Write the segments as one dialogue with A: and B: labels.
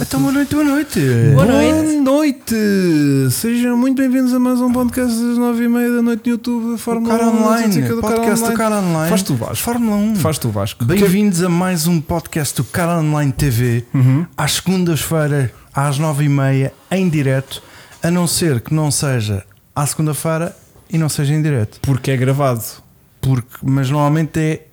A: Então, boa noite, boa noite.
B: Boa noite.
A: noite. Sejam muito bem-vindos a mais um podcast das 9h30 da noite no YouTube da Fórmula 1. não sei o quê, é do
B: podcast do Cara Online.
A: Faz tu, Vasco.
B: Fórmula 1.
A: Faz tu, Vasco.
B: Bem-vindos a mais um podcast do Cara Online TV. Às segundas-feiras, às nove e meia, em direto. A não ser que não seja à segunda-feira e não seja em direto.
A: Porque é gravado.
B: Porque, mas normalmente é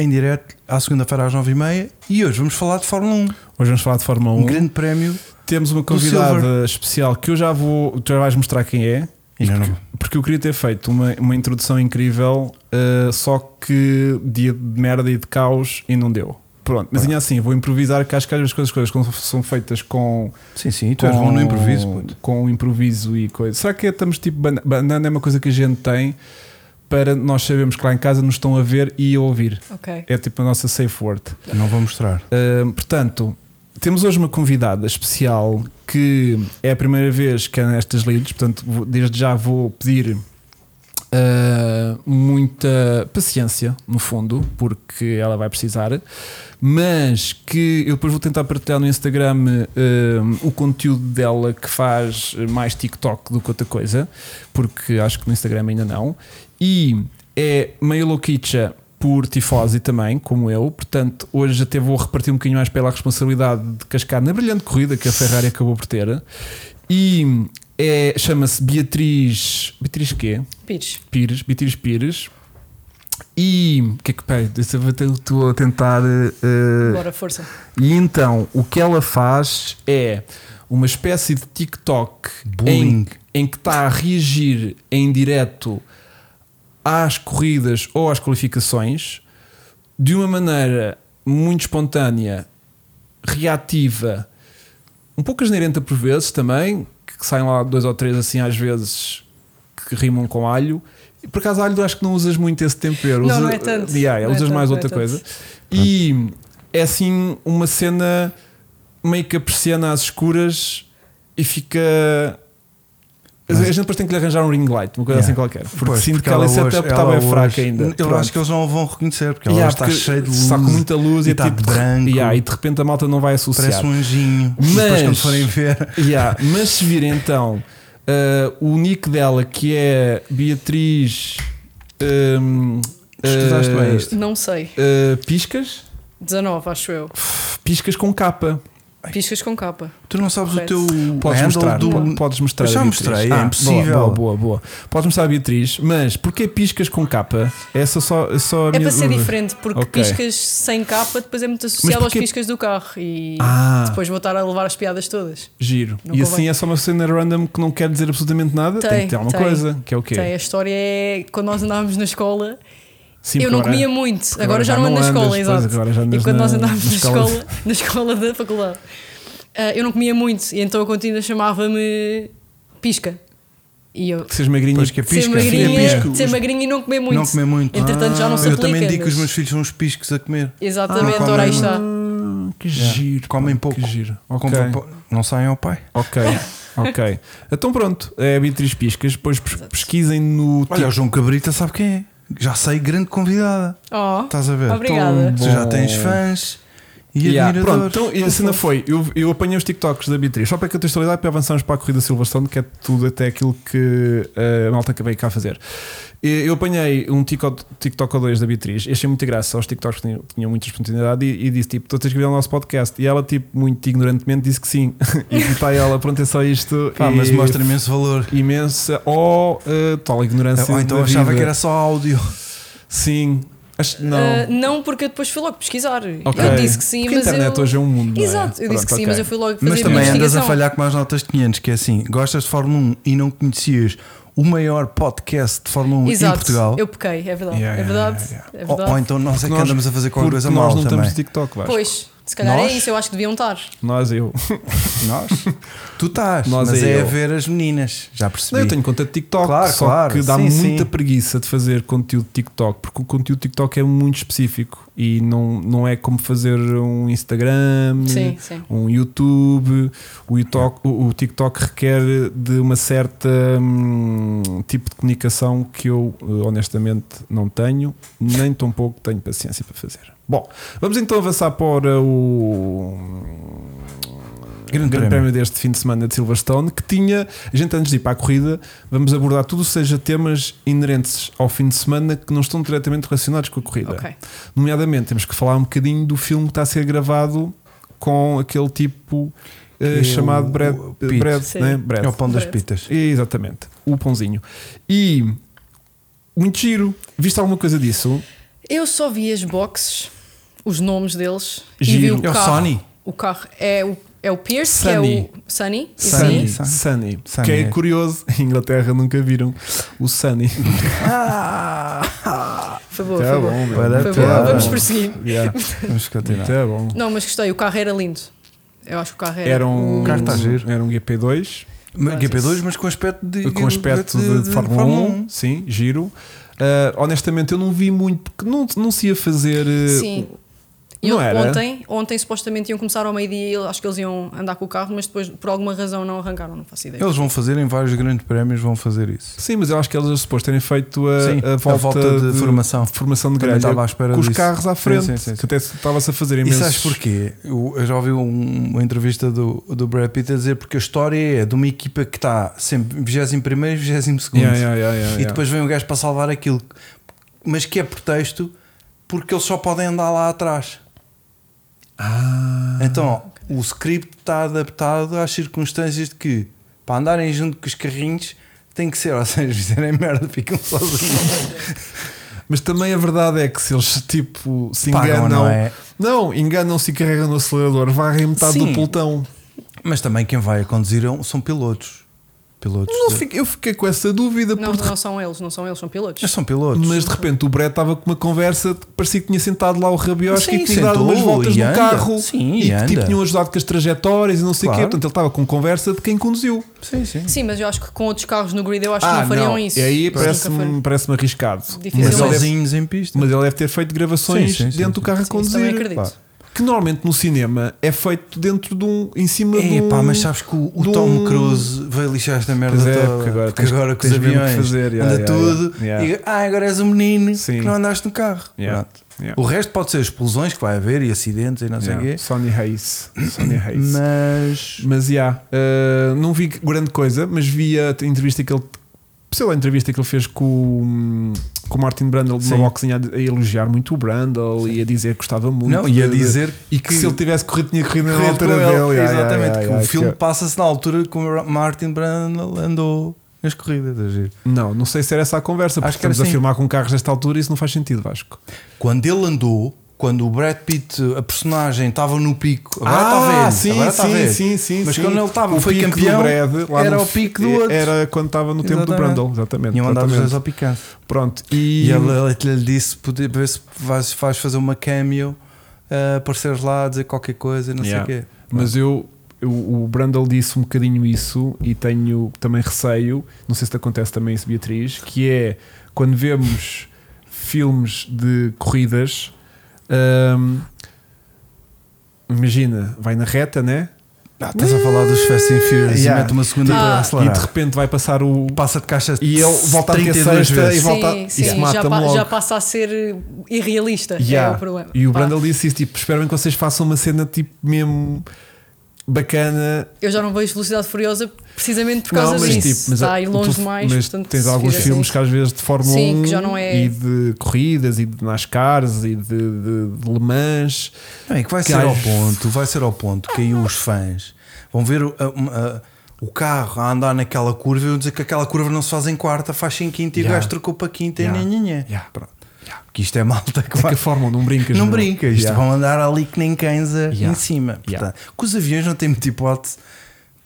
B: em direto, à segunda-feira, às nove e meia. E hoje vamos falar de Fórmula 1.
A: Hoje vamos falar de Fórmula 1.
B: Um grande prémio.
A: Temos uma convidada especial que eu já vou. Tu já vais mostrar quem é.
B: Ainda
A: porque,
B: não.
A: porque eu queria ter feito uma, uma introdução incrível, uh, só que dia de merda e de caos e não deu. Pronto, mas ainda assim, vou improvisar que acho que às vezes as coisas quando são feitas com,
B: Sim, sim. Tu és bom no improviso, puto.
A: com o improviso e coisa. Será que é, estamos tipo bana- banana? É uma coisa que a gente tem para nós sabermos que lá em casa nos estão a ver e a ouvir.
C: Ok.
A: É tipo a nossa safe word.
B: Não vou mostrar.
A: Hum, portanto, temos hoje uma convidada especial que é a primeira vez que é nestas leads, portanto, vou- desde já vou pedir uh, muita paciência, no fundo, porque ela vai precisar, mas que eu depois vou tentar partilhar no Instagram um, o conteúdo dela que faz mais TikTok do que outra coisa, porque acho que no Instagram ainda não, e é meio louquicha por tifosi também, como eu, portanto hoje até vou repartir um bocadinho mais pela responsabilidade de cascar na brilhante corrida que a Ferrari acabou por ter, e é, chama-se Beatriz... Beatriz quê?
C: Pires.
A: Pires, Beatriz Pires. E o que é que peraí, eu só vou ter- Estou a tentar. eh,
C: Bora, força.
A: e então o que ela faz é uma espécie de TikTok em,
B: Bullying.
A: em que está a reagir em direto às corridas ou às qualificações de uma maneira muito espontânea, reativa, um pouco asneirenta por vezes também, que saem lá dois ou três assim às vezes que rimam com alho. E por acaso alho acho que não usas muito esse tempero.
C: Não,
A: Usa-
C: não é tanto.
A: Yeah, yeah,
C: Não é
A: usas
C: tanto,
A: mais
C: não é
A: outra
C: tanto.
A: coisa. E é assim uma cena meio que a persiana às escuras e fica. A gente depois tem que lhe arranjar um ring light, uma coisa
B: Yeah.
A: assim qualquer. Porque
B: Pois,
A: sinto
B: porque
A: que ela
B: ela tá
A: setup
B: hoje-
A: está
B: ela
A: bem
B: hoje-
A: fraca ainda.
B: Eu acho que eles não a vão reconhecer porque
A: Yeah,
B: ela está
A: porque
B: cheia de luz.
A: está com muita luz e,
B: e está
A: tipo,
B: branco.
A: yeah, e de repente a malta não vai associar.
B: Parece um anjinho. E Depois
A: Mas-
B: quando forem ver.
A: Yeah, mas se vir então ah, o nick dela que é Beatriz um, ahm,
B: Estudaste
A: ah,
B: bem isto?
C: Não sei.
A: ah, Piscas
C: 19, acho eu.
A: Piscas com capa
C: Piscas com capa.
B: Tu não sabes
C: Correto.
B: o teu
A: Podes
B: handle
A: mostrar,
B: do.
A: não, podes mostrar
B: Eu já
A: a Beatriz.
B: mostrei, é
A: Ah,
B: impossível.
A: Boa, boa, boa. Podes mostrar a Beatriz, mas porquê piscas com capa? Essa só, só a
C: É
A: minha
C: para ser
A: dúvida.
C: diferente, porque
A: Ok.
C: piscas sem capa depois é muito associado
A: porquê-
C: aos piscas do carro e
A: Ah.
C: depois vou estar a levar as piadas todas.
A: Giro.
C: Não
A: e
C: convém.
A: assim é só uma cena random que não quer dizer absolutamente nada. Tem,
C: Tem,
A: que ter alguma
C: tem.
A: coisa. Que é o quê?
C: Tem, Então, a história é quando nós andávamos na escola,
A: Sim,
C: eu
A: Tipo
C: não
A: agora-
C: comia muito, agora,
A: agora
C: já
A: já
C: não
A: não
C: ando na
A: andas,
C: escola,
A: pois,
C: exato.
A: agora já andas
C: e quando nós
A: na-
C: andávamos
A: na
C: na,
A: escola.
C: escola, na escola da faculdade, ah, eu não comia muito e então a continua chamava-me Pisca. E eu,
A: Que sejas magrinho.
B: Pois que é
C: ser
B: pisca.
C: magrinha,
B: é pisco.
C: ser magrinha e não comer muito.
B: Não comer muito. Ah.
C: Entretanto, já não se
B: eu
C: aplica.
B: também digo que
C: mas-
B: os meus filhos são uns piscos a comer.
C: Exatamente,
B: Ah,
C: ora aí
B: comem
C: está.
A: Ah, Que
B: Yeah.
A: giro. pá,
B: Comem pouco.
A: Que giro. Ok.
B: Compram pa- Não saem ao pai.
A: Ok. Ok. Então pronto. É a Beatriz Piscas. Depois pes- pesquisem no.
B: Olha, o João Cabrita sabe quem é. Já sei, grande convidada.
C: Oh,
B: Estás a ver?
C: obrigada.
B: Tu já tens fãs e
A: Yeah, pronto,
B: admiradores.
A: então e a cena foi: eu, eu apanhei os TikToks da Beatriz, só para contextualidade, para avançarmos para a corrida Silverstone, que é tudo até aquilo que eh, a malta que veio cá fazer. E Eu apanhei um TikTok, TikTok ou dois da Beatriz, e achei muita graça aos TikToks que tinham, tinham muita espontaneidade. E, e disse: Tipo, tu tens que vir ao nosso podcast. E ela, tipo, muito ignorantemente, disse que sim. E está ela, pronto, é só isto.
B: Pá,
A: e
B: mas mostra imenso valor.
A: imensa ou eh, tal ignorância.
B: Ou então
A: da
B: achava
A: vida.
B: que era só áudio.
A: Sim, Acho- não.
C: Ah, não, porque eu depois fui logo pesquisar.
A: Ok.
C: Eu disse que sim,
A: Porque
C: mas.
A: a internet
C: eu...
A: hoje é um mundo. não é?
C: Exato, eu disse
A: Pronto,
C: que sim,
A: ok.
C: mas eu fui logo fazer
B: Mas
C: a
B: também
C: minha
B: andas a
C: investigação.
B: falhar com mais notas de 500, que é assim: gostas de Fórmula 1 e não conhecias o maior podcast de Fórmula 1
C: Exato,
B: em Portugal?
C: Eu pequei, é
A: Yeah,
C: verdade.
A: yeah,
C: é verdade.
A: yeah,
C: É
B: Ou,
C: verdade.
B: ou então nós é que
A: Nós-
B: andamos a fazer qualquer
A: porque
B: coisa
A: nós
B: mal
A: não
B: também.
A: estamos no TikTok, Vasco.
C: Pois, se calhar
B: Nós?
C: é isso, eu acho que deviam estar.
A: Nós, eu.
B: Nós? Tu estás,
A: Nós
B: mas
A: é
B: é, a
A: eu.
B: ver as meninas. Já percebi.
A: Não, eu tenho conta de TikTok,
B: Claro,
A: só
B: claro,
A: que dá-me
B: sim,
A: muita
B: sim.
A: preguiça de fazer conteúdo de TikTok, porque o conteúdo de TikTok é muito específico e não, não é como fazer um Instagram,
B: Hum.
C: Sim, sim.
A: um YouTube. O, TikTok- o- o TikTok requer de uma certa hum, tipo de comunicação que eu eh, honestamente não tenho, nem tão pouco tenho paciência para fazer. Bom, vamos então avançar para o grande prémio. deste fim de semana de Silverstone, que tinha, a gente antes de ir para a corrida, vamos abordar tudo, seja temas inerentes ao fim de semana que não estão diretamente relacionados com a corrida.
C: Ok.
A: Nomeadamente, temos que falar um bocadinho do filme que está a ser gravado com aquele tipo eh,
B: é o-
A: chamado Brad,
B: o Pete.
A: Brad,
C: Sim.
A: né? Brad.
B: É o pão das
C: Brett.
B: pitas.
A: Exatamente, o pãozinho. E muito giro. Viste alguma coisa disso?
C: Eu só vi as boxes, os nomes deles. E vi
A: Giro.
C: o
B: É o
C: carro.
B: Sony.
C: O carro é o, é o Pierce,
A: Sunny.
C: que é o Sunny. e
B: Sunny.
C: Sim.
A: Sunny. Sunny.
B: Sunny,
A: Que é,
B: é.
A: curioso, em Inglaterra nunca viram o Sunny.
C: Foi boa,
A: Tá
C: foi boa.
A: bom, meu.
B: Para
C: Foi
B: tá
C: boa.
B: bom.
C: Vamos prosseguir.
A: Yeah.
B: Vamos continuar.
A: Tá bom.
C: Não, mas gostei. O carro era lindo. Eu acho que o carro era.
A: Era um,
C: o-
B: carro tá giro.
A: era um GP2
B: Mas GP2, mas com aspecto de. um.
A: com aspecto de, de Fórmula 1, sim, giro. Ah, honestamente, eu não vi muito porque não, não se ia fazer. eh,
C: Sim. E
A: Não
C: on-
A: era?
C: Ontem, ontem supostamente iam começar ao meio-dia e eu acho que eles iam andar com o carro, mas depois por alguma razão não arrancaram, não faço ideia.
B: Eles vão fazer em vários grandes prémios, vão fazer isso.
A: Sim, mas eu acho que eles suposto terem feito a,
B: Sim,
A: a volta,
B: de, formação.
A: formação de
B: Também
A: grelha
B: estava à espera
A: com os
B: disso.
A: carros à
B: Sim,
A: frente,
B: sim, sim,
A: que até se- estava-se a fazer
B: E
A: imensos.
B: sabes porquê? Eu eu já ouvi um- uma entrevista do, do Brad Pitt a dizer porque a história é de uma equipa que está sempre 21 e 22
A: Yeah, yeah, yeah, yeah,
B: e
A: yeah.
B: depois vem um gajo para salvar aquilo, mas que é pretexto porque eles só podem andar lá atrás.
A: Ah.
B: Então o script está adaptado às circunstâncias de que para andarem junto com os carrinhos tem que ser, ou seja, fizerem merda, ficam sozinhos.
A: Mas também a verdade é que se eles tipo se
B: Pagam,
A: enganam,
B: não é?
A: Não, enganam-se e carregam no acelerador, varrem metade
B: Sim.
A: do pelotão.
B: mas também quem vai a conduzir é um- são pilotos. Pilotos.
A: Não
B: de-
A: fiquei- eu fiquei com essa dúvida,
C: Não,
A: porque,
C: não são eles, não são eles, são
B: Mas
C: pilotos.
B: são pilotos.
A: mas de repente o Brett estava com uma conversa de que parecia que tinha sentado lá o rabiosca
B: Sim,
A: e tinha dado
B: sentou
A: umas voltas
B: e
A: no
B: anda.
A: carro
B: Sim,
A: e
B: e
A: que tipo
B: anda.
A: tinham ajudado com as trajetórias e não sei o quê.
B: Claro.
A: Portanto, ele estava com conversa de quem conduziu.
B: Sim, sim.
C: Sim, mas eu acho que com outros carros no grid eu acho que não fariam isso.
A: Ah, E aí
C: Eles nunca
A: parece-me um
C: fariam.
A: parece arriscado.
B: Mas
C: Dificilmente.
B: é
A: Mas ele, deve,
B: sozinhos em pista.
A: mas ele deve ter feito gravações
B: Sim, sim, sim,
A: dentro do
B: sim.
A: carro a
C: Sim, isso também
A: conduzir.
C: acredito.
A: Que normalmente no cinema é feito dentro de um. em cima de um.
B: Epá, mas sabes que o, o
A: de
B: Tom
A: um-
B: Cruise veio lixar esta merda
A: Pois é,
B: toda.
A: porque agora
B: porque
A: tens-
B: agora com os
A: tens mesmo que
B: aviões
A: fazer, yeah,
B: anda
A: yeah,
B: tudo.
A: yeah, yeah.
B: E, ah, agora és um menino
A: Sim.
B: que não andaste no carro.
A: Yeah,
B: Pronto.
A: yeah,
B: O resto pode ser explosões que vai haver e acidentes e não sei o
A: yeah. É
B: quê.
A: Sony Hayes. Sony Hayes.
B: Mas
A: Mas já, yeah, uh, não vi grande coisa, mas vi a entrevista que ele. Sei lá, a entrevista que ele fez com, o- hum, com o Martin Brandel de uma
B: Sim.
A: boxinha a, a elogiar muito o Brandel e a dizer que gostava muito.
B: não, e a
A: de-
B: dizer
A: e que, se ele tivesse corrido, tinha corrido na
B: correr
A: altura
B: com
A: dele.
B: ele,
A: Yeah, yeah,
B: exatamente,
A: yeah,
B: que
A: yeah,
B: o filme
A: que- um
B: passa-se na altura que o Martin Brandon andou nas corridas. a giro.
A: Não, não sei se era essa a conversa, porque
B: Acho que era
A: estamos a
B: assim.
A: filmar com carros desta altura e isso não faz sentido, Vasco.
B: Quando ele andou, quando o Brad Pitt, a personagem, estava no pico, agora
A: Ah,
B: está velho,
A: sim,
B: agora está
A: sim,
B: velho.
A: sim, sim,
B: Mas
A: sim.
B: quando ele estava,
A: O
B: foi
A: pico do
B: campeão,
A: Brad, lá
B: era
A: no-
B: o pico do outro.
A: Era quando estava no tempo do
B: Exatamente.
A: Brandel, exatamente.
B: Tinham andado os
A: exatamente.
B: dois ao picante.
A: Pronto,
B: E,
A: e,
B: ele, ele lhe disse poder, para ver se vais, vais fazer uma cameo, eh, apareceres lá, dizer qualquer coisa, não
A: Yeah.
B: sei o quê.
A: Mas eu, eu- o Brandel disse um bocadinho isso e tenho também receio, não sei se te acontece também isso, Beatriz, que é quando vemos filmes de corridas, hum, imagina, vai na reta, né?
B: Ah, estás a falar dos Fast and Furious
A: Yeah. Tipo,
B: e mete uma segunda
C: Ah.
B: para
A: E
B: acelerar.
A: de repente vai passar o.
B: passa de caixa
A: E ele volta a ter
B: 32
A: sexta
B: vezes.
A: e volta-
C: sim,
A: isso
C: sim, já,
A: mata-me
C: pa-
A: logo.
C: já passa a ser eh, irrealista. É
A: Yeah.
C: o problema.
A: E o
C: Pá,
A: Brandel disse isso, tipo, espero bem que vocês façam uma cena tipo mesmo bacana
C: Eu já não vejo Velocidade Furiosa precisamente por causa
A: mas, tipo,
C: disso.
A: mas
C: Está aí
A: tu-
C: longe demais.
A: Mas
C: portanto,
A: tens
C: se
A: alguns
C: fizessem
A: filmes
C: isso-
A: que às vezes de Fórmula
C: Sim,
A: 1
C: que já não é-
A: e de corridas e de NASCARs e de, de, de Le Mans.
B: Não, é que vai
A: Que
B: ser ao
A: às-
B: ponto, vai ser ao ponto que aí
C: Ah.
B: os fãs vão ver o, a- a- o carro a andar naquela curva e vão dizer que aquela curva não se faz em quarta, faz em quinta e o
A: Yeah.
B: gajo trocou para quinta
A: Yeah.
B: e ninhinha.
A: Yeah.
B: Pronto. Porque isto é malta que
A: É
B: vai.
A: que a Fórmula 1 não brincas.
B: não
A: meu.
B: brinca, isto
A: Yeah.
B: vão andar ali que nem cães a-
A: Yeah.
B: em cima.
A: Yeah.
B: Portanto, Com os aviões não tem muita hipótese,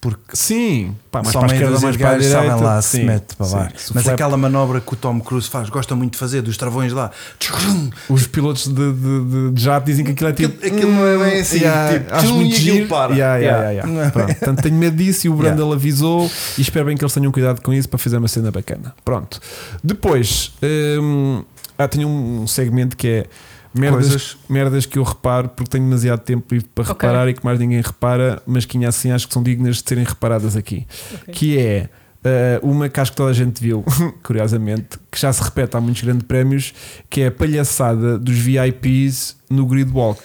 B: porque
A: Sim, pá, Tá mais
B: só
A: para a
B: meia
A: esquerda,
B: dúzia
A: mais
B: de
A: para a
B: gajos
A: direita.
B: sabem lá
A: Sim,
B: se mete para
A: sim.
B: lá.
A: Se
B: Mas
A: flap-
B: aquela manobra que o Tom Cruise faz, gosta muito de fazer, dos travões lá, tchurrum,
A: Os pilotos de, de, de- de jato dizem que aquilo é tipo.
B: Aquilo- aquilo não é bem assim,
A: yeah,
B: tipo,
A: acho
B: tchum,
A: muito
B: e aquilo
A: giro.
B: para.
A: Yeah,
B: Yeah.
A: yeah, yeah,
B: Não
A: yeah.
B: é
A: Pronto, Portanto, tenho medo disso e o Brandel avisou. E espero bem que eles tenham cuidado com isso para fazer uma cena bacana. Pronto. Depois, hum, ah, tenho um segmento que é merdas,
B: Coisas.
A: merdas que eu reparo porque tenho demasiado tempo livre para
C: Ok.
A: reparar e que mais ninguém repara, mas que ainda assim acho que são dignas de serem reparadas aqui.
C: Ok.
A: Que é. ah, uma que acho que toda a gente viu, curiosamente, que já se repete há muitos grandes prémios,
B: É.
A: que é a palhaçada dos VIPs no grid walk.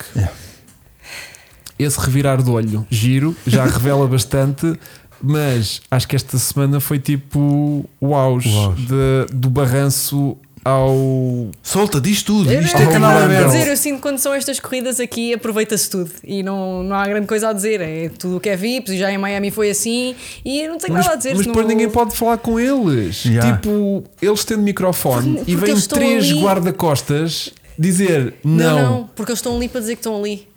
A: esse revirar do olho, giro, já revela bastante, mas acho que esta semana foi tipo o auge,
B: O auge.
A: de- do barranço ao.
B: Solta, diz tudo.
C: Eu
B: Isto
C: não-
B: é canal
A: Não,
C: Quer
B: aberto.
C: dizer, eu sinto que quando são estas corridas aqui aproveita-se tudo e não, não há grande coisa a dizer. É tudo o que é VIPs e já em Miami foi assim e não tenho
A: Mas,
C: nada a dizer.
A: mas
C: senão-
A: depois ninguém pode falar com eles.
B: Yeah.
A: Tipo, eles tendo microfone
C: Porque-
A: e
C: porque
A: vêm
C: eles estão
A: três
C: ali.
A: guarda-costas dizer não.
C: Não, não, porque eles estão ali para dizer que estão ali.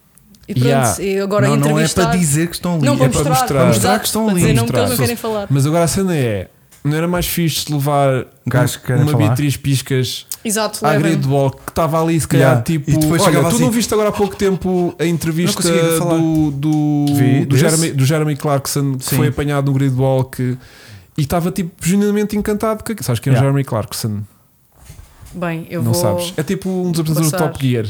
C: E pronto,
A: Yeah.
C: e agora
B: não, não é
C: entrevistar.
B: para dizer que estão ali.
C: Não,
B: é
C: para
A: para
C: mostrar,
A: mostrar.
C: para
B: Mostrar que estão
C: para
B: ali,
C: dizer não, porque eles não
A: mostrar.
C: querem falar.
A: Mas agora a cena é: não era mais fixe de levar
B: Gajos Um que querem
A: uma
B: falar?
A: Beatriz Piscas
C: Exato,
A: à
C: levem.
A: grade Ball que estava ali, se calhar,
B: Yeah.
A: tipo.
B: E depois
A: Olha, tu
B: chegava
A: não
B: assim-
A: viste agora há pouco tempo a entrevista
B: Não conseguia falar.
A: do, do,
B: Vi,
A: do,
B: desse.
A: Jeremy, do Jeremy Clarkson que
B: Sim.
A: foi apanhado no grid Ball que. E estava tipo genuinamente encantado. com aquilo. Sabes quem é o
B: Yeah.
A: Jeremy Clarkson?
C: Bem, eu
A: não
C: vou.
A: sabes. É tipo um dos apresentadores do
C: passar.
A: Top Gear.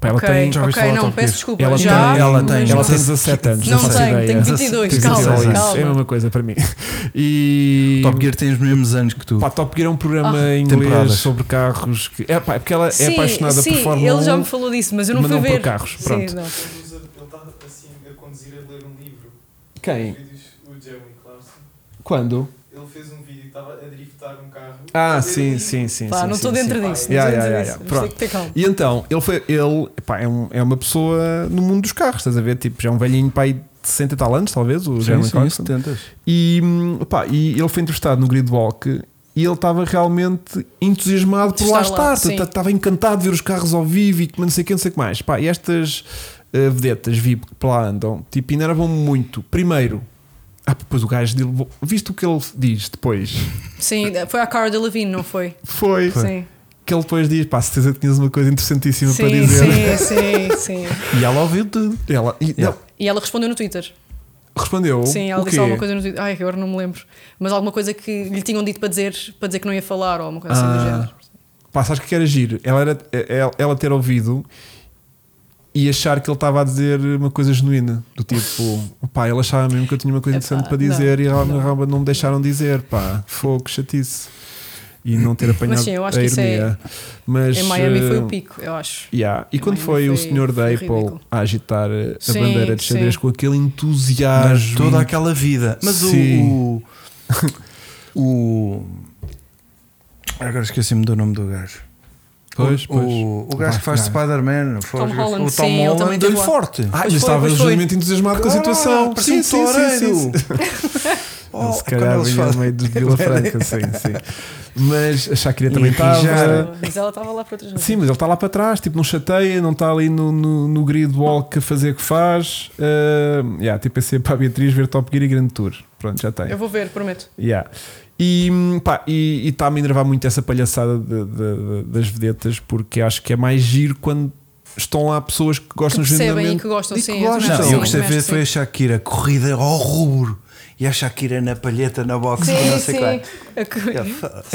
A: Pá, ela
C: Ok,
A: tem.
B: Já ouviste
C: ok,
B: falar
C: não,
B: Top
C: peço
B: Gear?
C: desculpa.
A: Ela
C: já,
B: ela
A: tem,
B: tem,
C: mas
A: Ela
C: não
A: tem
C: sei.
A: 17 anos.
C: Não
A: faço
B: sei,
A: ideia.
C: tenho 22,
A: Tens
B: calma,
A: 16,
C: calma.
A: É a mesma coisa para mim. E.
B: Top Gear tem os mesmos anos que tu.
A: Pá, Top Gear é um programa
C: Ah.
A: em inglês
B: Temporadas.
A: sobre carros. Que, é, pá, é porque ela é
C: Sim,
A: apaixonada
C: sim,
A: por Fórmula 1.
C: ele já me falou disso, mas eu não
A: mas
C: fui
A: não por
C: ver.
A: carros,
C: Sim,
A: pronto.
C: não.
D: Ele usa- ele está assim a conduzir a ler um livro.
A: Quem?
D: Os vídeos- O Jeremy Clarkson.
A: Quando?
D: Ele fez um vídeo e estava a driftar um carro. a
A: Ah,
D: ler um
A: sim,
D: livro.
A: sim, sim.
C: Pá,
A: sim,
C: não
A: sim,
C: estou
A: sim.
C: dentro disso.
A: Yeah, yeah,
C: não estou dentro
A: yeah,
C: disso.
A: yeah.
C: Mas tem que ter calma.
A: E então, ele foi. Ele pá, é, um- é uma pessoa no mundo dos carros, estás a ver? Tipo, já é um velhinho pai de 60 e tal anos, talvez, é o
B: Sim,
A: Jeremy
B: sim,
A: Clarkson.
B: tentas.
A: E, hum, pá, e ele foi entrevistado no Gridwalk e ele estava realmente entusiasmado por lá
C: Estar lá,
A: estar.
C: sim.
A: Estava encantado de ver os carros ao vivo e que não sei o que, não sei o que mais. Pá, e estas eh, vedetas VIP que lá andam, tipo, enervam-me muito. Primeiro, ah, depois o gajo dele, visto o que ele diz depois,
C: Sim, foi a Cara Delevingne, não foi?
A: foi,
C: Sim.
A: que ele depois diz: pá, certeza que tinhas uma coisa interessantíssima para
C: Sim,
A: dizer.
C: sim, sim, sim.
B: E ela ouviu tudo.
A: Ela e-
B: Yeah.
A: não,
C: E ela respondeu no Twitter.
A: respondeu.
C: Sim, ela
A: o
C: disse
A: quê?
C: alguma coisa no Twitter. Ai, que agora não me lembro. Mas alguma coisa que lhe tinham dito para dizer, para dizer que não ia falar ou alguma coisa assim do
A: Ah.
C: género.
A: Pá, sabes o que era giro? Ela, era, ela- ela ter ouvido e achar que ele estava a dizer uma coisa genuína. Do tipo, pá, ele achava mesmo que eu tinha uma coisa
C: Epá,
A: interessante para
C: não,
A: dizer e
C: não.
A: não. Ramba não me deixaram dizer, pá, fogo, que chatice. E não ter apanhado
C: sim, eu acho
A: a
C: que isso é-
A: ironia. Mas,
C: Em Miami foi o
A: eh,
C: pico, eu acho.
A: Yeah. E
C: Em
A: quando
C: Miami
A: foi, o
C: foi-
A: senhor da
C: foi
A: Apple
C: ridículo.
A: a agitar eh, a
C: Sim,
A: bandeira de xadrez
C: sim.
A: com aquele
B: Ah, Mas hum.
A: entusiasmo?
B: toda aquela vida. Mas o-
A: Sim.
B: o. O. Agora esqueci-me do nome do gajo.
A: Pois,
B: O-
A: pois.
B: O, o gajo que faz
A: Vai, vai.
B: Spider-Man. foi-
C: Tom Holland,
B: o Tom
C: sim, ele
B: Holland
C: também
B: deu-lhe
C: teve lá.
B: forte.
A: Ah,
C: Pois
A: já
C: foi,
A: estava
C: pois foi.
A: genuinamente entusiasmado com a situação.
B: Sim, sim, sim, sim, Oh,
A: se
B: quando
A: calhar
B: eles
A: vinha
B: fazem-
A: meio de Vila Franca, sim, sim. Mas a Shakira também
B: E
A: estava.
B: já-
C: Mas ela estava lá para outras razões.
A: Sim, mas ele está lá para trás, tipo, não chateia, não está ali no, no, no grid walk a fazer o que faz. Uh, yeah, tipo, é ser para a Beatriz ver Top Gear e Grande Tour. Pronto, já tem.
C: Eu vou ver, prometo.
A: Yeah. E hum, pá, e e está-me a enervar muito essa palhaçada de- de- de- das vedetas, porque acho que é mais giro quando estão lá pessoas que
C: Que
A: gostam
C: percebem e
A: genuinamente.
C: que gostam,
A: e que
C: sim.
A: gostam.
B: Não,
A: Sim,
B: eu gostei de ver
C: mestre,
B: foi a
C: sim.
B: Shakira corrida ao rubro e a Shakira na palheta, na boxe, com não
C: Sim,
B: sei
C: sim.
B: qual.
C: A co-
A: É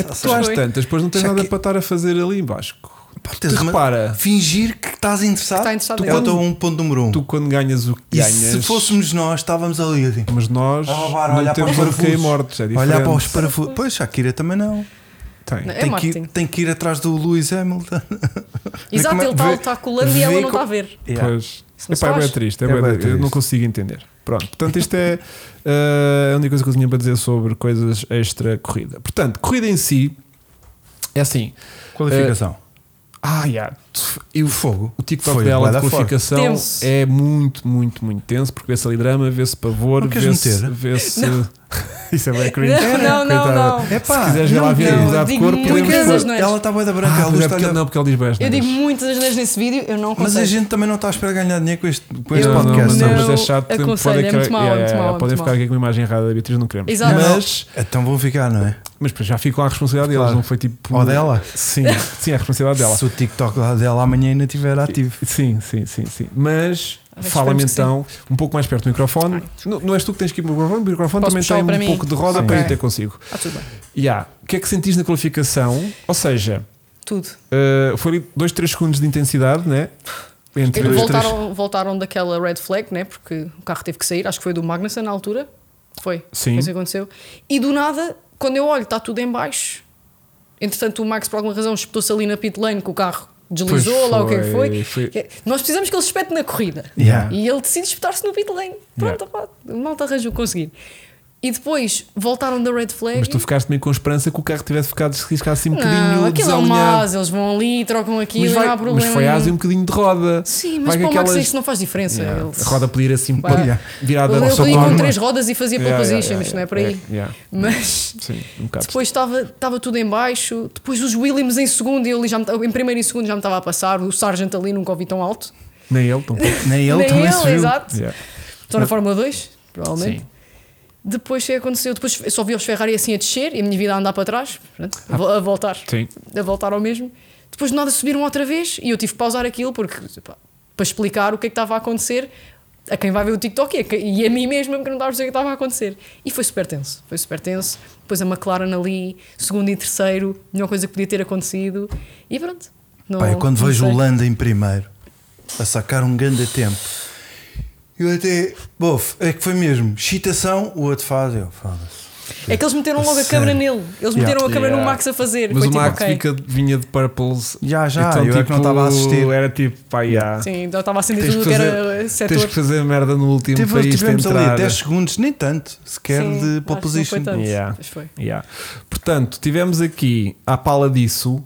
A: porque tu às
C: Foi.
A: tantas, depois não tens
B: Shakira-
A: nada para estar a fazer ali em Vasco.
B: Pá,
A: Tu
B: tens uma-
A: repara.
B: Fingir que estás interessado.
C: Que está interessado
B: tu
C: nela.
B: conta um ponto número um.
A: Tu quando ganhas o que
B: e
A: ganhas.
B: se fôssemos nós, estávamos ali assim.
A: Mas nós
C: Ah,
B: A roubar, a
A: não
B: olhar para os
A: temos o que é
B: parafusos.
A: mortos. É diferente.
B: Olhar para os parafusos. Pois, Shakira também não.
A: Tem.
C: Não, É
B: tem, que ir,
C: marketing.
B: tem que ir atrás do Lewis Hamilton.
C: Exato,
B: Como é-
C: ele tá- está
B: vê-
C: está colando e ela
B: vê
C: não
B: co-
C: está a
A: é
C: ver.
B: Yeah.
A: Pois.
C: Se não se
A: Epá, é
C: faz.
A: bem triste, é
B: É
A: bué
B: bué
A: triste. Eu não
B: triste.
A: consigo entender. Pronto, portanto, isto é uh, a única coisa que eu tinha para dizer sobre coisas extra corrida. Portanto, corrida em si é assim.
B: Qualificação.
A: Ah, yeah, tu- eu,
B: fogo.
A: o TikTok
B: Foi
A: dela
B: bué
A: de
B: da forte.
A: qualificação
C: Tenso.
A: é muito, muito, muito tenso porque vê-se ali drama, vê-se pavor,
B: Não queres
A: vê-se.
B: meter?
A: vê-se- Isso é
C: Ah,
A: bem cringe.
C: Não, não,
A: Coitada.
C: não.
B: É
A: Se
B: pá,
A: quiseres ver lá a
B: não,
C: quero.
A: viabilidade de
C: Digo
A: corpo,
C: muito
A: podemos
C: que
A: pôr-
C: essas não é-
B: não. Ela está bué da branca,
A: Ah,
B: a
A: pois
B: luz
A: é porque,
B: está-lhe a-
A: não, porque ele diz bem as
C: Eu digo
A: neiras.
C: muitas asneiras nesse vídeo, eu não
B: Mas
C: consigo.
B: a gente também não tá está a esperar ganhar dinheiro com este, com
A: Não,
B: este
A: não,
B: podcast.
A: não,
C: não.
A: mas é chato.
C: Aconselho,
A: podem
C: é
A: criar-
C: muito mau, é
A: yeah,
C: muito
A: yeah,
C: mau, é
A: podem
C: muito
A: ficar
C: mau.
A: aqui com uma imagem errada da Beatriz, não queremos.
C: Exato.
A: Mas,
B: Então vão ficar, não é?
A: mas pá, já ficam à responsabilidade deles,
B: Claro.
A: não foi tipo.
B: Ou dela?
A: Sim, sim, a responsabilidade dela.
B: Se o TikTok lá dela amanhã ainda estiver ativo.
A: Sim, sim, sim, sim. Mas
C: Mas
A: fala-me
C: esperemos que
A: então, um pouco mais perto do microfone. não, não és tu que tens que ir para o microfone, o microfone
C: Posso
A: também
C: puxar
A: tem
C: para
A: um
C: mim?
A: pouco de roda
C: Sim.
A: para ir
C: Ok.
A: ter consigo.
C: Ah, tudo bem.
A: Yeah. O que é que sentiste na qualificação? Ou seja,
C: Tudo.
A: uh, foi ali 2, 3 segundos de intensidade, né? Entre
C: Eles
A: dois, três-
C: voltaram, voltaram daquela red flag, né? Porque o carro teve que sair, acho que foi do Magnussen na altura. Foi.
A: Sim.
C: Foi isso que aconteceu. E do nada, quando eu olho, está tudo em baixo. Entretanto, o Max, por alguma razão, espetou-se ali na pit lane com o carro deslizou ou lá o que é que foi.
A: foi.
C: Que- Nós precisamos que ele se espete na corrida.
B: Yeah.
C: E ele decide espetar-se no pit lane. Pronto, pá, malta arranjou, conseguir. E depois voltaram da red flag.
A: Mas tu ficaste meio com esperança que o carro tivesse ficado se riscar assim um
C: não,
A: bocadinho
C: aquilo é um
A: desalinhado.
C: asa, eles vão ali, trocam aquilo
A: mas,
C: e
A: vai-
C: não há problema.
A: mas foi asa e um
C: nenhum.
A: bocadinho de roda.
C: Sim, mas
A: Vai
C: para
A: com
C: o Max é
A: aquelas-
C: isso não faz diferença.
A: Yeah.
C: Ele-
A: A roda podia ir assim um
C: Pá.
A: pouco virada
C: Ele
A: ao
C: eu
A: seu
C: fui com
A: lado.
C: três rodas e fazia
A: Yeah,
C: pole
A: yeah,
C: position,
A: yeah,
C: mas isto não é para aí.
A: yeah.
C: Mas
A: Sim, um bocado.
C: depois estava, estava tudo em baixo, depois os Williams em segundo, e eu ali já me- em primeiro e segundo já me estava a passar, o Sargent ali nunca ouvi tão alto.
A: Nem ele tampouco.
B: Nem ele
C: Nem
B: também
C: ele,
B: se viu.
C: exato.
A: Yeah.
C: Estou na Fórmula 2, provavelmente.
A: Sim.
C: Depois o que aconteceu? Depois eu só vi os Ferrari assim a descer e a minha vida a andar para trás, pronto, a vo- a voltar,
A: Sim.
C: a voltar ao mesmo. Depois de nada subiram outra vez e eu tive que pausar aquilo porque pá, para explicar o que é que estava a acontecer a quem vai ver o TikTok e a, quem- e a mim mesmo que não estava a perceber o que estava a acontecer. E foi super tenso, foi super tenso. Depois a McLaren ali, segundo e terceiro, nenhuma coisa que podia ter acontecido e pronto. Não,
B: Pá, eu quando
C: não
B: vejo
C: sei.
B: o Landa em primeiro a sacar um grande tempo, eu até. Bof, é que foi mesmo. Excitação, o outro faz. Eu, foda-se.
C: É que eles meteram logo a
B: Sério.
C: câmera nele, eles meteram a câmera no
A: Yeah.
C: Max a fazer.
A: Mas
C: foi
A: o
C: tipo,
A: Max
C: ok.
A: fica- vinha de Purples.
B: Já, já,
A: Então,
B: eu é que não estava a assistir.
A: Era tipo, pá, yeah.
C: Sim, eu estava a acender
A: Tens que
C: tudo o que
A: fazer,
C: era
A: tens
C: setor.
A: que fazer merda no último
B: Tive-
A: para isto
B: tivemos ali
A: entrar.
B: 10 segundos, nem tanto, sequer
C: Sim,
B: é de
C: acho que não
B: pole
C: foi
B: position.
C: tanto,
A: Yeah.
C: mas foi.
A: Yeah. Portanto, tivemos aqui à pala disso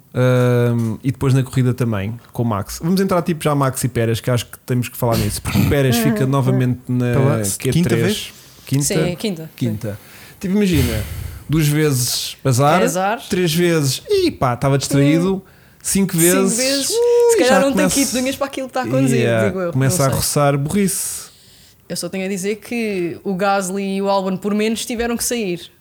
A: hum, e depois na corrida também com o Max. Vamos entrar tipo já Max e Pérez, que acho que temos que falar nisso, porque o Pérez fica novamente na
B: Pela
A: Q3.
B: Tá quinta vez?
A: Quinta?
C: Sim, quinta.
A: Quinta. Tipo, imagina, duas vezes azar,
C: É azar.
A: três vezes e pá, estava distraído, cinco
C: Cinco
A: vezes.
C: vezes.
A: ui,
C: Se calhar
A: já
C: não
A: começa-
C: tem kit de unhas para aquilo que está a conduzir,
A: Yeah,
C: digo eu.
A: Começa
C: não
A: a
C: sei.
A: roçar burrice.
C: Eu só tenho a dizer que o Gasly e o Albon, por menos, tiveram que sair.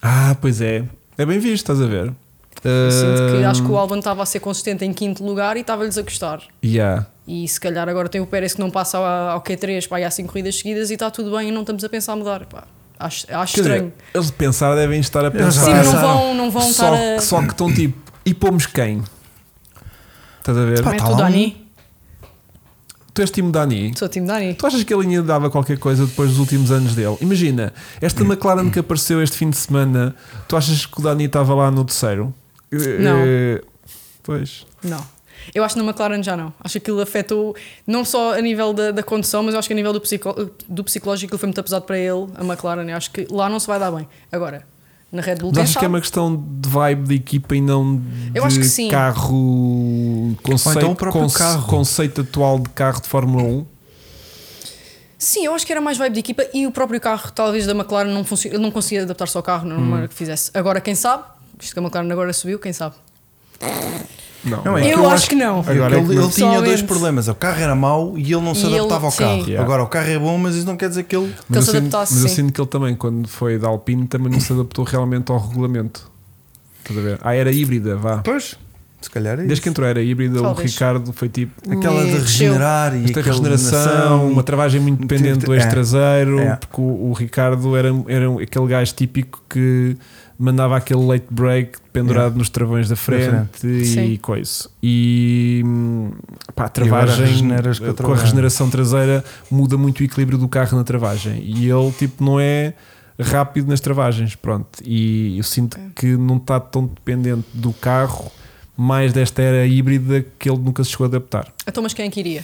A: Ah, pois é. É bem visto, estás a ver?
C: Eu sinto que
A: Hum,
C: acho que o Albon estava a ser consistente em quinto lugar e estava-lhes a gostar.
A: yeah.
C: E se calhar agora tem o Pérez que não passa ao- ao Q3 pá, e há 5 corridas seguidas e está tudo bem e não estamos a pensar a mudar. pá. Acho, acho
A: Quer
C: estranho.
A: dizer, eles de pensar devem estar a
B: Eles
A: pensar.
C: Sim, não
B: pensaram.
C: vão, não vão
A: só,
C: estar a.
A: só que estão tipo, e pomos quem? Estás a ver?
B: Pá,
C: Mete
B: tá
C: o
B: lá um-
C: Dani.
A: Tu és time Dani.
C: Sou o time Dani.
A: Tu achas que ele ainda dava qualquer coisa depois dos últimos anos dele? Imagina, esta McLaren que apareceu este fim de semana, tu achas que o Dani estava lá no terceiro?
C: Não.
A: Eh, Pois.
C: Não. Eu acho que na McLaren já não. Acho que aquilo afetou não só a nível da, da condução, mas eu acho que a nível do, psico- do psicológico aquilo foi muito pesado para ele, a McLaren. Eu acho que lá não se vai dar bem. Agora, na Red Bull
A: Mas
C: tem
A: achas que é
C: sal.
A: uma questão de vibe de equipa e não de
C: Eu acho que sim.
A: carro conceito,
B: Ou então o próprio carro.
A: conceito atual de carro de Fórmula 1?
C: Sim, eu acho que era mais vibe de equipa e o próprio carro, talvez da McLaren, não, funci- ele não conseguia adaptar-se ao carro na
A: Hum.
C: maneira que fizesse. Agora, quem sabe? Isto que a McLaren agora subiu, quem sabe?
B: Não, é
C: eu
B: que eu
C: acho,
B: acho
C: que não.
A: Agora é que
B: ele ele
A: não-
B: tinha dois
C: Pessoalmente.
B: problemas: o carro era mau e ele não se
C: E ele-
B: adaptava ao
C: sim.
B: carro.
A: Yeah.
B: Agora o carro é bom, mas isso não quer dizer que ele.
C: Que ele se
A: eu sinto-
C: adaptasse,
A: mas eu
C: sim.
A: sinto que ele também, quando foi da Alpine, também não se adaptou realmente ao regulamento. Estás a ver? Ah, era híbrida, vá.
B: Pois, se calhar é
A: Desde
B: isso.
A: que entrou era híbrida,
C: Talvez. Né?
A: o Ricardo foi tipo.
B: Aquela de
C: Mexeu.
B: regenerar e
A: Esta
B: aquela
A: regeneração,
B: nação.
A: uma travagem muito dependente do
B: É.
A: ex-traseiro,
B: É.
A: porque o, o Ricardo era, era um, aquele gajo típico que mandava aquele late break
B: É.
A: pendurado nos travões da frente e
C: Sim.
A: coisa. E hum, pá, a
B: E agora
A: travagem
B: regeneras com a
A: eh, com a
B: travagem.
A: regeneração traseira muda muito o equilíbrio do carro na travagem e ele tipo não é rápido nas travagens, pronto. E eu sinto que não está tão dependente do carro. Mais desta era híbrida que ele nunca se chegou a adaptar.
C: Então, mas quem é que iria?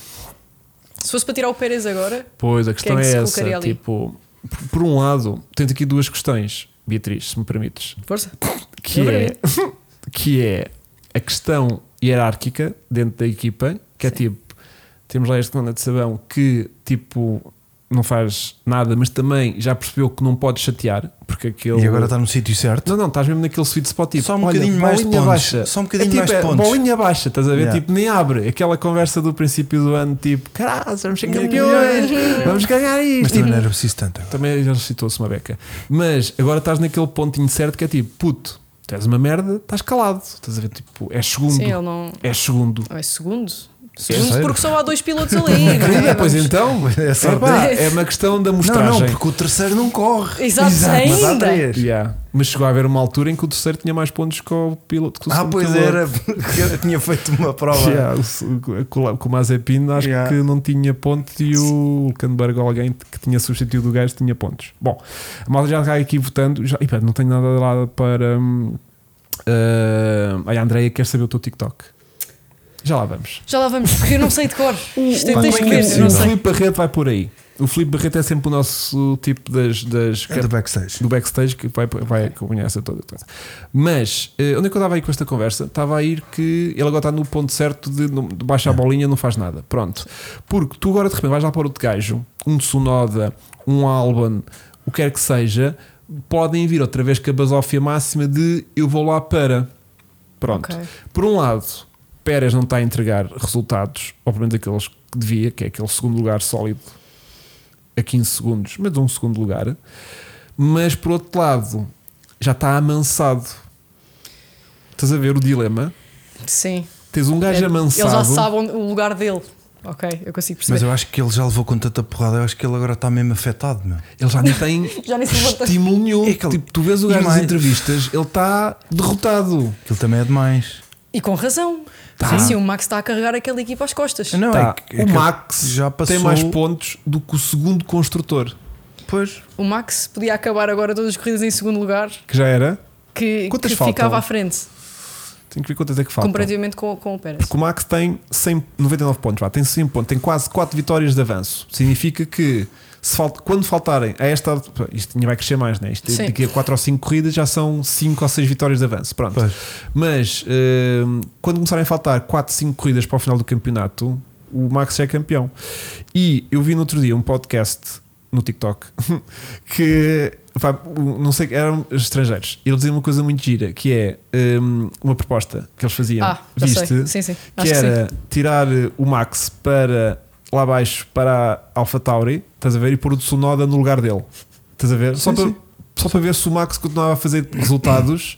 C: Se fosse para tirar o Pérez agora,
A: Pois, a questão
C: Quem é que
A: é,
C: se colocaria
A: essa.
C: ali?
A: Tipo, por, por um lado, tens aqui duas questões, Beatriz, se me permites.
C: força.
A: Que
C: Eu
A: é, que é a questão hierárquica dentro da equipa, que é tipo, temos lá este comando de sabão que, tipo, não faz nada, mas também já percebeu que não pode chatear, porque aquele.
B: E agora está no sítio certo.
A: Não, não, estás mesmo naquele sweet spot tipo,
B: Só um
A: olha,
B: bocadinho mais de
A: bolinha
B: pontos.
A: baixa.
B: Só um bocadinho
A: é, tipo,
B: mais de
A: é,
B: pontos.
A: Bolinha baixa, estás a ver?
B: Yeah.
A: Tipo, nem abre. Aquela conversa do princípio do ano, tipo, caralho, vamos ser campeões, vamos ganhar isto.
B: é Mas
A: Tipo,
B: também não era preciso tanto. agora.
A: também já citou-se uma beca. Mas agora estás naquele pontinho certo que é tipo, puto, tu és uma merda, estás calado. Estás a ver, tipo, é segundo.
C: Sim, ele não.
A: É segundo.
C: Ah, É segundo? Segundo
B: Terceiro.
C: porque só há dois pilotos ali. não
A: Querida,
C: é?
A: pois então,
B: É
A: é,
B: sorte.
A: pá, é uma questão da
B: Não,
A: mostragem.
B: não, porque o terceiro não corre.
C: Exato,
B: Mas há
C: ainda.
B: três.
A: Yeah. Mas chegou a haver uma altura em que o terceiro tinha mais pontos que o piloto. Que o
B: Ah,
A: segundo
B: pois
A: piloto.
B: era, porque eu tinha feito uma prova.
A: Yeah, o s- o- com o- com o Mazepin acho
B: Yeah.
A: que não tinha ponto e o Canberg ou alguém que tinha substituído o gajo tinha pontos. Bom, a malta já está aqui votando. Já, e pá, não tenho nada de eh, lado para. Hum, ah, ai, a Andreia quer saber o teu TikTok. Já lá vamos.
C: Já lá vamos, porque eu não sei de cor. Isto
A: Pá,
C: tens
A: como
C: que
A: é que é
C: ver, eu
A: possível?
C: não
A: o
C: sei.
A: Filipe Barreto vai por aí. O Filipe Barreto é sempre o nosso tipo das, das
B: É do backstage.
A: do backstage que vai, vai acompanhar essa toda. Mas eh, onde é que eu estava aí com esta conversa? Estava a ir que ele agora está no ponto certo de, não- de baixar a bolinha, não faz nada. Pronto. Porque tu agora de repente vais lá para outro gajo, um Tsunoda, um Alban, o que quer que seja, podem vir outra vez com a basófia máxima de eu vou lá para. Pronto.
C: Ok.
A: Por um lado, Pérez não está a entregar resultados, ou pelo menos aqueles que devia, que é aquele segundo lugar sólido a 15 segundos, mas um segundo lugar. Mas por outro lado, já está amansado. Estás a ver o dilema?
C: Sim.
A: Tens um gajo amansado.
C: Ele já sabe onde- o lugar dele. Ok, eu consigo
B: Mas
C: perceber.
B: eu acho que ele já levou com tanta porrada, eu acho que ele agora está mesmo afetado, meu.
A: Ele já nem tem
C: Já nem se levanta.
A: estímulo nenhum.
B: É que ele-
A: Tipo, tu vês o
B: E
A: gajo nas
B: mais-
A: entrevistas, ele está derrotado.
B: Aquilo também é demais.
C: E com razão.
A: Tá.
C: Sim, sim, o Max está a carregar aquela equipa às costas.
B: Não,
A: Tá,
B: é que, é
A: o
B: que
A: Max
B: já passou.
A: tem mais pontos do que o segundo construtor,
B: Pois.
C: O Max podia acabar agora todas as corridas em segundo lugar,
A: que já era.
C: que,
A: Quantas
C: que
A: faltam?
C: ficava à frente,
A: Tenho que ver quantas é que faltam.
C: comparativamente com, com o Pérez.
A: Porque o Max tem 100, 99 pontos, vá, tem 100 pontos, tem quase 4 vitórias de avanço. Significa que se falta, quando faltarem a esta. Isto ainda vai crescer mais, né? Isto,
C: Sim.
A: daqui a 4 ou 5 corridas já são 5 ou 6 vitórias de avanço. Pronto.
B: Pois.
A: Mas hum, quando começarem a faltar 4, 5 corridas para o final do campeonato, o Max já é campeão. E eu vi no outro dia um podcast no TikTok que pá, um, não sei, eram estrangeiros. Eles diziam uma coisa muito gira que é hum, uma proposta que eles faziam.
C: Ah, já
A: Viste?
C: sei. Sim, sim.
A: que
C: Acho que sim.
A: era tirar eh, o Max para lá abaixo para a AlphaTauri, estás a ver? E pôr o Tsunoda no lugar dele, estás a ver? só, para, só para ver se o Max continuava a fazer resultados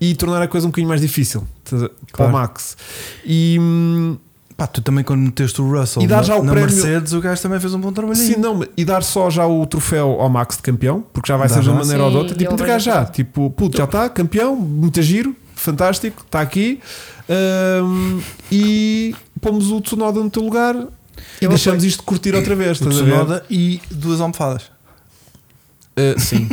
A: e tornar a coisa um bocadinho mais difícil estás a- para o
B: Claro.
A: Max. E hum,
B: Pá, tu também quando meteste o Russell
A: E dá
B: na,
A: já o
B: na
A: prémio-
B: Mercedes, o gajo também fez um bom trabalho.
A: sim, não, e dar só já o troféu ao Max de campeão, porque já vai
B: Dá
A: ser de uma
B: já.
A: maneira ou de
C: Sim,
A: outra,
C: e
A: tipo
C: ele
A: entregar
C: vai
A: já,
C: já.
A: tipo, puto, já está, campeão, muito giro, fantástico, está aqui. hum, e pomos o Tsunoda no teu lugar e
B: Eu
A: deixamos isto de curtir outra vez,
B: O
A: estás a ver?
B: Tsunoda e duas almofadas.
A: Uh, sim,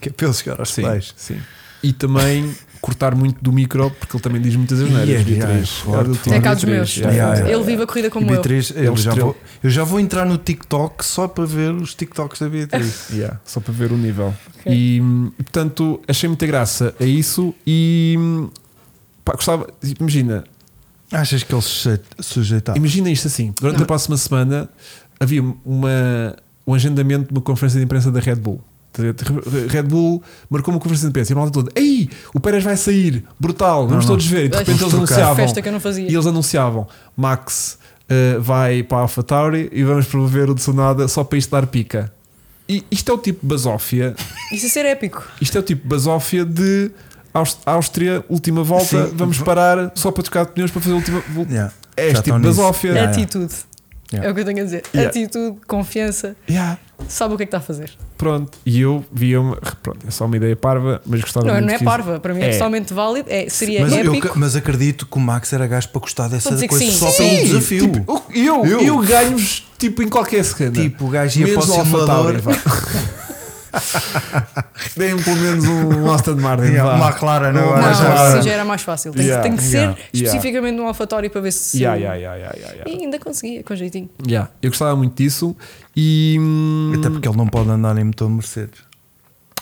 B: Que é para ele chegar aos
A: sim,
B: pés.
A: sim. E também cortar muito do micro, porque ele também diz muitas asneiras.
B: Yeah,
A: Beatriz.
B: yeah, forte,
A: Olha o
B: forte.
A: tio
C: É cá dos meus.
A: Beatriz,
B: yeah, yeah, yeah.
C: Ele vive a corrida
B: E
C: como
B: Beatriz, eu,
A: Eles
B: já
A: três-
B: vou, eu já vou entrar no TikTok só para ver os TikToks da Beatriz.
A: Yeah, só para ver o nível.
C: Ok.
A: E hum, portanto, achei muita graça a isso. E hum, pá, gostava, imagina,
B: Achas que ele se sujeitava?
A: imagina isto assim: durante
C: Não.
A: a próxima semana havia uma, um agendamento de uma conferência de imprensa da Red Bull. Tá Red Bull marcou uma conferência de imprensa e a malta toda, ei, o Pérez vai sair, brutal, vamos
B: não.
A: todos ver. E de
C: Ai,
A: repente eles
B: vamos trocar.
C: eu.
A: anunciavam,
C: Festa que eu não fazia.
A: E eles anunciavam: Max eh, vai para a AlphaTauri e vamos promover o Tsunoda só para isto dar pica. E isto é o tipo de basófia,
C: Isso é ser épico.
A: isto é o tipo de basófia de Aus- Áustria, última volta,
B: Sim.
A: vamos parar só para tocar de pneus para fazer a última volta.
B: Yeah.
A: É
B: Já
A: este tipo
B: estão
A: de
B: nisso.
A: basófia.
B: Yeah, yeah.
C: Atitude.
B: Yeah.
C: É o que eu tenho a dizer.
A: Yeah.
C: Atitude, confiança,
A: Yeah,
C: sabe o que é que está a fazer.
A: Pronto, e eu via-me, pronto, é só uma ideia parva, mas gostava
C: Não,
A: muito
C: não é
A: que isso-
C: parva, para mim é,
A: É.
C: totalmente válido, é, seria
B: Mas, eu,
C: épico.
B: mas acredito que o Max era gajo para gostar dessa
C: Vou dizer que
B: coisa
C: sim.
B: só
C: Sim.
B: pelo
A: Sim,
B: desafio.
A: tipo, eu, eu,
B: Eu.
A: eu ganho-vos tipo em qualquer cena.
B: Tipo, o gajo ia
A: Menos
B: para o
A: no AlphaTauri,
B: simulador.
A: vá. Dêem-me pelo menos um Aston Martin.
B: Yeah,
A: vá.
B: uma McLaren
A: Uma
B: agora,
C: Não,
A: McLaren.
B: já
C: assim
B: agora.
C: já era mais fácil. Tem,
A: Yeah,
C: tem que ser
B: yeah,
A: yeah.
C: especificamente num alfatório para ver se.
A: Yeah, yeah, yeah, yeah, yeah, yeah.
C: E ainda conseguia, com jeitinho.
A: Yeah, Eu gostava muito disso e. hum,
B: Até porque ele não pode andar em motor Mercedes.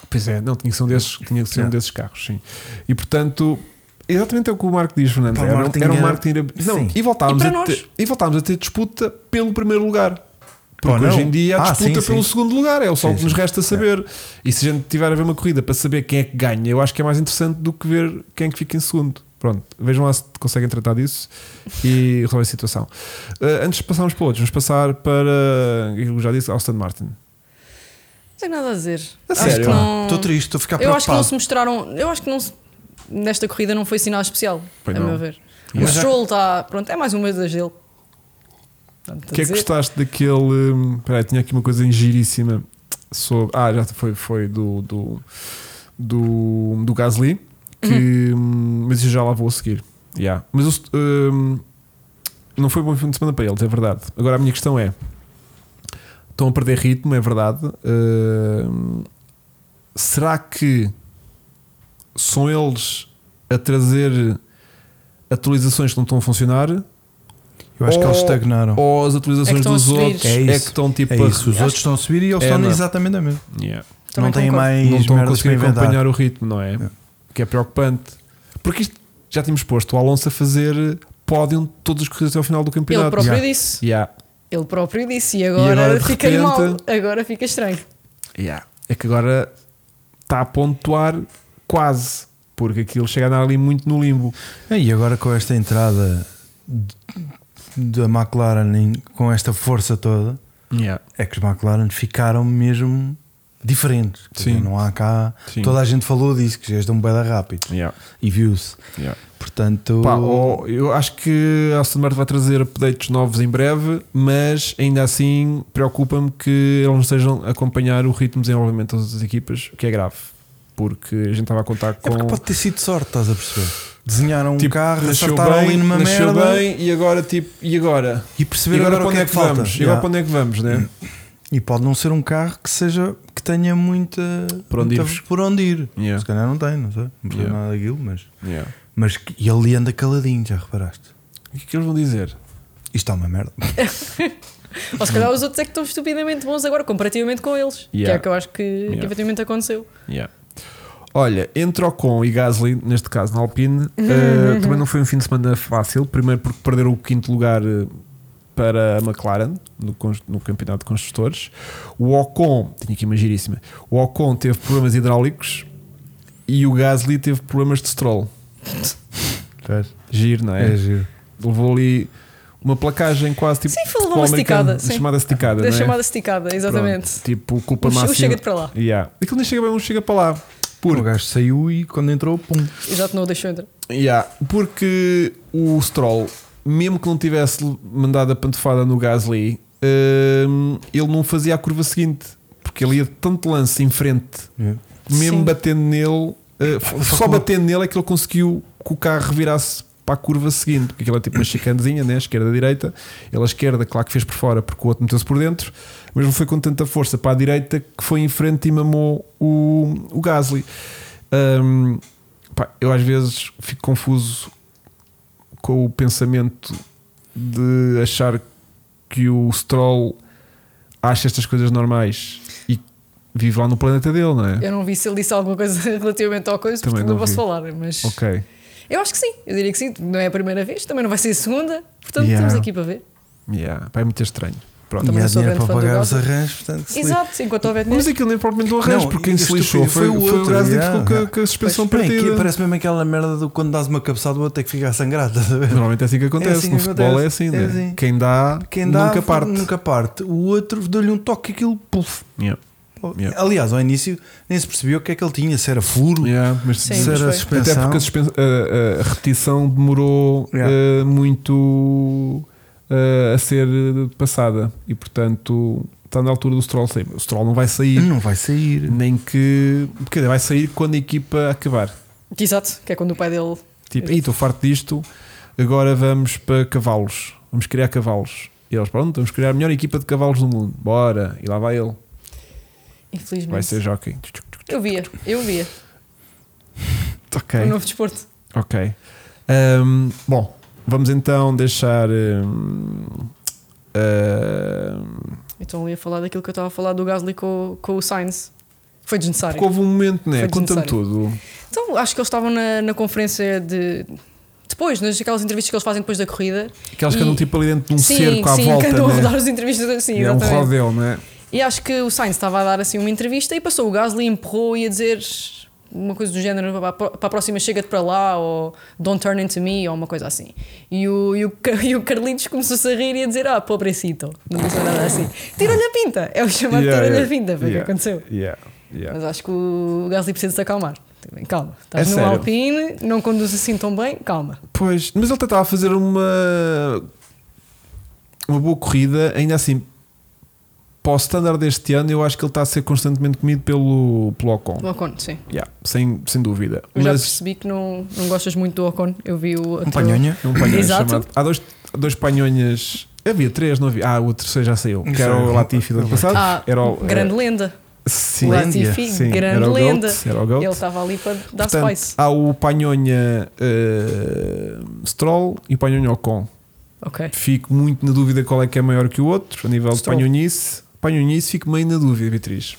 A: Pois é, não, tinha que ser um desses, tinha que ser um
B: Yeah.
A: desses carros, sim. E portanto, exatamente é o que o Marco diz, Fernando.
B: Pá, o
A: Era,
B: marketing
A: era um
B: era-
A: marketing. Não,
B: Sim.
A: e voltámos,
C: E
A: a
C: para
A: ter,
C: nós?
A: e voltámos a ter disputa pelo primeiro lugar. Porque
B: Oh, não.
A: hoje em dia a
B: Ah,
A: disputa
B: sim,
A: pelo
B: sim.
A: segundo lugar é só o
B: Sim,
A: que nos
B: sim.
A: resta saber. E se a gente tiver a ver uma corrida para saber quem é que ganha, eu acho que é mais interessante do que ver quem é que fica em segundo. Pronto, vejam lá se conseguem tratar disso e resolver a situação. Ah, antes de passarmos para outros, vamos passar para, eu já disse, Austin Martin.
C: Não tenho nada a dizer.
A: A
C: Acho que
A: sério?
C: não-
B: Estou triste, estou a ficar
C: Eu acho que não
B: preocupado.
C: se mostraram. Eu acho que não se- Nesta corrida não foi sinal especial,
A: Pois
C: a
A: não.
C: meu ver.
B: Mas
C: O
B: já-
C: Stroll está. Pronto, é mais uma das dele. Não
A: O
C: tenho
A: que é
C: a
A: que
C: dizer.
A: gostaste daquele. hum, Espera aí, tinha aqui uma coisa giríssima sobre. Ah, já foi, foi do, do, do, do Gasly, que, hum, mas eu já lá vou a seguir. Yeah. Mas o St- hum, não foi bom fim de semana para eles, é verdade. Agora a minha questão é: estão a perder ritmo, é verdade. Hum, será que são eles a trazer atualizações que não estão a funcionar
B: Eu acho que eles
A: Oh.
B: estagnaram.
A: ou as
C: É que
A: atualizações
C: estão a
A: dos
C: subir.
A: outros
B: É
A: é, que
B: isso.
A: estão tipo
B: É
A: a-
B: isso, os outros estão a subir e eles
A: É,
B: estão
A: não.
B: exatamente a mesma.
A: Yeah.
C: Também
B: não têm
C: concordo.
B: mais
A: não estão a
B: merdas para
A: conseguir
B: inventar.
A: acompanhar o ritmo, não é? Que é preocupante. Porque isto, já tínhamos posto o Alonso a fazer pódio de todas as coisas até ao final do
C: Ele
A: campeonato.
C: próprio
B: Já.
C: disse.
A: Yeah.
C: Ele próprio disse. E agora,
A: agora, de
C: fica mal.
A: repente-
C: Agora fica estranho.
A: Yeah. É que agora está a pontuar quase, porque aquilo chega a andar ali muito no limbo.
B: É, E agora com esta entrada d- da McLaren em- com esta força toda, é que os McLaren ficaram mesmo diferentes. Quer dizer,
A: Sim.
B: Não há cá.
A: Sim.
B: Toda a gente falou disso, que já estão bem rápido.
A: Yeah.
B: E viu-se.
A: Yeah.
B: Portanto, é
A: Pá, ó, eu acho que a Aston Martin vai trazer updates novos em breve, mas ainda assim preocupa-me que eles não estejam a acompanhar o ritmo de desenvolvimento das outras equipas, o que é grave, porque a gente estava a contar
B: é
A: com.
B: porque pode ter sido sorte, estás a perceber? Desenharam um
A: tipo,
B: carro,
A: nasceu
B: acertaram ali numa
A: nasceu
B: merda
A: bem e agora tipo, e agora?
B: e
A: E
B: perceberam
A: agora para
B: o que
A: onde
B: é que, falta.
A: vamos? E
B: Yeah.
A: agora para onde é que vamos, né?
B: E pode não ser um carro que seja que tenha muita
A: Por onde
B: muita-
A: ir.
B: por onde ir.
A: Yeah.
B: Se calhar não tem, não sei. Não tem
A: Yeah.
B: nada daquilo, mas. Mas que- e ele anda caladinho, já reparaste?
A: O que é que eles vão dizer?
B: Isto é uma merda.
C: Ou se calhar os outros é que estão estupidamente bons agora, comparativamente com eles. Que é
A: Yeah.
C: o que eu acho que, que
A: Yeah.
C: efetivamente aconteceu.
A: Olha, entre Ocon e Gasly, neste caso na Alpine, eh, também não foi um fim de semana fácil. Primeiro porque perderam o quinto lugar eh, para a McLaren no, cons- no campeonato de construtores. O Ocon, tinha aqui uma giríssima, o Ocon teve problemas hidráulicos e o Gasly teve problemas de stroll. Giro, não
B: É,
A: é?
B: giro.
A: Levou ali uma placagem quase tipo.
C: Sim, falou
A: futebol
C: uma
A: americano,
C: esticada, sim.
A: Chamada esticada. não
C: Da
A: é?
C: chamada esticada, exatamente.
A: Pronto, tipo, culpa
C: O che- o
A: máxima.
C: chega de para lá.
A: Yeah. Aquilo nem chega bem, não chega para lá.
B: O
A: Porque,
B: gajo saiu e quando entrou, pum.
C: Exato, não o deixou entrar.
A: yeah, porque o Stroll, mesmo que não tivesse mandado a pantofada no Gasly, hum, ele não fazia a curva seguinte. Porque ele ia de tanto lance em frente,
B: Yeah.
A: mesmo
C: Sim.
A: batendo nele, eh, f- só batendo nele é que ele conseguiu que o carro virasse para a curva seguinte, porque aquilo é tipo uma chicanezinha, né? esquerda-direita. Ele à esquerda, claro que fez por fora, porque o outro meteu-se por dentro, mas não foi com tanta força para a direita que foi em frente e mamou o, o Gasly. Hum, pá, eu às vezes fico confuso com o pensamento de achar que o Stroll acha estas coisas normais e vive lá no planeta dele, não é?
C: Eu não vi se ele disse alguma coisa relativamente ao coisa,
A: Também
C: portanto não
A: não
C: posso
A: vi.
C: falar, mas
A: Ok.
C: eu acho que sim, eu diria que sim, não é a primeira vez, também não vai ser a segunda, portanto
B: Yeah.
C: estamos aqui para ver.
A: Yeah. Pá, é muito estranho. Pronto.
C: Também
B: e há
C: não sou
B: dinheiro
C: grande
B: para
C: fã do
B: pagar os
C: Gasly.
B: arranjos, portanto. se lixe.
C: Exato, enquanto houver dinheiro.
A: Mas aquilo nem propriamente do arranjo,
B: Não,
A: porque quem
B: e
A: se
B: estúpido,
A: lixou é foi,
B: foi o
A: foi o
B: outro,
A: Gasly que ficou
B: yeah.
A: com a- com a suspensão
B: Mas, espera aí,
A: partida.
B: que parece mesmo aquela merda do quando dás uma cabeçada, o outro é que fica a sangrar, estás a ver?
A: Normalmente é assim que acontece.
B: É assim que
A: no futebol
B: acontece.
A: é assim,
B: É
A: né?
B: assim.
A: Quem dá,
B: Quem dá,
A: nunca parte.
B: nunca parte. O outro deu-lhe um toque e aquilo, puf.
A: Yeah. Yeah.
B: Aliás, ao início nem se percebia o que é que ele tinha, se era furo,
A: Yeah, mas
C: Sim,
B: se
C: mas
B: era
C: foi.
B: suspensão.
A: Até porque a, suspen- a- a repetição demorou
B: Yeah.
A: eh, muito eh, a ser passada e, portanto, está na altura do Stroll sair. O Stroll não vai sair,
B: Não vai sair.
A: nem que. Quer dizer, vai sair quando a equipa acabar.
C: Exato, que é quando o pai dele.
A: Tipo, "Ih, estou farto disto, agora vamos para cavalos. Vamos criar cavalos. E eles, pronto, vamos criar a melhor equipa de cavalos do mundo. Bora! E lá vai ele.
C: Infelizmente.
A: Vai ser jockey.
C: Eu via, eu via.
A: Ok.
C: O novo desporto.
A: Ok. Ahm, bom, vamos então deixar. ahm, ahm,
C: Então eu ia falar daquilo que eu estava a falar do Gasly com, com o Sainz. Foi desnecessário.
A: porque houve um momento, né?
C: Foi
A: Conta-me
C: desnecessário.
A: tudo.
C: Então acho que eles estavam na, na conferência de. Depois, nas aquelas entrevistas que eles fazem depois da corrida.
A: Aqueles que
C: E-
A: andam tipo ali dentro de um
C: sim,
A: cerco à
C: sim,
A: volta.
C: que andam a
A: né?
C: dar as entrevistas assim,
A: é um
C: exatamente.
A: rodel, né?
C: E acho que o Sainz estava a dar assim uma entrevista e passou o Gasly, empurrou e ia dizer uma coisa do género para a próxima chega-te para lá ou don't turn into me ou uma coisa assim. E o, e o, Ca- e o Carlitos começou-se a rir e a dizer ah, pobrecito, não disse nada assim. Tirou-lhe a pinta, é o chamado tirou-lhe a pinta, foi o que
A: yeah,
C: aconteceu.
A: yeah, yeah.
C: Mas acho que o Gasly precisa se acalmar. Também, calma, estás
A: É
C: no
A: sério?
C: Alpine, não conduz assim tão bem, calma.
A: Pois, mas ele tentava fazer uma uma boa corrida, ainda assim para o standard deste ano, eu acho que ele está a ser constantemente comido pelo, pelo Ocon.
C: O Um Ocon, sim.
A: Yeah, sem, sem dúvida.
C: Eu já
A: Mas
C: percebi que não, não gostas muito do Ocon. Eu vi o.
B: Um panhonha.
A: é um panhonha
C: Exato.
A: chamado- Há dois, há dois panhonhas. Havia três, não havia? Ah, o terceiro já saiu. Que era o Latifi do ano passado.
C: Ah,
A: era o,
C: grande lenda.
A: Sim,
C: Latifi, grande
A: era o GOAT,
C: lenda.
A: era o GOAT.
C: Ele estava ali para dar
A: Portanto,
C: spice.
A: há o Panhonha eh, Stroll e o Panhonha Ocon.
C: Ok.
A: Fico muito na dúvida qual é que é maior que o outro, a nível
C: Stroll.
A: de panhonhice. Panhonhice fico meio na dúvida, Beatriz.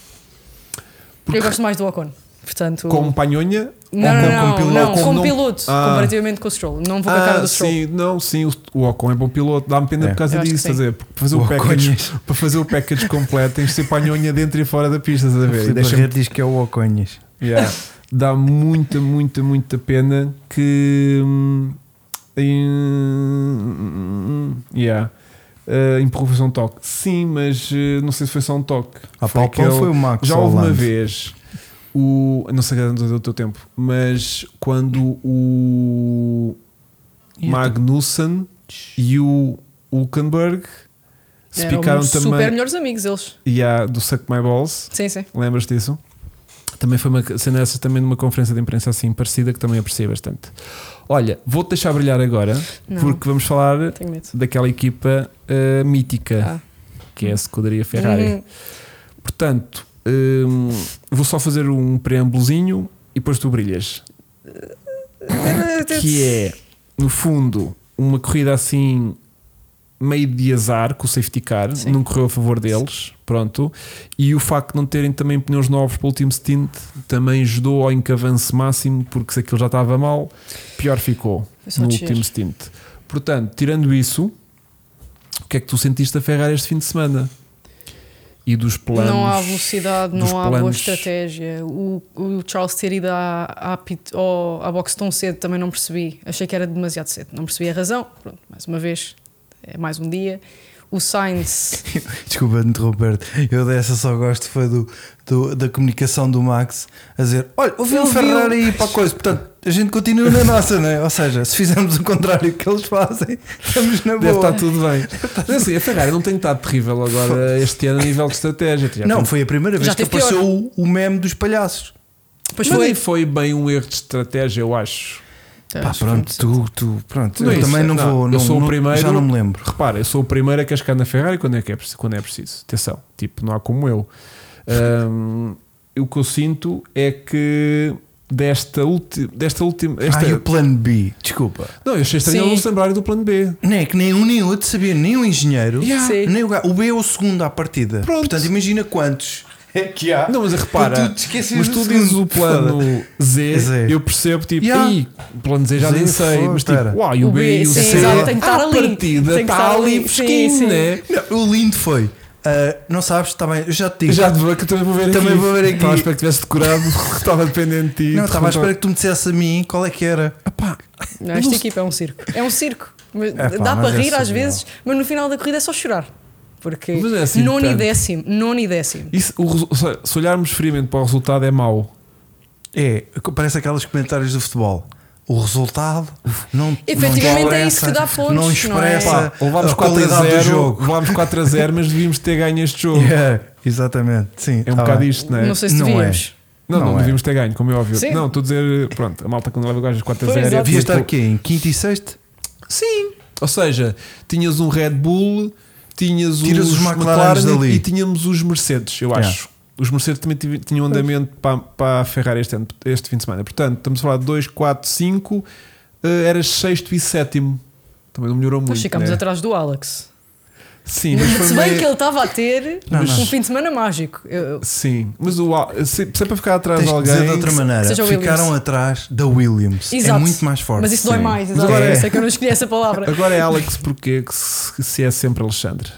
A: Porque-
C: Eu gosto mais do Ocon. Portanto,
A: Como panhonha?
C: não,
A: ou como- como
C: não, não,
A: piloto?
C: não,
A: Como
C: como
A: não-
C: piloto,
A: Ah.
C: comparativamente com o Stroll. Não vou com a cara do Stroll.
A: sim, não, sim, o, o Ocon é bom piloto, dá-me pena
B: É.
A: por causa
C: Eu acho que
A: disso,
C: sim.
A: estás a ver? Porque para fazer
B: O
A: o, é
B: Ocon é.
A: package, para fazer o package completo tens de ser panhonha dentro e fora da pista, estás a
B: O
A: ver? E
B: Filipe
A: deixa-me-
B: Barreto diz que é o Oconhas.
A: Yeah. Dá muita, muita, muita pena que. hum, hum, yeah. Uh, improvisação de toque. Sim, mas uh, não sei se foi só um toque.
B: A
A: Foi
B: Palpão
A: aquele-
B: foi o Max.
A: Já houve uma
B: Hollande.
A: vez. O, não sei quando deu o teu tempo, mas quando o
B: E o
A: Magnussen e o Hulkenberg se
C: Eram
A: picaram
C: um super
A: também
C: melhores amigos eles.
A: e há do Suck My Balls.
C: Sim, sim.
A: Lembras disso? Também foi uma cena essa também numa conferência de imprensa assim parecida que também apreciei bastante. Olha, vou-te deixar brilhar agora
C: Não,
A: porque vamos falar
C: tenho medo.
A: daquela equipa eh, mítica
C: Ah.
A: que é a Scuderia Ferrari.
C: Uhum.
A: Portanto, hum, vou só fazer um preâmbulozinho e depois tu brilhas. Que é, no fundo, uma corrida assim meio de azar com o safety car,
C: Sim.
A: não correu a favor deles, pronto. E o facto de não terem também pneus novos para o último stint também ajudou ao encavance máximo, porque se aquilo já estava mal, pior ficou
C: Foi só
A: no
C: descer.
A: último stint. Portanto, tirando isso, o que é que tu sentiste da Ferrari este fim de semana? E dos planos.
C: não há velocidade,
A: dos
C: não há boa
A: planos.
C: estratégia. O, o Charles ter ido à, à, pit- ao- à boxe tão cedo também não percebi. Achei que era demasiado cedo. Não percebi a razão. Pronto, mais uma vez, é mais um dia. O Sainz.
B: Desculpa de interromper-te. Eu dessa só gosto foi do, do- da comunicação do Max a dizer: Olha, ouvi
C: Ele
B: um
C: viu.
B: Ferrari aí para a coisa, portanto a gente continua na nossa, não é? Ou seja, se fizermos o contrário que eles fazem, estamos na
A: Deve estar
B: boa.
A: tudo bem. Mas assim, a Ferrari não tem estado terrível agora este ano a nível de estratégia. Já
B: Não,
A: tem-
B: foi a primeira vez
C: Já
B: que
C: teve
B: apareceu o, o meme dos palhaços.
C: Pois
A: mas
C: foi.
A: nem foi bem um erro de estratégia, eu É, acho.
C: tá,
B: Pá, pronto, tu, tu, pronto.
A: Não,
B: eu
A: isso
B: também
A: é-
B: não,
A: não,
B: vou.
A: eu
B: não-
A: sou o
B: não-
A: primeiro-
B: Já não me lembro.
A: Repara, eu sou o primeiro a cascar na Ferrari quando é, que é, preciso- quando é preciso. Atenção, tipo, não há como eu. Ahm, o que eu sinto é que desta última. Desta última esta-
B: Ah, e o plano B, desculpa.
A: Não, eu achei estranho
C: Sim.
A: não se lembrarem do plano B.
B: Não é que nem um nem outro sabia, nem o engenheiro,
A: Yeah.
C: Sim.
B: nem o gajo. O B é o segundo à partida.
A: Pronto.
B: Portanto, imagina quantos é que há.
A: Não, mas repara,
B: Tu te esqueces
A: mas
B: do
A: tu
B: segundo.
A: dizes o plano Z,
B: É Z.
A: eu percebo tipo,
B: Yeah.
A: "Ih, o plano Z já
B: Z,
A: nem sei,
B: foda,
A: mas tipo,
B: pera.
A: uau, e o,
C: O
A: B e o
C: sim,
A: C,
C: exato, tem que estar
A: à
C: ali.
A: partida
C: Tem que
A: está
C: estar
A: ali
C: ali,
A: fresquinho,
C: sim, sim.
A: né?
B: Não, o lindo foi. ah, não sabes? Está bem, eu já te digo.
A: Já te vou, que eu também vou ver
B: Também
A: aqui.
B: vou ver aqui.
A: Estava à espera que tivesse decorado, estava dependente de ti.
B: não, estava à
A: Perguntou-
B: espera que tu me dissesse a mim qual é que era.
A: Epá,
C: Não, esta equipa é um circo. É um circo. Mas
B: É pá,
C: Dá
B: mas
C: para
B: é
C: rir às
B: surreal.
C: vezes, mas no final da corrida é só chorar. Porque
A: Mas é assim
C: nono e
A: tanto.
C: décimo, nono e décimo.
A: isso, o resu- se- se olharmos friamente para o resultado é mau.
B: É, parece aqueles comentários do futebol. O resultado não não
C: Efetivamente
B: expressa-
C: é isso que dá pontos,
B: Não
C: não é?
B: expressa
A: Pá, levámos
B: a qualidade do
A: 4
B: jogo.
A: levámos 4 a 0, mas devíamos ter ganho este jogo.
B: Yeah, exatamente, sim.
A: É um
B: tá
A: bocado
B: bem.
A: isto, não é?
C: Não sei se
B: Não é.
C: devíamos.
A: Não, não,
B: Não é.
A: devíamos ter ganho, como é óbvio.
C: Sim.
A: Não, estou a dizer, pronto, a malta quando leva gajas 4 a
C: Pois,
A: 0 é
C: exato.
B: Devia
A: muito-
B: estar aqui em quinto e sexto.
A: Sim. Ou seja, tinhas um Red Bull, tinhas
B: Tiras
A: os,
B: os McLarens dali. É.
A: e tínhamos os Mercedes, eu
B: Yeah.
A: acho. Os Mercedes também tive- tinham andamento para, para a Ferrari este, ano- este fim de semana. Portanto, estamos a falar de 2, 4, 5, eras eh, sexto e sétimo. Também não melhorou muito.
C: Nós ficámos
A: né?
C: atrás do Alex.
A: Sim, mas foi
C: se bem
A: meio-
C: que ele estava a ter
B: Não,
C: um
B: não.
C: fim de semana mágico. Eu-
A: Sim, mas o, Al- se- sempre a ficar atrás
B: Tens
A: de
B: de
A: alguém.
B: dizer de outra maneira.
C: seja o Williams.
B: Ficaram atrás da Williams. É
C: Exato.
B: muito mais forte.
C: mas isso dói
B: Sim.
C: mais,
A: Mas
C: exato.
A: agora
C: Por
A: é.
C: isso é que eu não escolhi essa palavra.
A: Agora é Alex, porque que se, se é sempre Alexandre.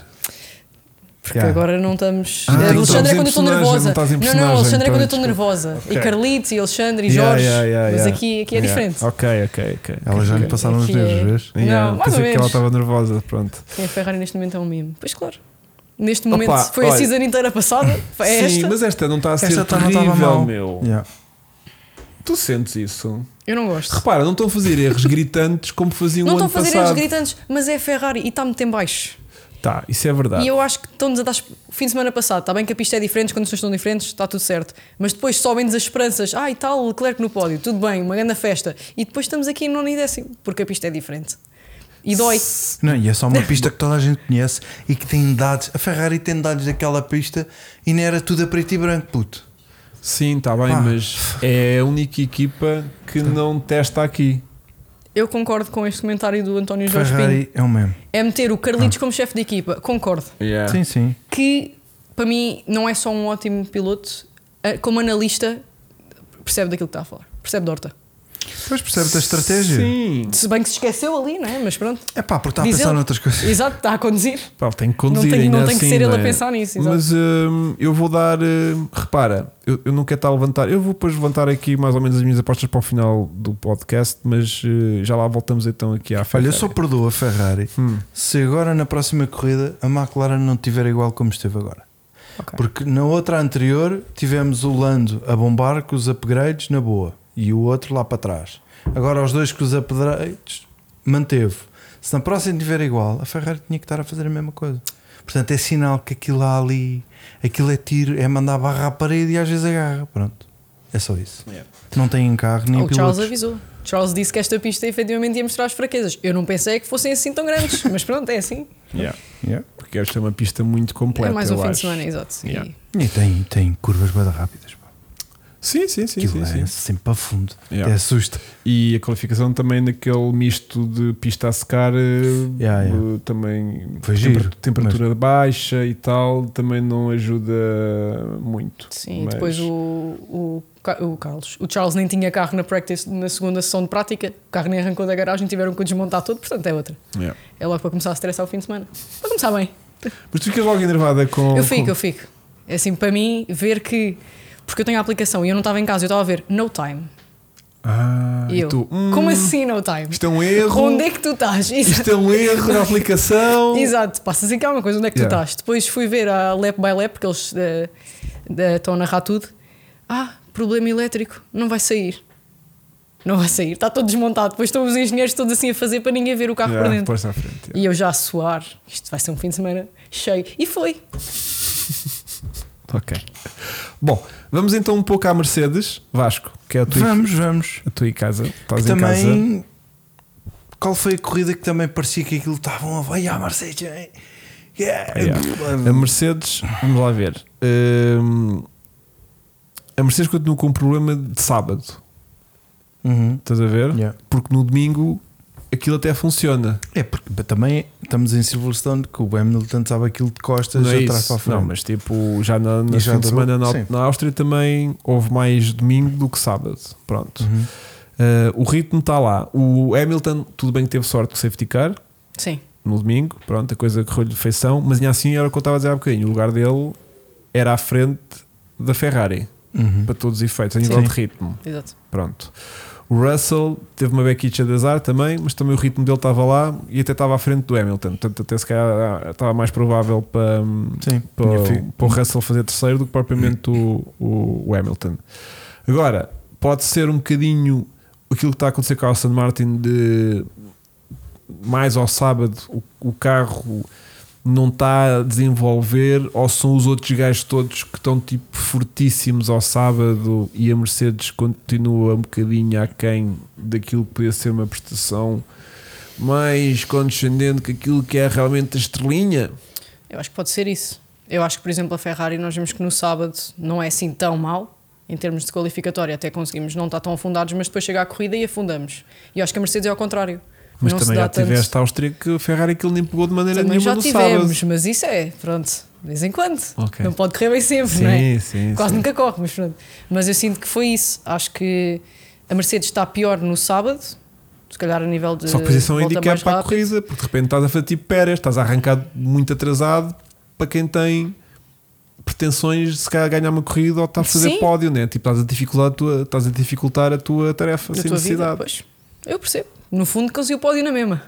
C: Porque
B: Yeah.
C: agora não estamos.
A: Ah, então
C: Alexandre
A: estás
C: é quando
A: em
C: eu estou
A: personagem, não
C: nervosa.
A: estás em
C: Não, não,
A: personagem,
C: Alexandre é quando eu estou
A: então,
C: nervosos. E
A: Ok.
C: Carlitos, e Alexandre, e
A: Yeah,
C: Jorge.
A: yeah, yeah,
C: mas
A: yeah.
C: aqui, aqui é
A: Yeah.
C: diferente.
A: Ok, ok, ok.
B: Elas já lhe passaram os
C: Aqui é.
B: dedos, vês?
C: Não,
A: Yeah,
C: mais
A: pensei
C: ou
A: que ela
C: menos.
A: estava nervosa, pronto.
C: Sim, a Ferrari neste momento é um meme. Pois claro. Neste
A: Opa,
C: momento foi
A: olha.
C: a season inteira passada. Foi
A: Sim,
C: esta.
A: mas esta não está a ser
B: Esta tá- não estava
A: terrível,
B: mal.
A: meu.
B: Yeah.
A: Tu sentes isso?
C: Eu não gosto.
A: Repara, não estão a fazer erros gritantes como faziam
C: Não
A: o
C: estão
A: ano
C: a fazer erros
A: passado.
C: gritantes, mas é a Ferrari e está-me em baixo.
A: Tá, isso é verdade.
C: E eu acho que estão-nos a dar. esp- Fim de semana passado, está bem que a pista é diferente, as condições estão diferentes, está tudo certo. Mas depois sobem-nos as esperanças. Ah, e tal, Leclerc no pódio, tudo bem, uma grande festa. E depois estamos aqui em nono e décimo, porque a pista é diferente. E dói.
B: Não, e é só uma pista que toda a gente conhece e que tem dados. A Ferrari tem dados daquela pista e não era tudo a preto e branco, puto.
A: Sim, está bem,
B: Pá.
A: mas é a única equipa que não testa aqui.
C: Eu concordo com este comentário do António Jorge Pinho.
B: Ferrari é o mesmo.
C: É meter o Carlitos como chefe de equipa. Concordo.
A: É.
B: Sim, sim.
C: que para mim não é só um ótimo piloto, eh, como analista, percebe daquilo que está a falar. Percebe da horta.
B: Depois percebe a estratégia.
A: Sim.
C: Se bem que se esqueceu ali, não é? Mas pronto.
B: É pá, porque está a
C: Diz
B: pensar
C: ele.
B: noutras coisas.
C: Exato, está a conduzir.
A: Pá, tem que conduzir
C: não tem,
A: ainda
C: não tem que
A: assim,
C: ser ele
A: não
C: a
A: é?
C: pensar nisso. Exato.
A: Mas hum, eu vou dar. hum, repara, eu, eu não quero estar a levantar. Eu vou depois levantar aqui mais ou menos as minhas apostas para o final do podcast, mas hum, já lá voltamos então aqui à
B: Olha,
A: Ferrari.
B: eu só perdoo a Ferrari
A: Hum.
B: se agora na próxima corrida a McLaren não estiver igual como esteve agora.
C: Ok.
B: Porque na outra anterior tivemos o Lando a bombar com os upgrades na boa e o outro lá para trás. Agora os dois com os upgrades manteve. Se na próxima tiver igual, a Ferrari tinha que estar a fazer a mesma coisa. Portanto, é sinal que aquilo há ali, aquilo é tiro, é mandar barra à parede e às vezes agarra. Pronto, é só isso. Não tem carro nem
C: Ah, o Charles
B: pilotos.
C: avisou. Charles disse que esta pista efetivamente ia mostrar as fraquezas. Eu não pensei que fossem assim tão grandes, mas pronto, é assim.
A: Yeah, yeah, Porque esta é uma pista muito completa.
C: é mais um
A: Um eu
C: fim de
A: acho.
C: semana, exato. E-
A: Yeah.
B: E tem, tem curvas bada rápidas. Pá.
A: Sim, sim, sim.
B: Aquilo
A: sim, sim.
B: é sempre para fundo.
A: Yeah.
B: Até assusta.
A: E a qualificação também naquele misto de pista a secar, eh,
B: Yeah, yeah.
A: eh, também
B: Foi
A: temper-
B: giro,
A: temperatura baixa e tal, também não ajuda muito.
C: Sim,
A: Mas-
C: e depois o, o, Ca- o Carlos. O Charles nem tinha carro na practice na segunda sessão de prática. O carro nem arrancou da garagem, tiveram que o desmontar todo, portanto é outra.
A: Yeah.
C: É logo para começar a estressar o fim de semana. Para começar bem.
A: Mas tu ficas logo enervada com.
C: Eu fico,
A: com-
C: eu fico. É assim, para mim, ver que. Porque eu tenho a aplicação e eu não estava em casa, eu estava a ver no time.
A: Ah,
C: e eu.
A: tu, hum,
C: Como assim no time?
A: Isto é um erro.
C: Onde é que tu estás? Exato.
A: Isto é um erro na aplicação.
C: Exato, passas aqui alguma coisa, onde é que
A: Yeah.
C: tu estás? Depois fui ver a lap by lap, porque eles eh, eh, estão a narrar tudo. Ah, problema elétrico, não vai sair. Não vai sair, está todo desmontado. Depois estão os engenheiros todos assim a fazer para ninguém ver o carro por
A: Yeah,
C: dentro.
A: depois à frente. yeah.
C: E eu já a suar, isto vai ser um fim de semana cheio. E foi.
A: Ok. Bom, vamos então um pouco à Mercedes. Vasco, que é a tua,
B: Vamos, vamos.
A: a tua em casa. Estás em casa.
B: também. Qual foi a corrida que também parecia que aquilo um estavam a. Vai à Mercedes! hein? é-" Yeah.
A: Yeah. A Mercedes, vamos lá ver. Hum, a Mercedes continua com um problema de sábado,
B: Uhum.
A: estás a ver?
B: Yeah.
A: Porque no domingo aquilo até funciona.
B: É porque ba- também estamos em Silverstone que o Hamilton sabe aquilo de costas
A: não é
B: atrás
A: isso.
B: para a frente.
A: Não, mas tipo, já na, na
B: E já
A: fim de
B: durou?
A: semana na,
B: Sim.
A: na Áustria também houve mais domingo do que sábado. Pronto.
B: Uhum.
A: Uh, o ritmo está lá. O Hamilton, tudo bem que teve sorte com o safety car
C: Sim.
A: no domingo, pronto, a coisa correu-lhe de feição, mas ainda assim era o que eu estava a dizer há bocadinho. O lugar dele era à frente da Ferrari.
B: Uhum.
A: para todos os efeitos, a nível
B: Sim.
A: de ritmo.
C: Exato.
A: Pronto. O Russell teve uma bequicha de azar também, mas também o ritmo dele estava lá e até estava à frente do Hamilton. Portanto, até se calhar ah, estava mais provável para, hum,
B: Sim, Minha
A: para,
B: fi-
A: para o um Russell fazer terceiro do que propriamente o, o- o Hamilton. Agora, pode ser um bocadinho aquilo que está a acontecer com a Aston Martin de mais ao sábado o, o carro não está a desenvolver ou são os outros gajos todos que estão tipo fortíssimos ao sábado e a Mercedes continua um bocadinho aquém daquilo que podia ser uma prestação mais condescendente que aquilo que é realmente a estrelinha
C: Eu acho que pode ser isso. Eu acho que, por exemplo, a Ferrari, nós vemos que no sábado não é assim tão mal em termos de qualificatória, até conseguimos não estar tão afundados, mas depois chega à corrida e afundamos. E eu acho que a Mercedes é ao contrário.
A: Mas
C: não
A: também
C: se
A: já
C: dá tanto.
A: tiveste a Áustria que o Ferrari que ele nem pegou de maneira
C: Também
A: nenhuma
C: já
A: no
C: tivemos,
A: sábado.
C: mas isso é, pronto, de vez em quando.
A: Ok.
C: Não pode correr bem sempre,
A: Sim,
C: não é?
A: sim,
C: Quase
A: sim.
C: nunca corre, mas pronto. Mas eu sinto que foi isso. Acho que a Mercedes está pior no sábado, se calhar a nível de.
A: Só que posição
C: volta
A: um handicap
C: mais
A: para a
C: rápido.
A: corrida, porque de repente estás a fazer tipo Pérez, estás a arrancar muito atrasado para quem tem pretensões de se calhar ganhar uma corrida ou estás a fazer
C: Sim.
A: pódio, né? Tipo, estás a dificultar a tua, estás a dificultar a tua tarefa
C: da
A: sem
C: tua vida.
A: necessidade.
C: Pois, eu percebo. No fundo, conseguiu o pódio na mesma.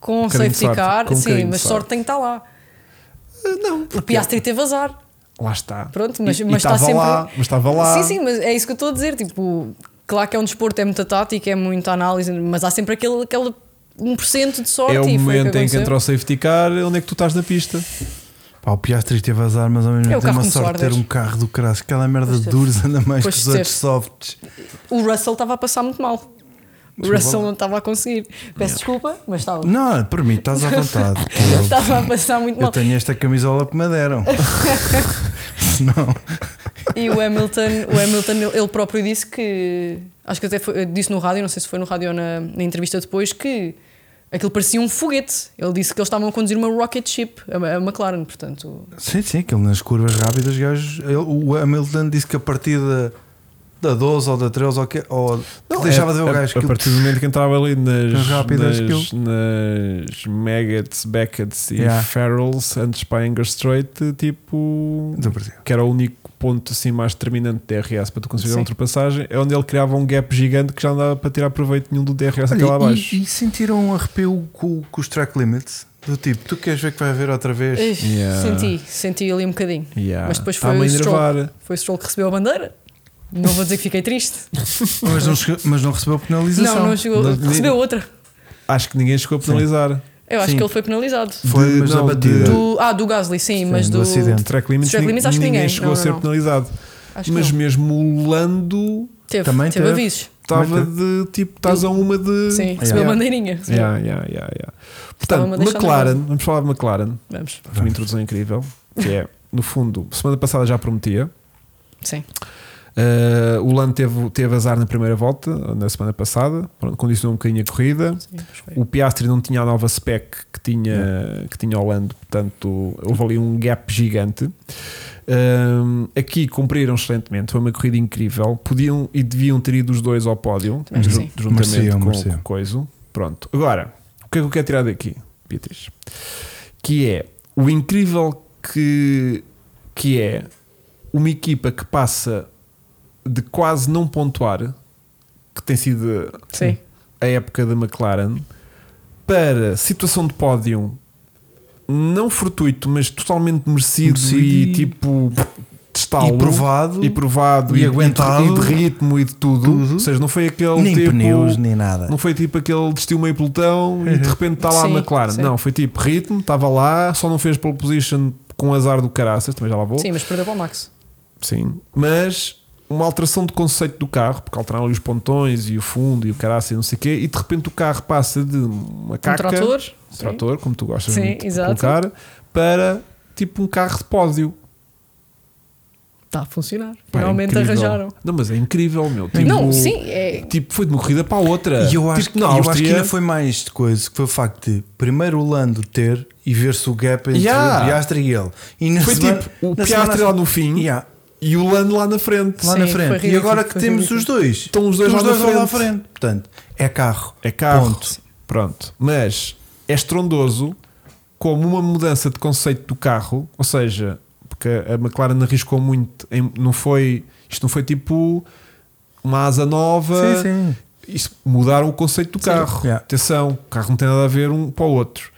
C: Com
A: bocadinho de
C: safety
A: sorte,
C: car,
A: com um
C: sim,
A: bocadinho de
C: mas sorte
A: sorte.
C: tem que estar lá.
A: Ah, não,
C: O Piastri teve azar.
A: lá está.
C: Pronto, mas-
A: E- e
C: mas está
A: estava
C: sempre-
A: lá, mas estava lá.
C: Sim, sim, mas é isso que eu estou a dizer. Tipo, claro que é um desporto, é muita tática, é muita análise, mas há sempre aquele, aquele 1% de sorte.
A: É o
C: e foi o
A: momento
C: que
A: em que
C: aconteceu.
A: entra o safety car, onde é que tu estás na pista?
B: Pá, Ah, o Piastri teve azar, mas ao
C: É,
B: mesmo
C: o
B: tem
C: carro
B: uma
C: começou a
B: sorte de ter
C: arder.
B: um carro do crasso. Aquela merda
C: Pois
B: de
C: teve.
B: duros anda mais
C: Pois
B: que os outros
C: teve.
B: softs.
C: o Russell estava a passar muito mal. O Russell não estava a conseguir. Peço desculpa, mas estava.
B: Não, por mim, estás à vontade. Eu-
C: Estava a passar muito
B: Eu
C: mal.
B: tenho esta camisola que me deram. Não.
C: E o Hamilton, o Hamilton ele- ele próprio disse que. Acho que até foi- disse no rádio, não sei se foi no rádio ou na, na entrevista depois, que aquilo parecia um foguete. Ele disse que eles estavam a conduzir uma rocket ship, a, a McLaren, portanto.
B: Sim, sim, aquilo nas curvas rápidas, gajos. ele- O Hamilton disse que a partir da, da 12 ou da 13 ou, que, ou
A: Não,
B: deixava
A: é-
B: de ver o
A: a-
B: gajo.
A: A
B: aquilo-
A: partir do momento que entrava ali nas,
B: Nas rápidas,
A: nas,
B: aquilo.
A: nas Maggots, Beckets e
B: Yeah.
A: Ferrells antes para Anger Straight, tipo.
B: Desapareceu.
A: Que era o único ponto assim mais determinante de DRS para tu conseguir
C: Sim.
A: uma ultrapassagem, é onde ele criava um gap gigante que já não dava para tirar proveito nenhum do DRS aqui lá
B: Olha,
A: abaixo.
B: e, e sentiram um arrepio com, com os track limits? Do tipo, tu queres ver que vai haver outra vez?
C: Uf,
A: Yeah.
C: Senti, senti ali um bocadinho.
A: Yeah.
C: Mas depois foi
A: Está-me a
C: o Stroll.
A: enervar.
C: Foi o Stroll que recebeu a bandeira. Não vou dizer que fiquei triste.
B: Mas, não chegou- mas não recebeu penalização.
C: Não, não chegou.
A: Não-
C: recebeu outra.
A: Acho que ninguém chegou a penalizar.
C: Eu acho
B: Sim.
C: que ele foi penalizado.
B: Foi,
A: De-
B: mas
A: não,
B: a batida.
A: de-
C: Do, ah, do Gasly, sim, mas
B: do
C: do.
B: acidente.
A: De track limits,
C: Track limits,
A: nin-
C: acho que
A: ninguém,
C: ninguém.
A: chegou
C: Não,
A: a
C: não,
A: ser
C: não.
A: penalizado.
C: Acho que
A: Mas
C: não.
A: mesmo o Lando
C: Teve,
B: também
C: teve
B: teve.
C: avisos.
A: estava
B: Muito.
A: de tipo, estás a uma de.
C: Sim, recebeu
A: Yeah.
C: a bandeirinha. Sim.
A: Yeah, yeah, yeah, yeah.
C: Estava-me a
A: Portanto,
C: deixar
A: McLaren, vamos falar de McLaren,
C: Vamos.
A: foi uma introdução incrível, que é, no fundo, semana passada já prometia.
C: Sim.
A: Eh, o Lando teve, teve azar na primeira volta, na semana passada, pronto, condicionou um bocadinho a corrida.
C: sim acho que foi.
A: O Piastri não tinha a nova spec que tinha, que tinha o Lando, portanto, houve ali um gap gigante. Ahm, aqui cumpriram excelentemente, foi uma corrida incrível. Podiam e deviam ter ido os dois ao pódio,
C: Também acho que
A: jun-
C: sim.
A: juntamente
B: Mereciam,
A: com,
B: mereciam.
A: com o Coiso. Pronto, agora, o que é que eu quero tirar daqui, Beatriz? Que é o incrível que, que é uma equipa que passa de quase não pontuar, que tem sido
C: Sim.
A: a época da McLaren para situação de pódio não fortuito, mas totalmente merecido,
B: Merecido
A: e,
B: e-
A: tipo
B: E
A: testado
B: provado.
A: e, provado
B: e
A: e,
B: aguentado.
A: e de ritmo e de tudo.
B: Tudo.
A: Ou seja, não foi aquele
B: nem
A: tipo,
B: pneus, nem nada. Uhum.
A: não foi tipo aquele desistiu meio pelotão e de repente está lá
C: Sim,
A: a McLaren.
C: sim.
A: Não, foi tipo ritmo, estava lá, só não fez pole position com azar do caraças, também já lá vou.
C: Sim, mas perdeu para o Max.
A: Sim. Mas uma alteração de conceito do carro, porque alteraram ali os pontões e o fundo e o caraça e não sei o quê, e de repente o carro passa de uma
C: Um
A: caca,
C: trator.
A: um trator, como tu gostas
C: Sim,
A: muito de
C: exato.
A: colocar, para tipo um carro de pódio.
C: Está Tá a funcionar.
A: Pá, é
C: Finalmente
A: incrível.
C: arranjaram.
A: Não, mas é incrível, meu. Tipo,
C: Não, sim. É...
A: Tipo, foi de uma corrida para a outra.
B: E eu acho,
A: tipo,
B: que,
A: na
B: eu acho que
A: Áustria,
B: ainda foi mais de coisa que foi o facto de primeiro o Lando ter e ver-se o gap entre
A: Yeah.
B: o Piastri e ele. E na
A: foi
B: semana-
A: tipo o
B: na
A: Piastri
B: semana-
A: lá no fim
B: Yeah,
A: e o Lando lá na frente.
B: lá
C: Sim,
B: na
C: foi
B: frente. E
C: ridículo,
B: agora que
C: foi
B: temos
C: ridículo.
B: os dois,
A: Estão os dois
B: estão
A: lá na
B: lá à
A: frente.
B: frente. Portanto, é carro.
A: É carro.
B: Ponto.
A: Pronto. Mas é estrondoso como uma mudança de conceito do carro, ou seja, porque a McLaren arriscou muito, em- não foi, isto não foi tipo uma asa nova,
B: Sim, sim.
A: Isto- mudaram o conceito do carro.
B: Yeah.
A: Atenção, o carro não tem nada a ver um para o outro.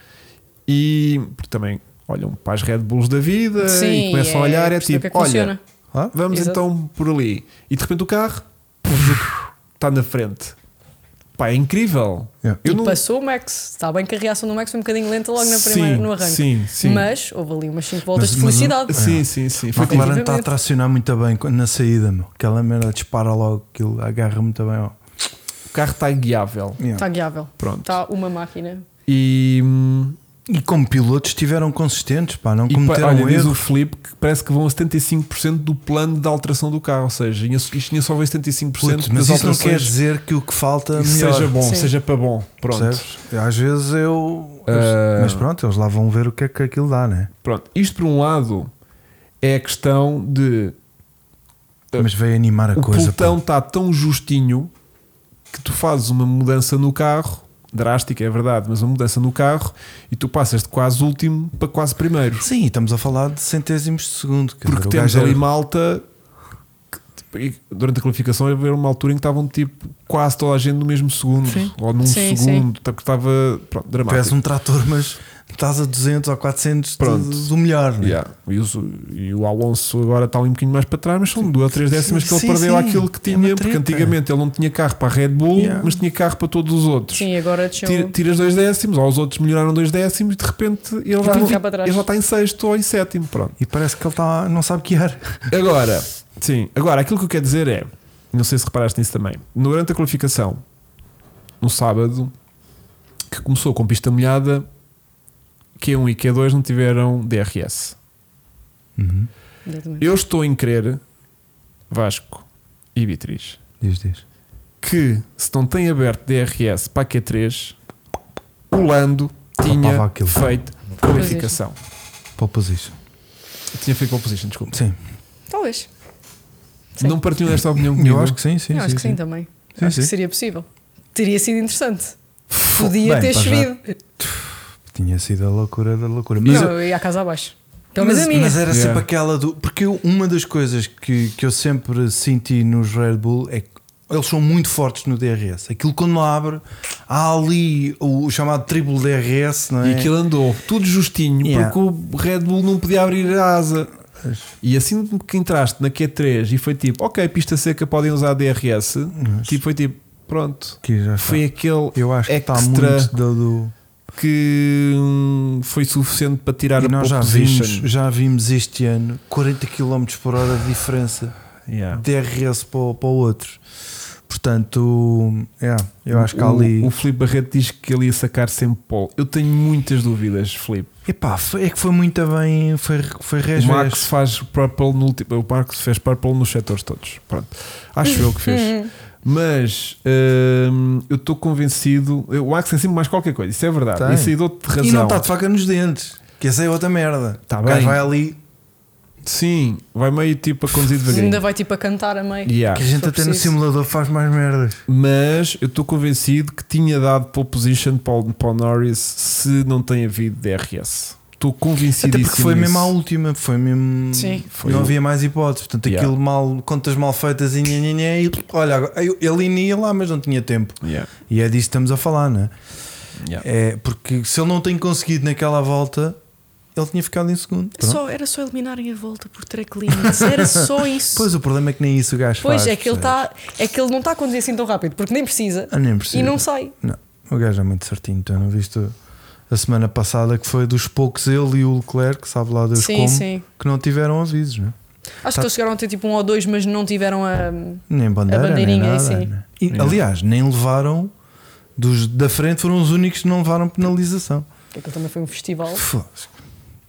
A: E porque também olham para as Red Bulls da vida
C: sim.
A: e começam a
C: é
A: olhar, é
C: perceber o
A: tipo,
C: que é que
A: olha,
C: funciona.
B: Ah?
A: Vamos
C: Exato.
A: então por ali. E de repente o carro está na frente. Pá, é incrível.
B: Yeah.
A: Eu
C: e
A: não-
C: Tipo, passou o Max. Está bem que a reação do Max foi um bocadinho lenta logo na primeira,
A: Sim,
C: no arranque.
A: Sim, sim. Ah,
C: Mas houve ali umas 5 voltas
B: Mas-
C: de
B: mas-
C: felicidade.
A: Sim, sim, sim.
B: O
A: Foi tipo,
B: McLaren está a tracionar muito bem na saída, meu. Aquela merda dispara logo, aquilo agarra muito bem. Ó.
A: tipo, o carro está guiável.
C: Está guiável.
A: Pronto.
C: Está uma máquina.
A: E, hum,
B: E como pilotos estiveram consistentes, pá, não
A: e pa-
B: cometeram
A: olha, diz
B: um erro.
A: o Felipe que parece que vão a 75% do plano da alteração do carro. Ou seja, tinha- isto tinha só ver 75%
B: Puto,
A: das
B: mas isso não quer
A: alterações.
B: dizer que o que falta
A: que
B: melhor.
A: seja bom,
C: Sim.
A: seja para bom. Pronto.
B: Percebes? Às vezes eu.
A: Ah.
B: Mas pronto, eles lá vão ver o que é que aquilo dá, né?
A: Pronto. Isto, por um lado, é a questão de
B: Mas veio animar a
A: Ah. o
B: coisa.
A: pelotão está tão justinho que tu fazes uma mudança no carro, drástica é verdade, mas uma mudança no carro e tu passas de quase último para quase primeiro.
B: pá. Sim, estamos a falar de centésimos de segundo. quer
A: Porque
B: dizer, o
A: temos
B: gajo é era-
A: ali malta que, tipo, e durante a qualificação havia uma altura em que estavam tipo quase toda a gente no mesmo segundo ou num
C: Sim,
A: segundo, porque estava pronto, dramático.
B: Parece um trator, mas estás a 200 ou 400
A: Pronto.
B: do, do melhor, né?
A: Yeah. E, os- e o Alonso agora está ali um bocadinho mais para trás, mas são duas ou três décimas que ele
B: Sim,
A: perdeu
B: sim.
A: àquilo que
B: É uma
A: tinha, porque
B: treta.
A: antigamente ele não tinha carro para a Red Bull,
B: Yeah.
A: mas tinha carro para todos os outros.
C: Sim, agora um- deixou.
A: Tira, tiras dois décimos, ou os outros melhoraram dois décimos, de repente ele já,
C: ficar para trás.
A: ele já está em sexto ou em sétimo. Pronto.
B: E parece que ele tá, não sabe guiar.
A: Agora, sim, agora aquilo que eu quero dizer é: não sei se reparaste nisso também, durante a qualificação, no sábado que começou com pista molhada. Q1 e Q2 não tiveram DRS.
B: Uhum.
C: Exatamente.
A: Eu estou em crer, Vasco e Beatriz,
B: Diz, diz.
A: que se não tem aberto DRS para a Q3, o Lando
B: Tapava
A: tinha
B: aquilo.
A: feito qualificação.
B: Pole position.
A: Tinha feito pole position, desculpa.
B: Sim.
C: Talvez. Sim.
A: Não partilham desta opinião comigo.
B: Eu acho que sim, sim.
C: eu acho que sim, também.
B: Sim,
C: acho que
B: sim.
C: seria possível. Teria sido interessante.
A: Fo-
C: Podia
B: Bem,
C: ter
B: para já.
C: chovido.
B: Tinha sido a loucura da loucura. Mas,
C: Não, eu ia à casa abaixo. Pelo menos Então, a minha.
B: mas era
A: Yeah.
B: sempre aquela do. Porque eu- uma das coisas que, que eu sempre senti nos Red Bull é que eles são muito fortes no DRS. Aquilo quando abre, há ali o chamado triplo DRS, não é?
A: E aquilo andou tudo justinho
B: Yeah.
A: porque o Red Bull não podia abrir a asa. E assim que entraste na Q3 e foi tipo, ok, pista seca podem usar DRS, tipo, foi tipo, pronto.
B: Aqui já está.
A: Foi aquele
B: tá. eu acho que está
A: extra
B: muito do. do-
A: que hum, foi suficiente para tirar
B: E
A: a
B: nós
A: pole
B: já
A: position.
B: vimos, já vimos este ano 40 km por hora de diferença
A: Yeah.
B: de DRS para, o- para o outro. Portanto, yeah, eu acho que há
A: o,
B: ali.
A: O Filipe Barreto diz que ele ia sacar sempre pole. Eu tenho muitas dúvidas, Filipe.
B: Epá, foi- é que foi muito bem. Foi, foi
A: O
B: res
A: Max faz purple no último. O Max fez purple nos setores todos. Pronto. Acho eu que fez. Mas hum, eu estou convencido. O Max tem sempre mais qualquer coisa. Isso é verdade.
B: Tem.
A: Isso aí dou-te razão.
B: E não tá está de faca nos dentes. Que essa é outra merda.
A: Tá
B: O gajo
A: bem.
B: vai ali.
A: Sim, vai meio tipo a conduzir
C: Ainda
A: devagarinho.
C: vai tipo a cantar a meio.
A: Yeah.
B: Que a gente
C: Só
B: até no
C: preciso.
B: simulador faz mais merdas.
A: Mas eu estou convencido que tinha dado pole position para o, para o Norris se não tem havido DRS. Estou convencido
B: Até porque foi mesmo a última. Foi mesmo.
C: Sim.
A: Foi
B: não
A: o-
B: havia mais hipótese. Portanto,
A: Yeah.
B: aquilo mal. Contas mal feitas e nhe, nhe, nhe, e olha, agora- eu- ele ainda ia lá, mas não tinha tempo.
A: Yeah,
B: E é disso que estamos a falar, não é?
A: yeah.
B: É, porque se ele não tem conseguido naquela volta, ele tinha ficado em segundo.
C: É só- era só eliminarem a volta por track limits. Era só isso.
B: Pois o problema é que nem isso o gajo
C: Pois
B: faz.
C: é que ele
B: percebes?
C: está. É que ele não está a conduzir assim tão rápido, porque nem precisa
B: Ah, nem precisa.
C: e não sai.
B: Não, o gajo é muito certinho. Tu não viste a semana passada que foi dos poucos ele e o Leclerc, sabe lá Deus
C: Sim,
B: como,
C: sim.
B: que não tiveram avisos, né?
C: Acho que eles chegaram a ter tipo um ou dois, mas não tiveram a. hum,
B: nem bandeira,
C: A bandeirinha,
B: nem nada.
C: sim.
B: né? E, aliás, nem levaram dos da frente, foram os únicos que não levaram penalização.
C: Aquilo também foi um festival.
B: Foda-se.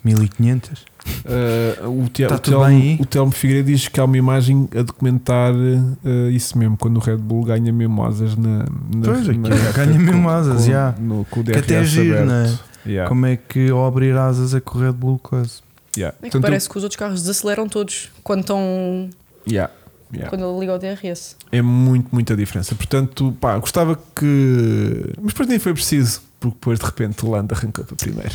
B: 1500.
A: Ah, o Tel-
B: Tá
A: o
B: tudo
A: Telmo-
B: bem aí?
A: o Telmo Figueiredo diz que há uma imagem a documentar ah, isso mesmo, quando o Red Bull ganha mesmo asas na. na
B: Pois,
A: na
B: aquilo,
A: reta
B: ganha mesmo asas,
A: com,
B: já.
A: no- com o
B: Que até
A: DRS
B: é giro,
A: aberto.
B: né?
A: Yeah,
B: Como é que ao abrir asas é que o Red Bull quase?
A: yeah.
C: É que
A: Portanto,
C: parece que os outros carros desaceleram todos quando estão.
A: eu- yeah, yeah.
C: quando ele liga o DRS.
A: É muito, muita diferença. Portanto, pá, gostava que. Mas depois nem foi preciso, porque depois de repente o Lando arrancou para primeiro.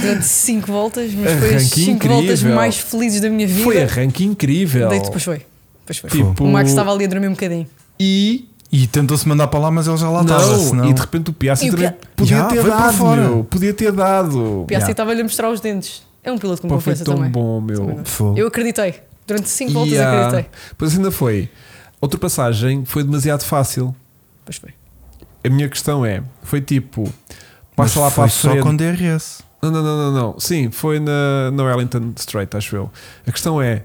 C: Durante 5 voltas, mas foi as
A: Arranque
C: 5 voltas
A: incrível.
C: mais felizes da minha vida.
A: Foi arranque incrível.
C: Daí depois foi. Depois foi.
A: Tipo-
C: O Max estava ali a dormir um bocadinho.
A: E.
B: E tentou-se mandar para lá, mas ele já lá estava.
A: Não,
B: senão-
A: e de repente o Piastri
C: E o
A: também
C: Pia-
A: podia
B: Já,
A: ter
B: foi para
A: dado,
B: fora.
A: meu. Podia ter dado.
C: O Piastri
B: Yeah.
C: estava-lhe a mostrar os dentes. É um piloto com
A: Pá, foi
C: confiança
A: tão
C: também.
A: bom, meu.
C: Também.
B: Fogo.
C: Eu acreditei. Durante 5 voltas
A: Yeah.
C: acreditei.
A: Pois ainda foi. A ultrapassagem foi demasiado fácil.
C: Pois foi.
A: A minha questão é: foi tipo,
B: Mas
A: passa lá para
B: foi
A: a
B: só é
A: frente.
B: com DRS.
A: Não, não, não, não, não. Sim, foi na, na Wellington Straight, acho eu. A questão é: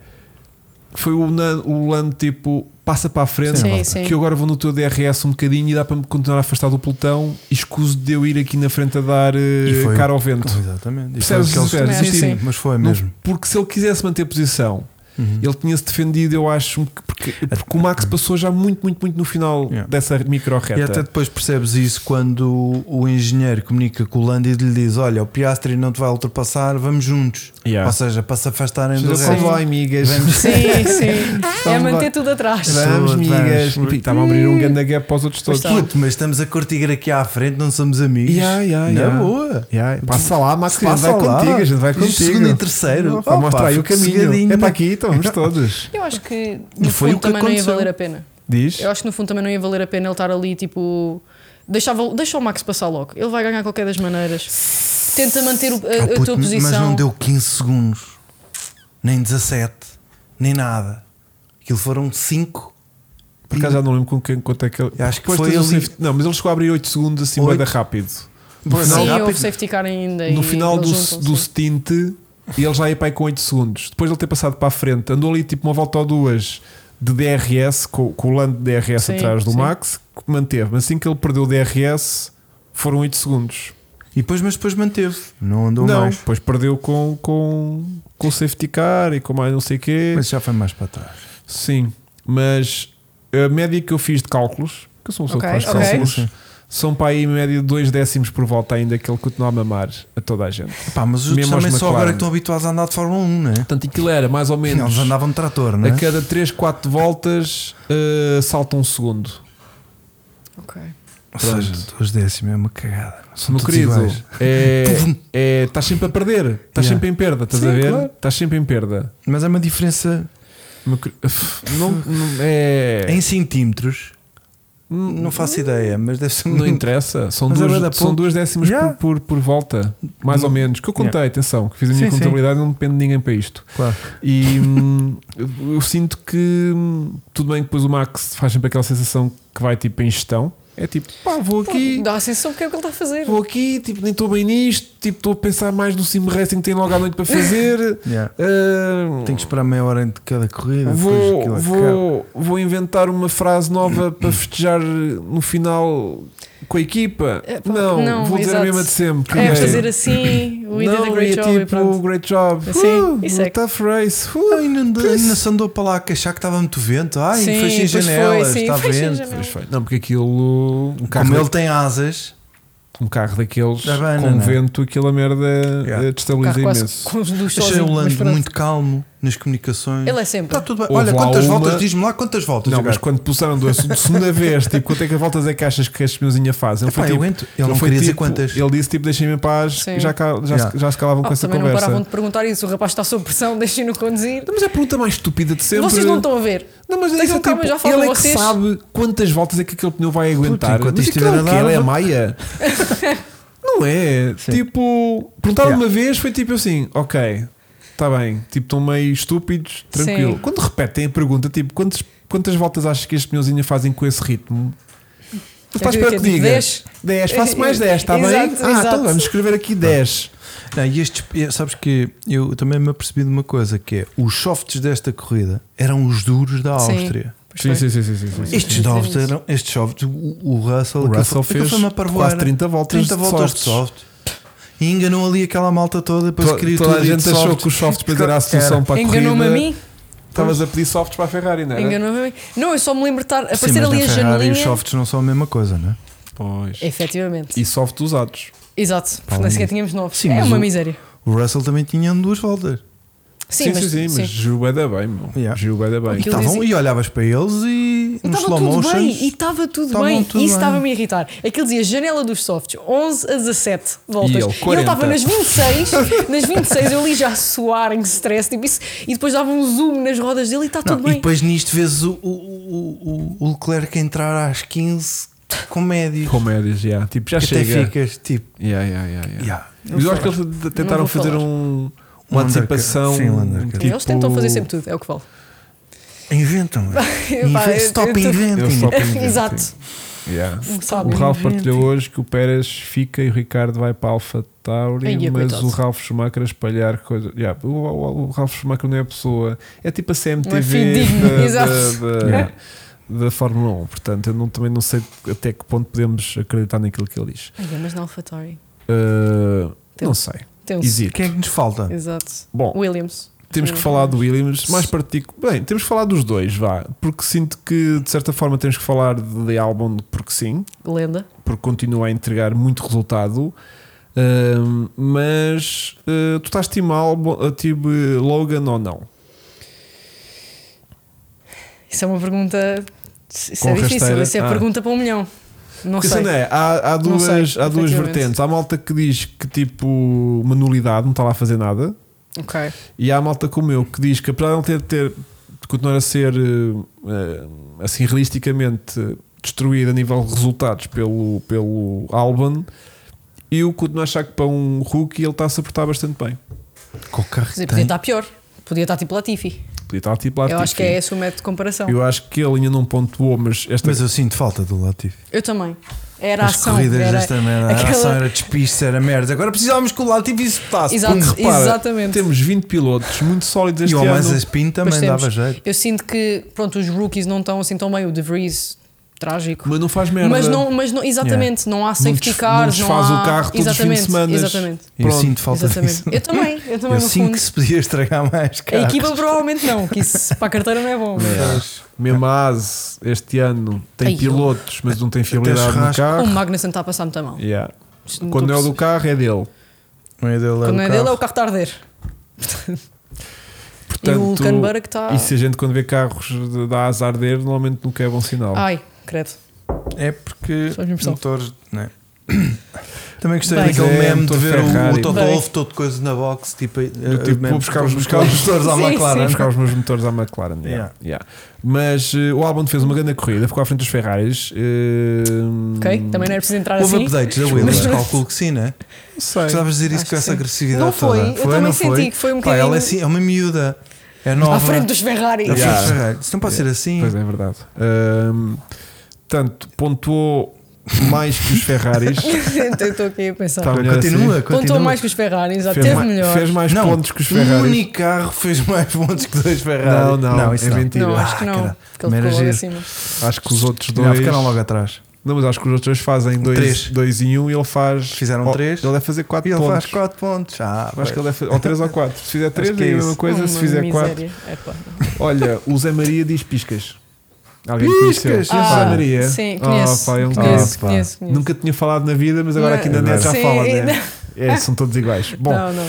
A: foi o, Nan- o Lando tipo, passa para a frente,
C: Sim, sim.
A: que eu agora vou no teu DRS um bocadinho e dá para me continuar afastado do pelotão. E escuso de eu ir aqui na frente a dar eh,
B: E foi-
A: cara ao vento.
B: Exatamente. E foi
A: Percebes
B: o que eles
A: o que eu quero
B: fizeram.
C: dizer?
B: Sim, Mas foi
A: Não-
B: É mesmo.
A: porque se ele quisesse manter posição,
B: Uhum.
A: ele tinha-se defendido, eu acho, que- porque, porque o Max passou já muito, muito, muito no final
B: Yeah.
A: dessa micro-reta.
B: E até depois percebes isso quando o, o engenheiro comunica com o Lando e lhe diz: Olha, o Piastri não te vai ultrapassar, vamos juntos.
A: Yeah.
B: Ou seja, para se afastarem do
A: Seja,
B: resto.
A: como vai, amigas.
C: Sim, sim. é
A: Então
C: manter
A: vai.
C: tudo atrás.
B: Vai.
A: Vamos,
B: Vamos.
A: amigas. E, pá, Estava a abrir um ganda gap para os outros
C: Pois tá.
A: todos.
C: está.
B: Puto, mas estamos a curtir aqui à frente, não somos amigos.
A: Yeah, yeah,
B: Na
A: yeah.
B: boa. Então,
A: Yeah, Passa lá, Max, a gente
B: Passa
A: vai
B: lá.
A: contigo, a gente vai
B: E Segundo e
A: contigo.
B: terceiro.
A: Opa, mostra aí o
B: fico
A: caminho.
B: sossegadinho.
A: É para aqui, então vamos todos.
C: Eu acho que
B: E
C: no
B: foi
C: fundo
B: o que
C: também não ia
B: aconteceu.
C: valer a pena.
A: Diz?
C: Eu acho que no fundo também não ia valer a pena ele estar ali tipo. Deixava, deixa o Max passar logo. Ele vai ganhar qualquer das maneiras. Tenta manter o-
B: Ah,
C: a, a
B: puto,
C: tua
B: Mas
C: posição.
B: não deu 15 segundos, nem 17, nem nada. Aquilo foram 5.
A: Por acaso já não lembro com quem, quanto é que ele.
B: Eu acho que
A: Depois
B: foi
A: tens o
B: ali-
A: safety- Não, mas ele chegou a abrir 8 segundos assim,
B: Oito.
A: bem rápido.
B: Pois,
C: Sim,
B: não,
C: houve
B: um rápido.
C: safety car ainda.
A: no
C: e
A: final do,
C: eles juntam-se.
A: do stint, ele já ia para aí com 8 segundos. Depois de ele ter passado para a frente, andou ali tipo uma volta ou duas de DRS, com, com o lance de DRS
C: Sim,
A: atrás do
C: sim.
A: Max, que manteve. Mas assim que ele perdeu o DRS, foram 8 segundos.
B: E depois, mas depois manteve. Não andou
A: não,
B: mais.
A: depois perdeu com, com, com o safety car e com mais não sei o quê.
B: Mas já foi mais para trás.
A: Sim, mas a média que eu fiz de cálculos, que eu sou um okay,
C: Ok,
A: de
C: ok.
A: cálculos,
B: Sim, sim.
A: são para aí em média dois décimos por volta ainda que ele continua a mamar a toda a gente.
B: Pá, mas os outros
A: Mesmo aos
B: também só
A: McLaren.
B: agora que estão habituados a andar de Fórmula 1, não é?
A: Portanto, aquilo era mais ou menos
B: Eles andavam de trator, não é?
A: a cada 3, 4 voltas eh, salta um segundo.
C: Ok.
B: Ou seja, dois décimos é uma cagada. São
A: Meu
B: todos
A: querido,
B: iguais.
A: é- é- estás sempre a perder, estás
B: Yeah.
A: sempre em perda, estás
B: Sim,
A: a ver?
B: claro.
A: Estás sempre em perda.
B: Mas é uma diferença
A: Meu querido, Não, não- é-
B: em centímetros. Hum,
A: não-
B: Não faço ideia, mas deve ser
A: Não
B: muito-
A: interessa, são
B: Mas é
A: duas,
B: bué da
A: são
B: pouco.
A: duas décimas
B: Yeah.
A: por, por, por volta, mais ou menos. Que eu contei, atenção, que fiz a
B: Sim,
A: minha
B: sim.
A: contabilidade e não depende de ninguém para isto.
B: Claro.
A: E hum, eu, eu sinto que hum, tudo bem que depois o Max faz sempre aquela sensação que vai tipo em gestão. É tipo, pá, vou aqui,
C: Dá a sensação que é o que ele está a fazer.
A: vou aqui, tipo, nem estou bem nisto, tipo, estou a pensar mais no sim racing que tenho logo à noite para fazer.
B: Yeah.
A: Ah,
B: Tenho que esperar meia hora entre cada corrida. depois é
A: Vou,
B: aquilo acaba.
A: vou, vou inventar uma frase nova para festejar no final com a equipa.
C: É, pá,
A: não,
C: não,
A: vou dizer a
C: exato.
A: mesma de sempre.
C: É
A: Primeiro,
C: fazer assim, we
A: não,
C: did a great
A: e é
C: job e
A: tipo,
C: pronto.
A: great job.
C: Assim,
A: Uh,
C: isso é que-
A: tough race. Uh,
B: Ai, ainda, andou- ainda se andou para lá a queixar que estava muito vento. Ai,
C: Sim,
B: fechei
C: pois foi,
B: janelas, tá
C: sim,
B: está
C: fechem
B: vento.
C: janelas.
A: Pois foi. Não, porque aquilo. Um carro,
B: Como ele
A: da-
B: tem asas,
A: um carro daqueles
B: Da Havana,
A: com
B: não é?
A: vento, aquilo a merda
B: Yeah.
A: eh,
C: O
A: destabiliza
C: carro quase
A: imenso.
C: conduz
B: achei
C: sozinho,
B: o
C: mas
B: Lando
C: pronto.
B: muito calmo nas comunicações.
C: Ele é sempre.
B: Está tudo bem.
A: Houve
B: Olha,
A: lá
B: quantas
A: uma-
B: voltas? Diz-me lá quantas voltas.
A: Não,
B: o
A: mas
B: gajo.
A: quando pusseram do assunto segunda vez, tipo, quanto é que voltas é que achas que a espinhozinha faz? Ele
B: Epá, eu aguento. Ele não
A: foi
B: queria dizer
A: tipo,
B: quantas.
A: Ele disse tipo, deixem-me em paz,
C: Sim.
A: e já, ca- já,
B: Yeah.
A: se- já se calavam com
C: Ah,
A: essa
C: também não
A: conversa.
C: paravam de perguntar isso. O rapaz está sob pressão, deixem-no conduzir.
A: Mas é a pergunta mais estúpida de sempre.
C: Vocês não estão a ver.
A: Não, mas é
C: Tenham
A: isso,
C: calma,
A: tipo,
C: já falo
A: ele é
C: com
A: que
C: vocês.
A: sabe quantas voltas é que aquele pneu vai aguentar.
B: enquanto
A: mas
B: isto
A: aquilo é o
B: estiver
A: quê?
B: a dar,
A: Ele é
B: eu vou-
A: maia. não é? Tipo, perguntaram
B: Yeah.
A: uma vez, foi tipo assim, ok, está bem, tipo, estão meio estúpidos, tranquilo.
C: Sim.
A: Quando repetem a pergunta, tipo, quantas, quantas voltas achas que este pneuzinho fazem com esse ritmo? Tu estás
C: que
A: para
C: eu
A: É que
C: digo,
A: diga
C: dez?
A: 10, faço mais 10, está bem?
C: Exato,
A: ah,
C: exato.
A: então vamos escrever aqui 10.
B: Não, e estes, e sabes que eu também me apercebi de uma coisa: que é os softs desta corrida eram os duros da
C: Sim.
B: Áustria.
C: Pois
A: sim,
C: foi.
A: sim, sim, sim.
B: Estes softs eram, estes softs, o, o Russell, aquilo
A: O
B: foi-
A: Russell
B: aquilo
A: fez
B: foi uma parvoeira.
A: quase 30 voltas
B: 30
A: de
B: voltas de
A: softs.
B: soft. E enganou ali aquela malta toda, depois
A: To-
B: queria
A: toda
B: tudo
A: a
B: ir de
A: gente achou
B: softs.
A: que os softs para dar a solução
B: Era.
A: para a
C: Enganou-me a
A: corrida. É.
C: mim.
A: Estavas a pedir softs para a Ferrari, não era?
C: Enganou-me a mim. Não, eu só me lembro de estar.
B: Sim,
C: Aparecer
B: mas
C: ali
B: na
C: a
B: Ferrari
C: janelinha.
B: os softs não são a mesma coisa, não é?
A: Pois.
C: Efetivamente.
A: E softs usados.
C: Exato.
B: além
C: Nem sequer
B: disso.
C: tínhamos novos.
B: Sim,
C: é
B: mas
C: uma
B: o-
C: miséria.
B: O Russell também tinha duas voltas.
C: Sim,
A: sim,
C: mas,
A: sim, sim, mas Gil bué da bem, meu.
B: Yeah.
A: Gil bué da bem.
B: E,
C: Aquilo
B: estavam,
C: dizia-
B: e olhavas para eles e,
C: E
B: nos
C: Estava
B: slow
C: tudo bem,
B: motions.
C: e estava tudo
B: Estavam
C: bem,
B: tudo
C: isso
B: bem.
C: estava-me a irritar. Aquilo dizia janela dos softs, 11 a 17 voltas.
A: E ele, 40.
C: estava nas 26, nas 26 eu li já a suar em stress, tipo isso, e depois dava um zoom nas rodas dele e está
B: Não,
C: tudo
B: e
C: bem.
B: depois nisto vês o, o, o, o Leclerc a entrar às 15 com médios.
A: Comédias, já. Tipo, já
B: Que até
A: chega.
B: ficas tipo.
A: Yeah, yeah, yeah, yeah.
B: Yeah.
A: Mas eu acho que eles t- tentaram
C: vou
A: fazer
C: falar.
A: um, uma
B: Um
A: antecipação.
B: undercut. Sim, um undercut.
A: tipo-
C: Eles tentam fazer sempre tudo, é o que vale.
B: Inventam. meu.
C: Pá,
B: Inven-
C: eu-
B: Stop
C: eu tô-
A: Eu
B: inventing.
A: stop inventing.
C: Exato. um
A: Yeah.
C: Sabe, Uhum.
A: O Ralf partilhou
B: Gente.
A: hoje que o Pérez fica e o Ricardo vai para a Alfa Tauri,
C: Ai, é
A: mas
C: coitado.
A: o Ralf Schumacher a espalhar coisa. Yeah, o, o- o Ralf Schumacher não é pessoa, é tipo a CMTV
C: fidedigno,
A: da,
C: exato.
A: da, da-
B: Yeah.
A: da Fórmula 1. Portanto, eu não- também não sei até que ponto podemos acreditar naquilo que ele diz.
C: Ai, é, mas na AlphaTauri.
A: Uh,
C: Tem-
A: não sei.
C: Tem um
A: Hesito.
B: Quem é que nos falta?
C: Exato.
A: Bom,
C: Williams.
A: temos que falar do Williams, mais particu... Bem, temos que falar dos dois, vá, porque sinto que de certa forma temos que falar de, de álbum porque sim,
C: Lenda.
A: porque continua a entregar muito resultado. Ahm, mas ah, tu estás time, Albon, time eh, Logan ou não?
C: Isso é uma pergunta. Isso
A: Com
C: é difícil,
A: rasteira.
C: isso é
A: Ah.
C: pergunta para um milhão. Não
A: Porque
C: sei.
A: assim, não é? há, há
C: Não
A: duas,
C: sei,
A: há duas
C: efetivamente.
A: vertentes. Há malta que diz que tipo uma nulidade, não está lá a fazer nada,
C: Ok.
A: e há malta como eu que diz que apesar de não ter, ter de continuar a ser eh, eh, assim realisticamente eh, destruído a nível de resultados pelo, pelo Albon, eu continuo a achar que para um rookie ele está a se portar bastante bem.
B: Com o carro
C: Quer
B: que
C: dizer, podia
B: tem.
C: estar pior. Podia estar tipo Latifi.
A: Podia estar tipo lá
C: Eu acho que é esse o método de comparação. Eu,
A: Eu acho que ele ainda não pontuou, mas esta
B: Mas eu sinto falta do Latifi.
C: também. Era
B: As
C: ação.
B: corridas
C: era-
B: desta merda,
C: aquela-
B: a ação era despiste, era merda. Agora precisávamos que o Latifi se putasse.
C: Exato,
B: Pum.
A: Repara,
C: exatamente.
A: Temos 20 pilotos muito sólidos este
B: E o
A: ano.
B: Almanza Spin também
C: Pois temos.
B: dava jeito.
C: Eu sinto que, pronto, os rookies não estão assim tão meio. O De Vries, trágico.
A: Mas não faz merda.
C: Mas não, mas não exatamente, não há safety
A: desf- não
C: cars, não,
A: desfaz
C: há...
A: o carro todos os fins de
C: exatamente,
A: semana.
C: Exatamente,
B: Eu
A: Pronto.
B: sinto falta
C: exatamente.
B: disso.
C: Eu também, eu também
B: Eu
C: no
B: sinto
C: fundo.
B: que se podia estragar mais
C: A
B: carros.
C: equipa provavelmente não, que isso para a carteira não é bom.
A: Yeah. Mesmo a ASE este ano tem
C: Ai, eu-
A: pilotos, mas não tem fiabilidade no
B: churrasco.
C: O
A: carro.
C: Magnussen está a passar muito a mão.
A: Yeah.
C: Isto não
A: Quando é o
C: estou
A: do
C: a
A: carro é dele.
B: Não é dele, é
C: perceber. Quando
B: o
C: não é
B: carro.
C: dele é o carro está a arder. e o
A: Portanto, é
C: Canberra que está.
A: E se a gente quando vê carros de- da ASE arder, normalmente nunca é bom sinal.
C: Ai, credo.
B: É porque
C: Só a minha impressão.
B: motores. Né? Também gostei
C: Bem.
B: daquele
A: Mas é,
B: meme de
A: motor
B: ver o,
A: Ferrari.
B: o Toto
C: Bem.
B: Wolff todo coisa na box. Tipo,
A: Eu, tipo, vou buscar os- buscar os
B: motores
C: à Sim, McLaren.
A: Vou
C: sim.
A: buscar os meus motores à McLaren. yeah,
B: Yeah.
A: yeah. Mas eh, o Albon fez uma grande corrida, ficou à frente dos Ferraris. eh,
C: Ok? Também não era preciso entrar
B: Houve
C: assim.
B: updates da Williams, calculo que sim, né?
A: sei.
B: Estavas a dizer isso
C: Acho
B: com essa
C: que
B: agressividade
C: Não foi,
B: toda.
C: eu também
B: não
C: senti
B: foi?
C: que foi um
B: Pá, ela é,
C: bocadinho
B: assim, é uma miúda. É nova.
C: à frente dos Ferrari.
B: à frente
A: Yeah.
B: dos Ferrari. Isso não pode ser assim.
A: Pois é, é verdade. Ahm, Portanto, pontuou mais que os Ferraris.
C: eu estou aqui a pensar.
A: Tá.
B: Continua, continua.
C: Pontou mais que os Ferraris, já
A: fez,
C: teve
A: ma-
C: melhor.
A: fez mais
B: Não,
A: pontos que os
B: Um
A: Ferraris.
B: único carro fez mais pontos que dois Ferrari.
A: Não, não,
B: isso
A: é mentira.
C: Não, acho
B: Ah,
C: que não.
B: caralho.
C: Porque ele
B: Primeiro
C: ficou logo
B: giro.
C: acima.
A: Acho que os outros
B: Não,
A: dois.
B: ficaram logo atrás.
A: Não, mas acho que os outros dois fazem dois,
B: Três.
A: dois em um e ele faz.
B: Fizeram
A: oh,
B: três.
A: Ele deve fazer quatro
B: E ele
A: pontos.
B: faz 4 pontos. Ah,
A: Acho que ele deve fazer, ou 3 ou 4. Se fizer 3
B: que é
A: é a mesma
B: isso.
A: coisa, se
C: Uma
A: fizer 4.
C: miséria. Ah, Epá.
A: Olha, o Zé Maria diz piscas. Alguém
B: Piscas,
A: conheceu?
B: sim, Ah,
A: Zé Maria.
C: Sim,
A: Ah,
C: conheço.
A: pá, é um
B: Ah,
C: conheço,
B: pá.
C: conheço,
A: cara.
C: conheço.
A: Nunca tinha falado na vida, mas agora
C: Não,
A: aqui na net já
C: sim,
A: fala,
C: ainda-
A: né? É, são todos iguais. Bom,
C: Não, não.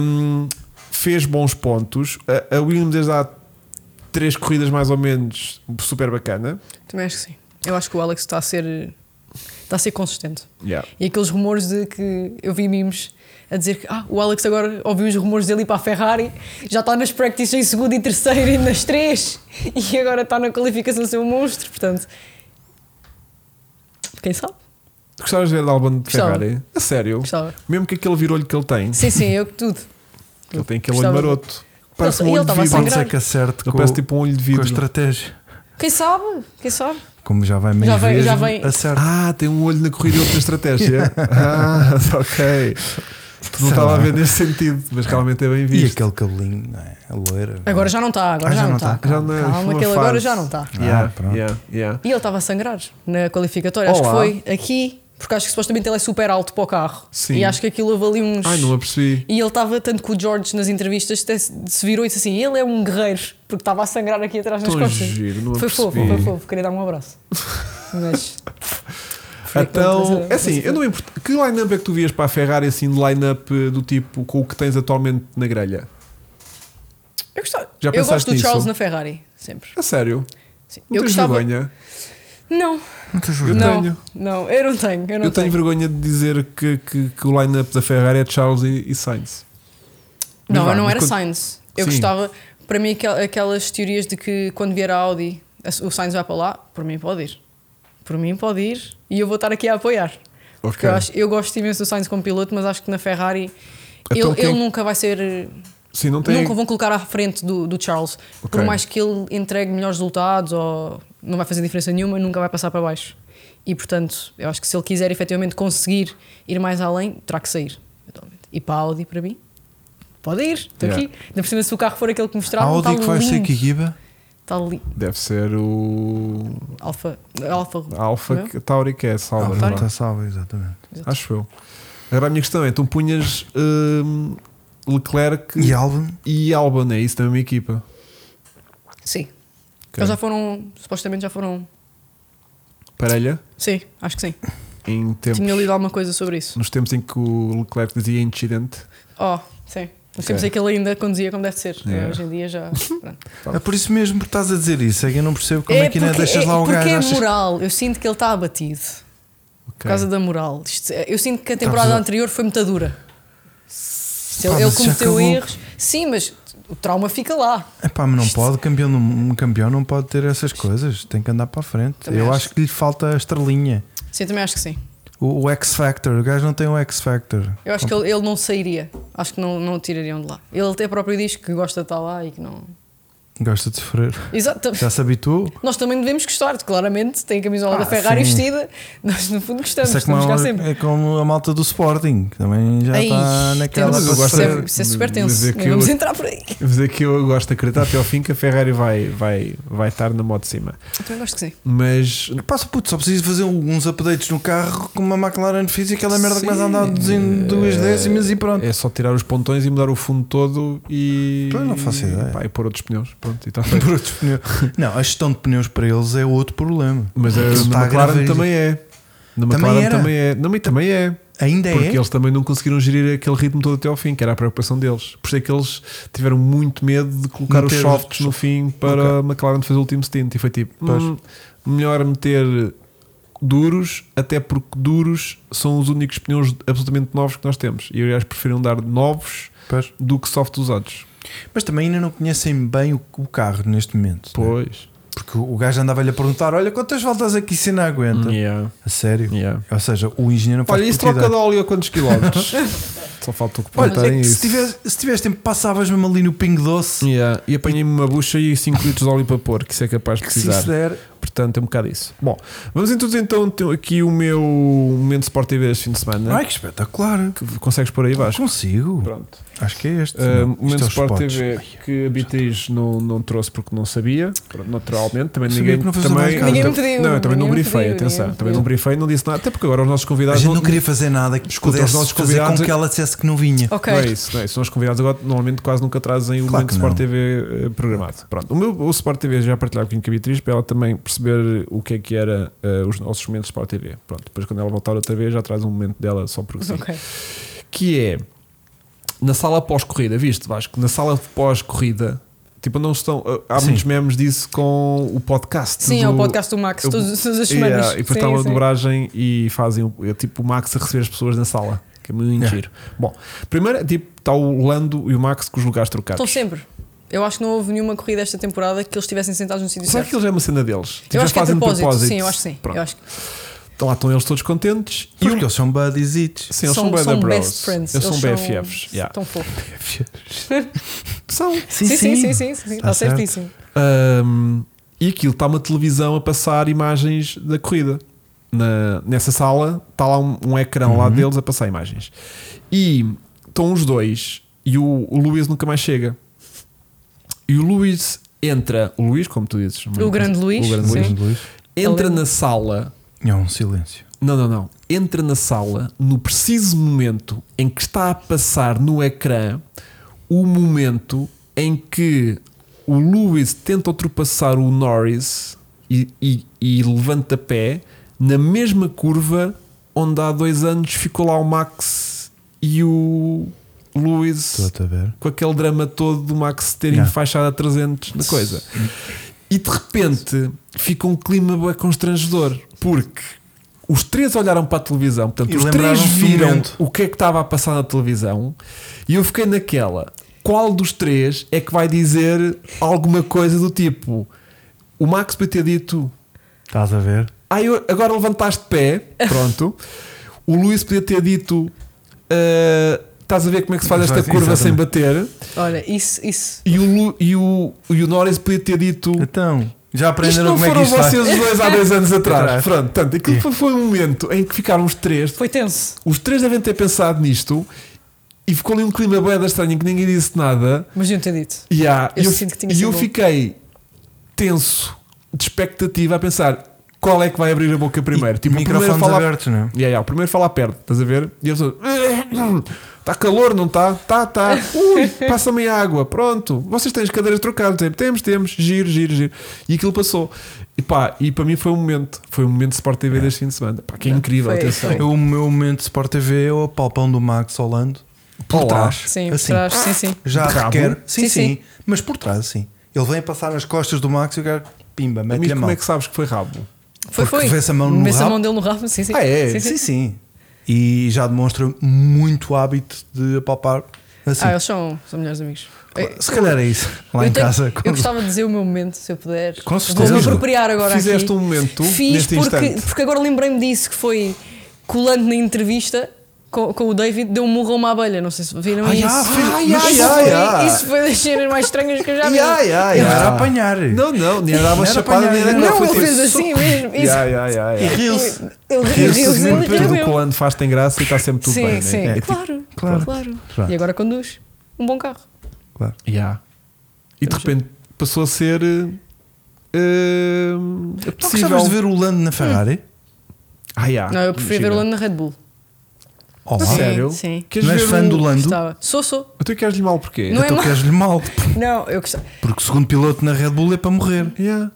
A: Hum, fez bons pontos. A, a Williams desde há três corridas mais ou menos super bacana.
C: Também acho que sim. Eu acho que o Alex está a ser. Está a ser consistente.
A: Yeah.
C: E aqueles rumores de que eu vi mimos a dizer que ah, o Alex agora ouviu os rumores dele ir para a Ferrari, já está nas practices em segundo e terceiro e nas três, e agora está na qualificação a ser um monstro, portanto. Quem sabe?
A: Gostavas de ver o álbum de
C: Gostava.
A: Ferrari? A sério?
C: Gostava.
A: Mesmo que aquele virolho que ele tem,
C: Sim, sim, eu que tudo.
A: que ele tem aquele
C: Gostava.
A: olho maroto. Parece um
C: e ele
A: olho de
C: estava a
A: vidro.
B: Pode
C: sangrar.
B: ser é que acerte
A: Ele
B: com,
A: parece tipo um olho de
B: com a
A: vidro.
B: estratégia.
C: Quem sabe? Quem sabe?
B: Como já vai meio
C: Já vem-
B: vezes,
C: já vem-
B: acerta.
A: Ah, tem um olho na corrida e outro na estratégia. ah, ok. Tu
B: Sei
A: não estava a
B: lá.
A: ver nesse sentido, mas realmente é bem
B: e
A: visto.
B: aquele cabelinho, não é? A loira.
C: Agora já não está, agora
B: Ah,
C: já, não está.
A: Já não é
C: Calma,
A: uma
C: aquele agora
A: fase.
C: já não está.
A: Yeah,
B: Ah, pronto.
A: yeah, yeah.
C: E ele estava a sangrar na qualificatória, acho que
A: Olá.
C: foi aqui, porque acho que supostamente ele é super alto para o carro.
A: Sim.
C: E acho que aquilo houve ali uns.
A: Ai, não me apercebi.
C: E ele estava tanto com o George nas entrevistas até se se virou e disse assim: ele é um guerreiro, porque estava a sangrar aqui atrás nas
A: Tão
C: costas.
A: giro, não me
C: foi fofo,
A: apercebi.
C: foi fofo, queria dar um abraço. Mas. foi outra
A: Então,
C: coisa-
A: é assim, eu não me importo. Que line-up é que tu vias para a Ferrari assim de line-up eh, do tipo com o que tens atualmente na grelha?
C: Eu, gostava,
A: Já
C: eu
A: pensaste
C: gosto do Charles
A: nisso?
C: na Ferrari, sempre.
A: A sério?
C: Sim.
A: Não
C: eu
A: tens
C: gostava.
A: vergonha?
C: Não,
B: Não tens
A: Eu
B: vergonha.
C: não,
A: tenho.
C: não, eu não tenho. Eu não
A: Eu tenho vergonha de dizer que, que, que o line-up da Ferrari é Charles e, e Sainz. Mas
C: Não,
A: vá,
C: eu não
A: mas
C: era
A: quando-
C: Sainz. Eu
A: Sim.
C: gostava, para mim, aquel- aquelas teorias de que quando vier a Audi a- o Sainz vai para lá, por mim pode ir. Por mim pode ir e eu vou estar aqui a apoiar. Porque
A: Ok.
C: eu, acho- eu gosto imenso do Sainz como piloto, mas acho que na Ferrari
A: Então
C: ele,
A: quem-
C: ele nunca vai ser.
A: Sim, não tem.
C: Nunca vão colocar à frente do, do Charles.
A: Ok.
C: Por mais que ele entregue melhores resultados ou não vai fazer diferença nenhuma, nunca vai passar para baixo. E portanto, eu acho que se ele quiser efetivamente conseguir ir mais além, terá que sair. eventualmente. E para a Audi, para mim, pode ir, estou
A: Yeah.
C: aqui. Ainda por cima, se o carro for aquele que
B: A
C: mostraram, está
B: Audi que vai ser que
C: lindo.
B: equipa?
C: Está ali.
A: Deve ser o
C: Alfa. Alfa.
A: Alfa
C: Não?
A: que- Tauri que é Sauber.
C: tá
B: Ah,
A: não é?
B: está salva, exatamente.
A: Ah, Acho eu. Agora a minha questão é: tu punhas hum, Leclerc
B: E Albon?
A: e Albon, é isso da mesma equipa?
C: Sim.
A: Ok.
C: Eles já foram, supostamente já foram.
A: Parelha?
C: Sim, acho que sim.
A: Em tempos,
C: Tinha lido alguma coisa sobre isso.
A: nos tempos em que o Leclerc dizia incidente.
C: Oh, sim. Nós
A: Ok.
C: temos aquele ainda conduzia como deve ser.
A: Yeah.
C: Hoje em dia já. pronto.
A: Tá.
B: É por isso mesmo que estás a dizer isso. É que eu não percebo como é, que ainda
C: porque-
B: deixas lá o
C: porque
B: gajo.
C: é
B: achas-
C: moral. Eu sinto que ele está abatido por
A: Ok.
C: causa da moral. Isto- é, eu sinto que a temporada
B: Tá, mas-
C: anterior foi muito dura. Se
B: Pá, mas
C: ele, ele
B: já
C: cometeu
B: acabou.
C: erros. Sim, mas o trauma fica lá.
B: Epá, mas não pode, campeão, não- um campeão não pode ter essas coisas, tem que andar para a frente.
C: Também
B: eu
C: acho.
B: acho que lhe falta a estrelinha,
C: Sim, também acho que sim.
B: o, o X Factor. O gajo não tem o X Factor.
C: Eu acho que ele, ele não sairia. Acho que não, não o tirariam de lá. Ele até próprio diz que gosta de estar lá e que não.
B: Gosta de sofrer.
C: Exato.
B: Já se habituou?
C: Nós também devemos gostar, claramente. Tem a camisola
B: Ah,
C: da Ferrari
B: sim.
C: vestida. Nós, no fundo, gostamos.
B: Isso é como,
C: Estamos cá
B: a,
C: sempre.
B: é como a malta do Sporting, que também já
C: Ai,
B: está naquela.
A: mas
C: temos-
A: eu
B: para
A: gosto
C: isso,
B: sofrer.
C: é, isso é super
A: de
C: tenso.
A: dizer
C: Nem
A: que
C: vamos
A: eu-
C: entrar por aí.
A: Vou dizer que eu gosto de acreditar até ao fim que a Ferrari vai, vai, vai estar na moto de cima.
C: Eu também gosto que sim.
A: Mas
B: Passa puto, só preciso fazer um, uns updates no carro com uma McLaren fiz e aquela merda
A: Sim,
B: começa a andar duzen- duas
A: é-
B: décimas e pronto.
A: é só tirar os pontões e mudar o fundo todo e.
B: Pois, não faço ideia.
A: Pá, e pôr outros pneus. Pronto, e tá feito.
B: Por outros pneus. Não, a gestão de pneus para eles é outro problema.
A: Mas
B: Aquilo
A: a,
B: está
A: na McLaren
B: grave.
A: também é. Na
B: tá Também
A: McLaren
B: era.
A: também é. Não, e também é.
B: Ainda
A: Porque
B: é.
A: eles também não conseguiram gerir aquele ritmo todo até ao fim, que era a preocupação deles. Por isso é que eles tiveram muito medo de colocar os
B: Meter
A: softs
B: os-
A: no fim para a McLaren fazer o último stint. E foi tipo,
B: Pois.
A: "Hum, melhor meter duros, até porque duros são os únicos pneus absolutamente novos que nós temos. E aliás preferiram dar novos
B: Pois.
A: do que soft usados.
B: Mas também ainda não conhecem bem o, o carro neste momento. né?
A: Pois.
B: Porque o gajo andava-lhe a perguntar: olha, quantas voltas é aqui se não aguenta?
A: Yeah,
B: A sério?
A: yeah.
B: Ou seja, o engenheiro não faz
A: Olha, isso
B: puta
A: troca de
B: ideia.
A: óleo a quantos quilómetros? Só falta o que
B: Olha, é
A: perguntarem
B: que
A: isso.
B: se tivesse, se tivesse tempo, passavas mesmo ali no Pingo Doce.
A: Yeah, E apanhei-me uma bucha e 5 litros de óleo para pôr, que isso é capaz de
B: Que se
A: precisar.
B: isso der.
A: Portanto, é um bocado isso. Bom, vamos introduzir então ter aqui o meu momento Sport TV deste fim de semana.
B: Ai, que espetacular.
A: Que consegues pôr aí, Vasco?
B: Consigo.
A: Né? Pronto.
B: Acho que é este.
A: Uh,
B: Não, isto
A: momento
B: é os
A: Sport
B: spots.
A: TV que a Beatriz não, não trouxe porque não sabia, pronto, naturalmente. Também
B: Sabia
A: ninguém,
B: que não fazes o
A: também,
B: trabalho de
C: casa. Ninguém me pediu,
A: Não, eu também não
C: ninguém me
A: brifei,
C: pediu,
A: atenção.
C: ninguém me
A: Também não brifei, não disse nada. Até porque agora os nossos
B: A
A: convidados
B: gente
A: não,
B: não queria fazer nada que
A: Escuta, os
B: pudesse
A: nossos
B: fazer com
A: convidados- é
B: que ela dissesse que não vinha.
C: Ok.
A: Não é isso, não é isso. Os nossos convidados agora normalmente quase nunca trazem o
B: Claro
A: link
B: que
A: Sport
B: não.
A: TV eh, programado. Pronto, o meu o Sport TV já partilhava com a Beatriz para ela também perceber o que é que era eh, os nossos momentos Sport TV. Pronto, depois quando ela voltar outra vez já traz um momento dela só porque sim.
C: Ok.
A: Que é na sala pós-corrida, viste Vasco? Na sala pós-corrida, tipo, não estão. Há
B: Sim.
A: muitos memes disso com o podcast.
C: Sim,
A: do,
C: é o podcast do Max,
A: eu-
C: todas todas as
A: Yeah,
C: semanas.
A: e depois
C: Sim,
A: está uma
C: sim.
A: dobragem e fazem o- é tipo o Max a receber as pessoas na sala. Que é muito
B: Yeah.
A: giro. Bom, primeiro é tipo está o Lando e o Max com os lugares trocados.
C: Estão sempre. Eu acho que não houve nenhuma corrida esta temporada que eles estivessem sentados no sítio
A: Será
C: certo.
A: que eles é uma cena deles? Tipo,
C: Eu
A: já
C: acho que é
A: fazem de
C: propósito. Sim, eu acho que sim.
A: Pronto.
C: Eu acho que
A: Então lá estão eles todos contentes. E o...
B: Porque eles são buddies each.
A: Sim, eles são,
C: são,
A: brother
C: são
A: bros.
C: best friends.
A: Eles,
C: Eles
A: são BFFs.
C: São
A: yeah.
C: tão fofos.
A: São.
C: Sim, sim, sim, sim, sim, sim. Está
A: Tá
B: Está certo.
C: certíssimo.
A: Ahm, e aquilo está uma televisão a passar imagens da corrida. Na- nessa sala está lá um, um ecrã lá deles a passar imagens. E estão os dois e o, o Luís nunca mais chega. E o Luís entra, o Luís, como tu dizes,
C: O grande Luís,
A: o grande
C: sim.
A: Luís,
B: Luís.
A: entra
C: Ele-
A: na sala.
B: É um silêncio.
A: Não, não, não. Entra na sala no preciso momento em que está a passar no ecrã o momento em que o Lewis tenta ultrapassar o Norris e, e- e levanta pé na mesma curva onde há dois anos ficou lá o Max e o Lewis
B: Estou a ver.
A: com aquele drama todo do Max ter
B: Yeah.
A: enfaixado a 300 na coisa. E de repente fica um clima bué constrangedor, porque os três olharam para a televisão, portanto,
B: E
A: os três
B: lembraram-se do
A: viram
B: momento.
A: o que é que estava a passar na televisão, e eu fiquei naquela: qual dos três é que vai dizer alguma coisa do tipo? O Max podia ter dito
B: Estás a ver?
A: ah, eu- agora levantaste de pé. Pronto. o Luís podia ter dito: ah, estás a ver como é que se faz esta
B: Exatamente.
A: curva sem bater.
C: Olha, isso, isso.
A: E o, Lu- e o, e o Norris podia ter dito:
B: Então, já
A: Isto
B: aprenderam
A: não
B: como é que
A: foram
B: isto faz?
A: vocês os dois há 10 anos atrás.
B: Atrás.
A: Pronto, portanto, aquilo foi, foi um momento em que ficaram os três.
C: Foi tenso.
A: Os três devem ter pensado nisto e ficou ali um clima boeda estranho em que ninguém disse nada.
C: Mas não ter dito.
A: E há-
C: Eu
A: e eu,
C: sinto que tinha
A: e
C: sido
A: eu
C: bom.
A: fiquei tenso, de expectativa, a pensar qual é que vai abrir a boca primeiro. tipo, o primeiro a
B: microfones
A: falar
B: abertos, não é?
A: e aí, ó, o primeiro fala perto, estás a ver? E a pessoa. Está calor, não está? Tá, tá. Ui, passa-me a água. Pronto. Vocês têm as cadeiras trocadas. Tipo, Temos, temos. Giro, giro, giro. E aquilo passou. E pá, e para mim foi um momento. Foi um momento de Sport TV deste fim de semana. Pá, que é incrível.
C: É. foi-
A: atenção.
C: foi.
B: Eu, O meu momento de Sport TV é o palpão do Max Holando. Por
A: Olá.
B: trás.
C: Sim,
B: assim.
C: por trás, sim, sim.
B: Já
A: De rabo?
B: requer. Sim sim,
C: Sim, sim.
B: Mas por trás, sim. Ele vem a passar nas costas do Max e o cara, pimba,
A: Mas
B: mete-lhe a
A: como
B: mão.
A: é que sabes que foi rabo?
C: Foi,
B: Porque
C: foi.
B: vê-se a mão no
C: Vê-se a
B: rabo.
C: mão dele no rabo, sim, sim.
A: Ah, é?
C: Sim, sim.
B: Sim, sim. E já demonstra muito hábito de apalpar assim.
C: Ah, eles são, são melhores amigos. Eh, Eu-
B: Se calhar é isso. Lá
C: eu
B: em
C: tenho-
B: casa.
C: Eu
B: quando-
C: gostava de dizer o meu momento, se eu puder.
B: Com certeza.
C: Vou-me apropriar agora
A: Fizeste
C: aqui.
A: um momento,
C: Fiz
A: neste
C: porque,
A: instante.
C: porque agora lembrei-me disso, que foi colando na entrevista com, com o David deu um murro a uma abelha. Não sei se viram
B: Ai,
C: isso.
B: ah, fez-
A: Ai,
B: mas
A: ai,
C: isso,
B: isso-
A: ai.
C: foi, isso foi das cenas mais estranhas que eu já vi.
A: Ai, ai,
B: Ele Ah, é. era
A: ai.
B: apanhar.
A: Não, não, nem era uma
B: Não era
A: chapada, nem
B: apanhar,
A: era
B: não.
A: foi
C: Não, ele
A: tipo,
C: fez
A: "Sou-"
C: assim mesmo. Isso.
A: Ya, ya, ya,
B: E
A: ya.
B: riu-se.
C: Ele
A: Riu-se
C: riu-se
A: sempre
C: ele
A: é tudo
C: riu.
A: o quando faz tem graça e está sempre tudo
C: Sim,
A: bem. né?
C: sim.
A: É tipo,
C: claro,
B: claro.
C: claro,
B: Claro.
C: E é agora conduz um bom carro.
B: Claro.
A: ya. E de repente passou a ser.
B: Tu
A: é
B: gostavas de
A: possível.
B: ver o Lando na Ferrari?
A: Ah, ya.
C: não, eu prefiro ver o Lando na Red Bull.
B: Olá.
C: Sim,
A: Sério?
C: sim.
A: Queres
B: Não és
A: ver
B: fã
A: o-
B: do Lando?
C: Gostava. Sou, sou.
A: Tu queres-lhe mal porquê?
C: Não é
B: Então
C: mau.
B: queres-lhe mal.
C: Não, eu gostava.
B: Porque o segundo piloto na Red Bull é para morrer.
A: Ya.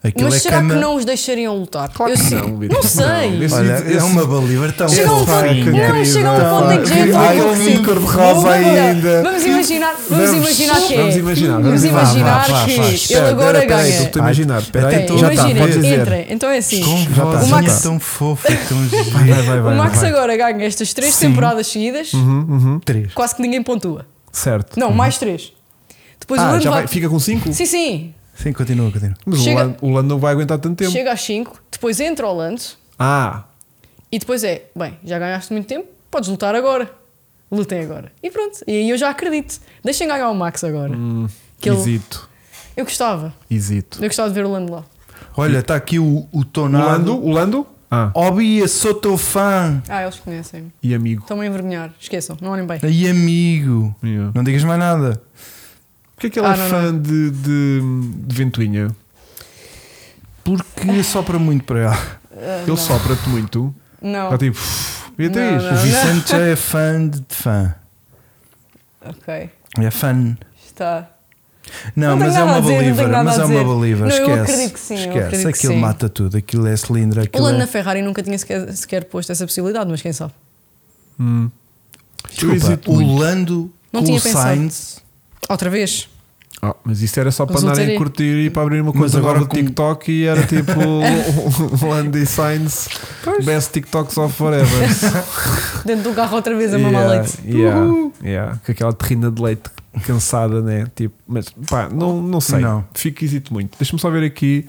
B: Aquilo
C: Mas
B: é
C: será
B: cama.
C: que não os deixariam lutar?
A: Claro
C: eu
A: que
C: sei.
A: não, Vitor.
C: não sei.
A: Não, isso-
B: Olha, é
A: Esse-
B: uma Bolívar tão
C: Chega a um
B: fofa.
A: Pá,
C: ponto,
A: que
C: não, chega a um
A: incrível.
C: ponto em que já é
A: Ai,
C: demasiado
A: ele
C: possível.
A: cor-de-rosa
C: Vamos-
A: ainda.
C: Vamos imaginar, vamos imaginar que é.
A: Vamos imaginar,
C: Vamos
A: vamos
B: imaginar.
C: imaginar
B: Vá, vá, vá,
C: que
B: espera,
C: ele agora
A: Espera, peraí,
C: ganha.
A: Estou a imaginar. Espera aí,
B: Então,
A: já está,
C: Imaginem,
A: podes dizer.
C: entrem. Então é assim.
B: Com
A: Já tá,
B: vozinha
A: já tá.
B: tão fofa, tão gira.
A: Vai, vai, vai.
C: O Max
A: vai. Uhum.
C: agora ganha estas três temporadas seguidas,
B: Uhum, Três.
C: quase que ninguém pontua.
A: Certo.
C: Não, mais três. Depois o
A: Uhum. Ah,
C: Lando
A: já
C: vai-
A: vai. Fica com 5?
C: Sim, sim.
B: Sim, continua, continua.
A: Mas o
C: Chega-
A: Lando- o Lando não vai aguentar tanto tempo.
C: Chega às 5, depois entra o Lando
A: Ah,
C: E depois é, bem, já ganhaste muito tempo, podes lutar agora. Lutem agora. E pronto, e aí eu já acredito. Deixem ganhar o Max agora.
B: Hum,
C: que ele,
A: hesito.
C: eu gostava.
A: Hesito.
C: Eu gostava de ver o Lando lá.
B: Olha, está aqui o, o
A: O Lando,
B: Tonado.
A: o Lando? Ah,
B: Obia, sou teu fã.
C: Ah, eles conhecem.
A: e amigo.
C: Estão a envergonhar. Esqueçam, não olhem bem.
B: E amigo.
A: Yeah.
B: Não digas mais nada.
A: Porquê é que ele
C: Ah,
A: é
C: não,
A: fã De, de, de ventoinha?
B: Porque sopra muito para ela.
C: Ah,
A: Ele sopra-te muito.
C: não.
A: Está
C: não.
A: tipo. E até
C: Não,
A: isto.
B: O
C: não.
B: Vicente já é fã de, de fã.
C: Ok.
B: É fã.
C: Está.
B: Não,
C: Não tenho
B: mas é
C: nada
B: uma
C: a dizer, não tenho
B: Bolívar.
C: nada
B: Mas
C: a
B: é uma
C: dizer.
B: Bolívar.
C: Não, eu
B: Esquece.
C: acredito que sim, eu
B: Esquece.
C: acredito que
B: aquilo
C: sim.
B: mata tudo. Aquilo é cilindro.
C: O
B: Aquilo
C: Lando
B: é...
C: na Ferrari nunca tinha sequer, sequer posto essa possibilidade, mas quem sabe?
A: Hum. Eu
B: Desculpa,
A: hesito
B: o
A: muito.
B: Lando
C: Não
B: com o
C: tinha pensado.
B: Sainz.
C: Outra vez?
A: Ah, mas isso era só para
C: Mas não
A: andarem a
C: teria.
A: curtir e para abrir uma
B: Mas
A: coisa
B: agora
A: agora do
B: com-
A: TikTok e era tipo Lando e Sainz Best TikToks of Forever.
C: Dentro do carro outra vez a mamar leite.
A: yeah, yeah. Com aquela terrina de leite cansada, né? Tipo, mas pá, não, não sei.
B: Não.
A: Fico hesito muito. Deixa-me só ver aqui.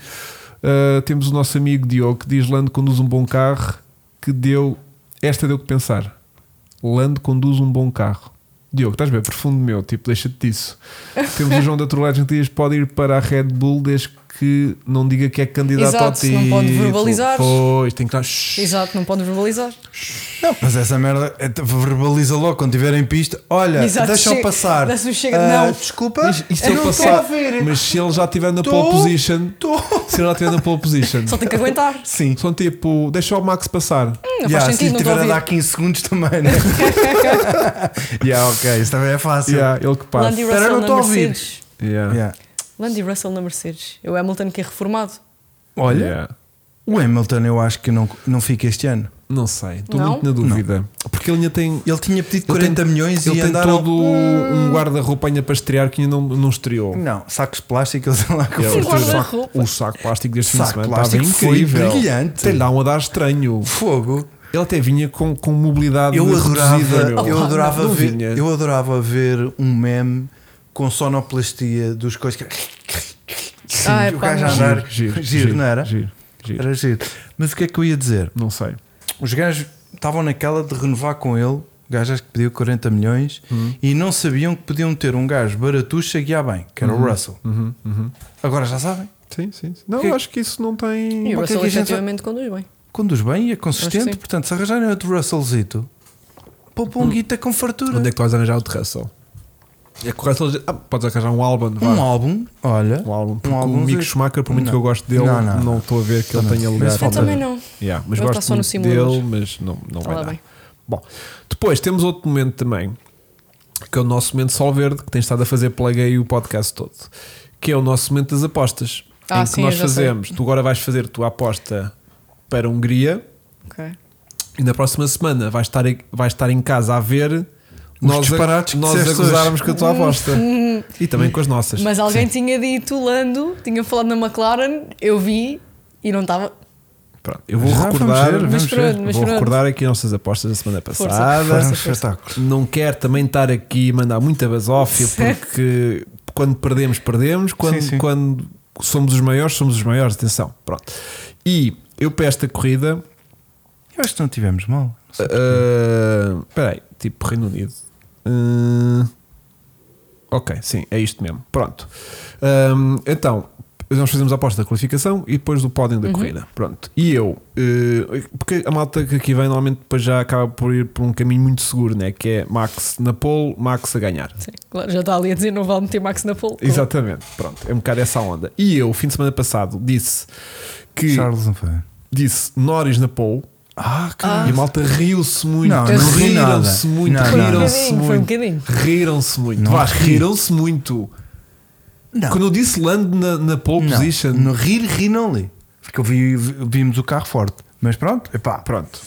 A: Uh, temos o nosso amigo Diogo que diz: Lando conduz um bom carro. Que deu. Esta deu que pensar. Lando conduz um bom carro. Diogo, estás bem? Profundo meu, tipo, deixa-te disso. Temos o João da Trollagem que diz: pode ir para a Red Bull desde que não diga que é candidato ao
C: Exato,
A: título.
C: não pode verbalizar.
A: Pois, tem que estar. Shhh.
C: Exato, não pode verbalizar.
B: Não, mas essa merda é, te- verbaliza logo quando estiver em pista. Olha,
C: Exato,
B: deixa-me
C: chega-
B: passar.
C: dá-se um chega-
B: Ah,
C: não.
B: Desculpa,
A: Mas, e se
B: eu
A: ele
B: não estou a
A: é passar,
B: ver.
A: mas se ele já estiver na
B: Tô.
A: pole position,
B: Tô.
A: se ele já estiver na pole position,
C: Só tem que aguentar. Hum,
B: Sim.
A: são tipo, deixa o Max passar.
C: Não
B: Yeah,
C: faz
B: se lhe
C: sentido, não estou a
B: tiver a dar
C: ouvir.
B: 15 segundos também, né? yeah, ok, isso também é fácil.
A: Yeah, ele que passa.
C: Lando e
B: Espera,
C: Russell
B: não
C: na
B: estou a ouvir.
C: Mercedes.
A: Yeah.
B: Yeah.
C: Lando e Russell na Mercedes. É o Hamilton que é reformado.
B: Olha,
A: Yeah.
B: o Hamilton eu acho que não, não fica este ano.
A: Não sei, estou
C: Não?
A: muito na dúvida. Porque ele ainda tem.
B: Ele tinha pedido
A: Ele
B: 40
A: tem-
B: milhões
A: Ele
B: e
A: tem
B: andaram...
A: todo
C: Hum.
A: um guarda-roupa ainda para estrear que ainda não, não estreou.
B: Não, sacos plásticos lá com
A: Ele-
C: Um
A: o saco,
C: guarda-roupa.
A: o saco plástico deste fim de
B: Saco
A: semana
B: plástico
A: estava
B: foi
A: incrível.
B: brilhante.
A: Até lhe dá um a dar estranho.
B: Fogo.
A: Ele até vinha com, com mobilidade
B: Eu adorava,
A: reduzida, Ah, meu. Ah,
B: eu adorava
A: Não
B: ver,
A: vinha.
B: eu adorava ver um meme com sonoplastia dos coisas que
C: Ah, é
B: o
C: pá,
B: gajo a
C: não.
B: andar.
A: Giro,
B: Giro, não era?
A: Giro, giro.
B: Era giro. Mas o que é que eu ia dizer?
A: Não sei.
B: Os gajos estavam naquela de renovar com ele, o gajo acho que pediu 40 milhões
A: Uhum.
B: e não sabiam que podiam ter um gajo baratucho a guiar bem, que era
A: Uhum.
B: o Russell. Agora já sabem,
A: Sim, sim. sim. Não,
B: Que-
A: eu acho que isso não tem.
C: E o
B: Mas o que é
C: Russell
B: que a gente-
C: efetivamente conduz bem.
B: conduz bem e é
C: Acho
B: consistente,
C: que sim.
B: portanto, se arranjarem outro Russellzito, poupam
A: Hum.
B: um guita com fartura.
A: Onde é que tu vais arranjar outro Russell? É que o Russell. Ah, podes arranjar um álbum, vá.
B: Um álbum, olha,
A: Um álbum. Porque
B: álbum
A: o Mick
B: de-
A: Schumacher, por muito
B: Não.
A: que eu goste dele,
B: Não, não,
A: não
B: não.
A: estou a ver que
B: Também.
A: ele tenha
B: Mas
A: lugar.
C: Eu
B: falta
C: também
B: ver.
C: não.
A: Yeah, mas
C: Ele
A: gosto
C: tá só no
A: muito
C: simulador.
A: dele, mas não, não
C: Tá
A: vai
C: lá
A: dar.
C: bem.
A: Bom, depois temos outro momento também, que é o nosso momento Sol Verde, que tem estado a fazer plaguei o podcast todo, que é o nosso momento das apostas.
C: Ah,
A: em que
C: sim,
A: nós
C: eu já sei.
A: fazemos, tu agora vais fazer a tua aposta para a Hungria
C: Ok.
A: e na próxima semana vais estar, vais estar em casa a ver
B: Os
A: nós,
B: disparates
A: a,
B: que
A: nós a
B: disseste
A: gozarmos com a tua aposta e também com as nossas.
C: Hum. Mas alguém tinha dito Lando, tinha falado na McLaren, eu vi e não estava.
A: Pronto, eu vou
B: Já vamos
A: recordar,
B: ver,
C: Mas vamos ver. pronto, mas
A: vou
C: pronto.
A: recordar aqui as nossas apostas da semana
C: Força,
B: Foi
A: passada.
B: um
C: Força, força.
B: espetáculo.
A: Não quero também estar aqui e mandar muita basófia
C: Certo.
A: porque quando perdemos, perdemos. Quando,
B: Sim, sim.
A: quando somos os maiores, somos os maiores. Atenção, pronto. E eu para esta corrida
B: Eu acho que não tivemos mal.
A: Uh, Espera aí, tipo Reino Unido. Uh, ok, sim, é isto mesmo. Pronto. Um, então, nós fazemos a aposta da qualificação e depois do pódio da
C: Uhum.
A: corrida. Pronto. E eu, uh, porque a malta que aqui vem normalmente depois já acaba por ir por um caminho muito seguro, né? que é Max na pole, Max a ganhar.
C: Sim, claro, já está ali a dizer não vale meter Max na pole.
A: Exatamente, pronto, é um bocado essa onda. E eu, fim de semana passado, disse que
B: Charles não foi.
A: disse Norris na pole
B: Ah,
C: Ah.
A: e a malta riu-se muito.
B: Não,
C: não ri
A: riram-se
B: nada.
A: muito,
B: Não,
C: Foi um
A: riram-se
C: bocadinho, foi um
A: muito.
C: bocadinho.
A: Riram-se muito.
B: Não
A: Vasco,
B: ri.
A: riram-se muito.
B: Não.
A: Quando eu disse Land na, na pole
B: Não,
A: position,
B: No rir, rir não li. Porque eu vi, vi- vimos o carro forte. Mas pronto, epá.
A: pronto.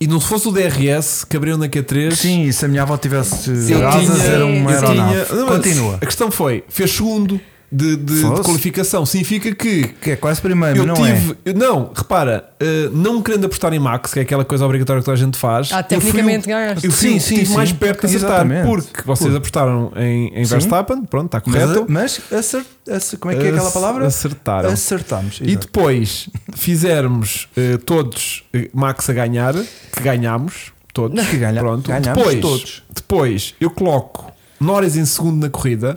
A: E não se fosse o DRS que abriu na Q3,
B: Sim, e se a minha avó tivesse
C: eu
B: asas,
C: tinha-
B: era uma
A: eu tinha-
B: aeronave.
A: Não, mas
B: Continua.
A: A questão foi: fez segundo de, de- de
B: Fosse.
A: qualificação, significa que
B: Que é quase primeiro,
A: Eu
B: mas não
A: tive. eu- não, repara, eh, não querendo apostar em Max, que é aquela coisa obrigatória que toda a gente faz.
C: Ah,
A: eu fui o-
C: tecnicamente ganhaste.
A: Eu fui,
B: Sim,
A: sim,
B: sim,
A: sim,
B: sim.
A: mais perto de acertar.
B: Exatamente.
A: Porque vocês
B: Porque-
A: apostaram em, em
B: Sim.
A: Verstappen, pronto, está
B: é. Mas,
A: correto.
B: mas acer- acer- como é que é aquela
A: Ac-
B: palavra?
A: Acertaram.
B: Acertamos.
A: E depois fizermos eh, todos eh, Max a ganhar, que ganhámos todos.
B: Que ganha-
A: pronto.
B: ganhámos
A: depois,
B: todos.
A: depois eu coloco Norris em segundo na corrida.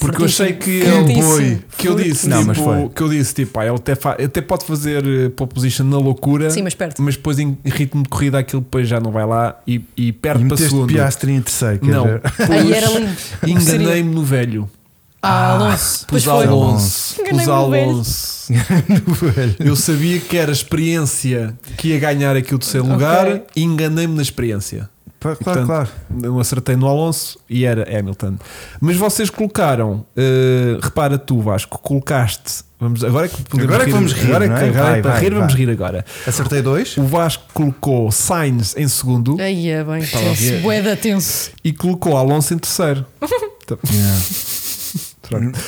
A: Porque eu achei que ele
C: Fortíssimo.
B: boi,
A: que eu disse,
B: Não, mas
A: tipo,
B: foi.
A: que eu disse, tipo, ah, ele até, fa- até pode fazer eh, pole position na loucura,
C: Sim, mas perto.
A: mas depois em ritmo de corrida aquilo depois já não vai lá e, e
B: E
A: perde para
B: meteste
A: segundo.
B: piastre em terceiro. quer
A: Não,
B: dizer.
A: pus-
C: Aí era lindo. Seria.
A: enganei-me no velho.
C: Ah, Alonso. Pois
A: Pus
C: foi.
A: Alonso.
C: Enganei-me
A: Pus
C: no velho.
A: Alonso. Eu sabia que era experiência que ia ganhar aqui o terceiro
C: Ok.
A: lugar e enganei-me na experiência.
B: Pá, Claro,
A: Portanto,
B: claro.
A: Não acertei no Alonso e era Hamilton. Mas vocês colocaram, eh, repara tu, Vasco, colocaste. Vamos, agora é que podemos
B: Agora é que vamos rir,
A: Agora é
B: não
A: que-
B: é?
A: agora é
B: Vai,
A: para
B: vai,
A: rir,
B: vai.
A: vamos rir agora.
B: Acertei dois.
A: O Vasco colocou Sainz em segundo
C: Aí é bem
A: Estava a
C: tenso.
A: ver.
C: Boeda tenso.
A: e colocou Alonso em terceiro. Pronto.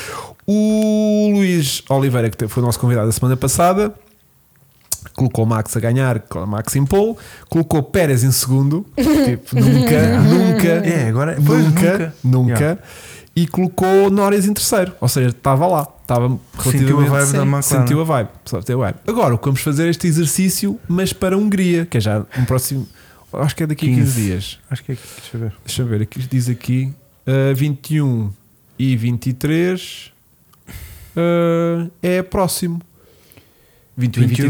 A: O Luís Oliveira, que foi o nosso convidado da semana passada, colocou Max a ganhar, colocou Max em pole, colocou Pérez em segundo, tipo, nunca, nunca,
B: É, agora-
A: nunca,
B: pois,
A: nunca,
B: nunca. Yeah.
A: e colocou Norris em terceiro, ou seja, estava lá, estava
B: Sentiu a
A: relativamente.
B: vibe
C: Sim.
B: da McLaren.
A: Sentiu a vibe, sentiu a vibe. Agora, o que vamos fazer é este exercício, mas para a Hungria, que é já um próximo, acho que é daqui a 15
B: 15.
A: dias.
B: Acho que é que deixa eu ver.
A: Deixa eu ver, aqui diz aqui ah, 21 e 23 ah, é próximo. 21 e
B: 21 e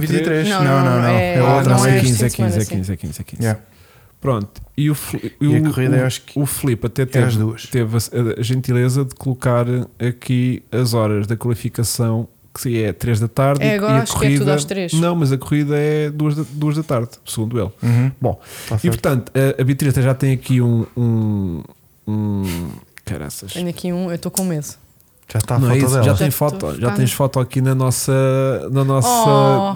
B: 23.
A: 23.
B: Não,
C: Não,
B: não,
C: não,
B: não.
C: não, é-
B: É
A: Ah,
B: outra.
C: não
A: não, é
C: é este
A: 15, é
C: fim de
A: 15, é
C: semana,
A: 15, é 15, é 15.
B: Yeah.
A: Pronto, e o, Fli-
B: E
A: o-
B: a corrida,
A: o-
B: eu acho que.
A: o Filipe até
B: Era as
A: teve,
B: duas.
A: teve a, a gentileza de colocar aqui as horas da qualificação, que é 3 da tarde.
C: É,
A: e-
C: agora
A: e a
C: acho que é
A: corrida,
C: tudo às três.
A: Não, mas a corrida é 2 da, duas da tarde, segundo ele.
B: Uhum.
A: Bom,
B: Tá
A: e
B: certo.
A: portanto, a, a Beatriz já tem aqui um. um, um caraças.
C: Tenho aqui um, eu estou com medo.
B: Já está a
A: Não é
B: foto
A: isso,
B: dela.
A: já,
C: Já
A: tem
C: estou
A: foto, já
C: ficando.
A: tens foto aqui na nossa. Na nossa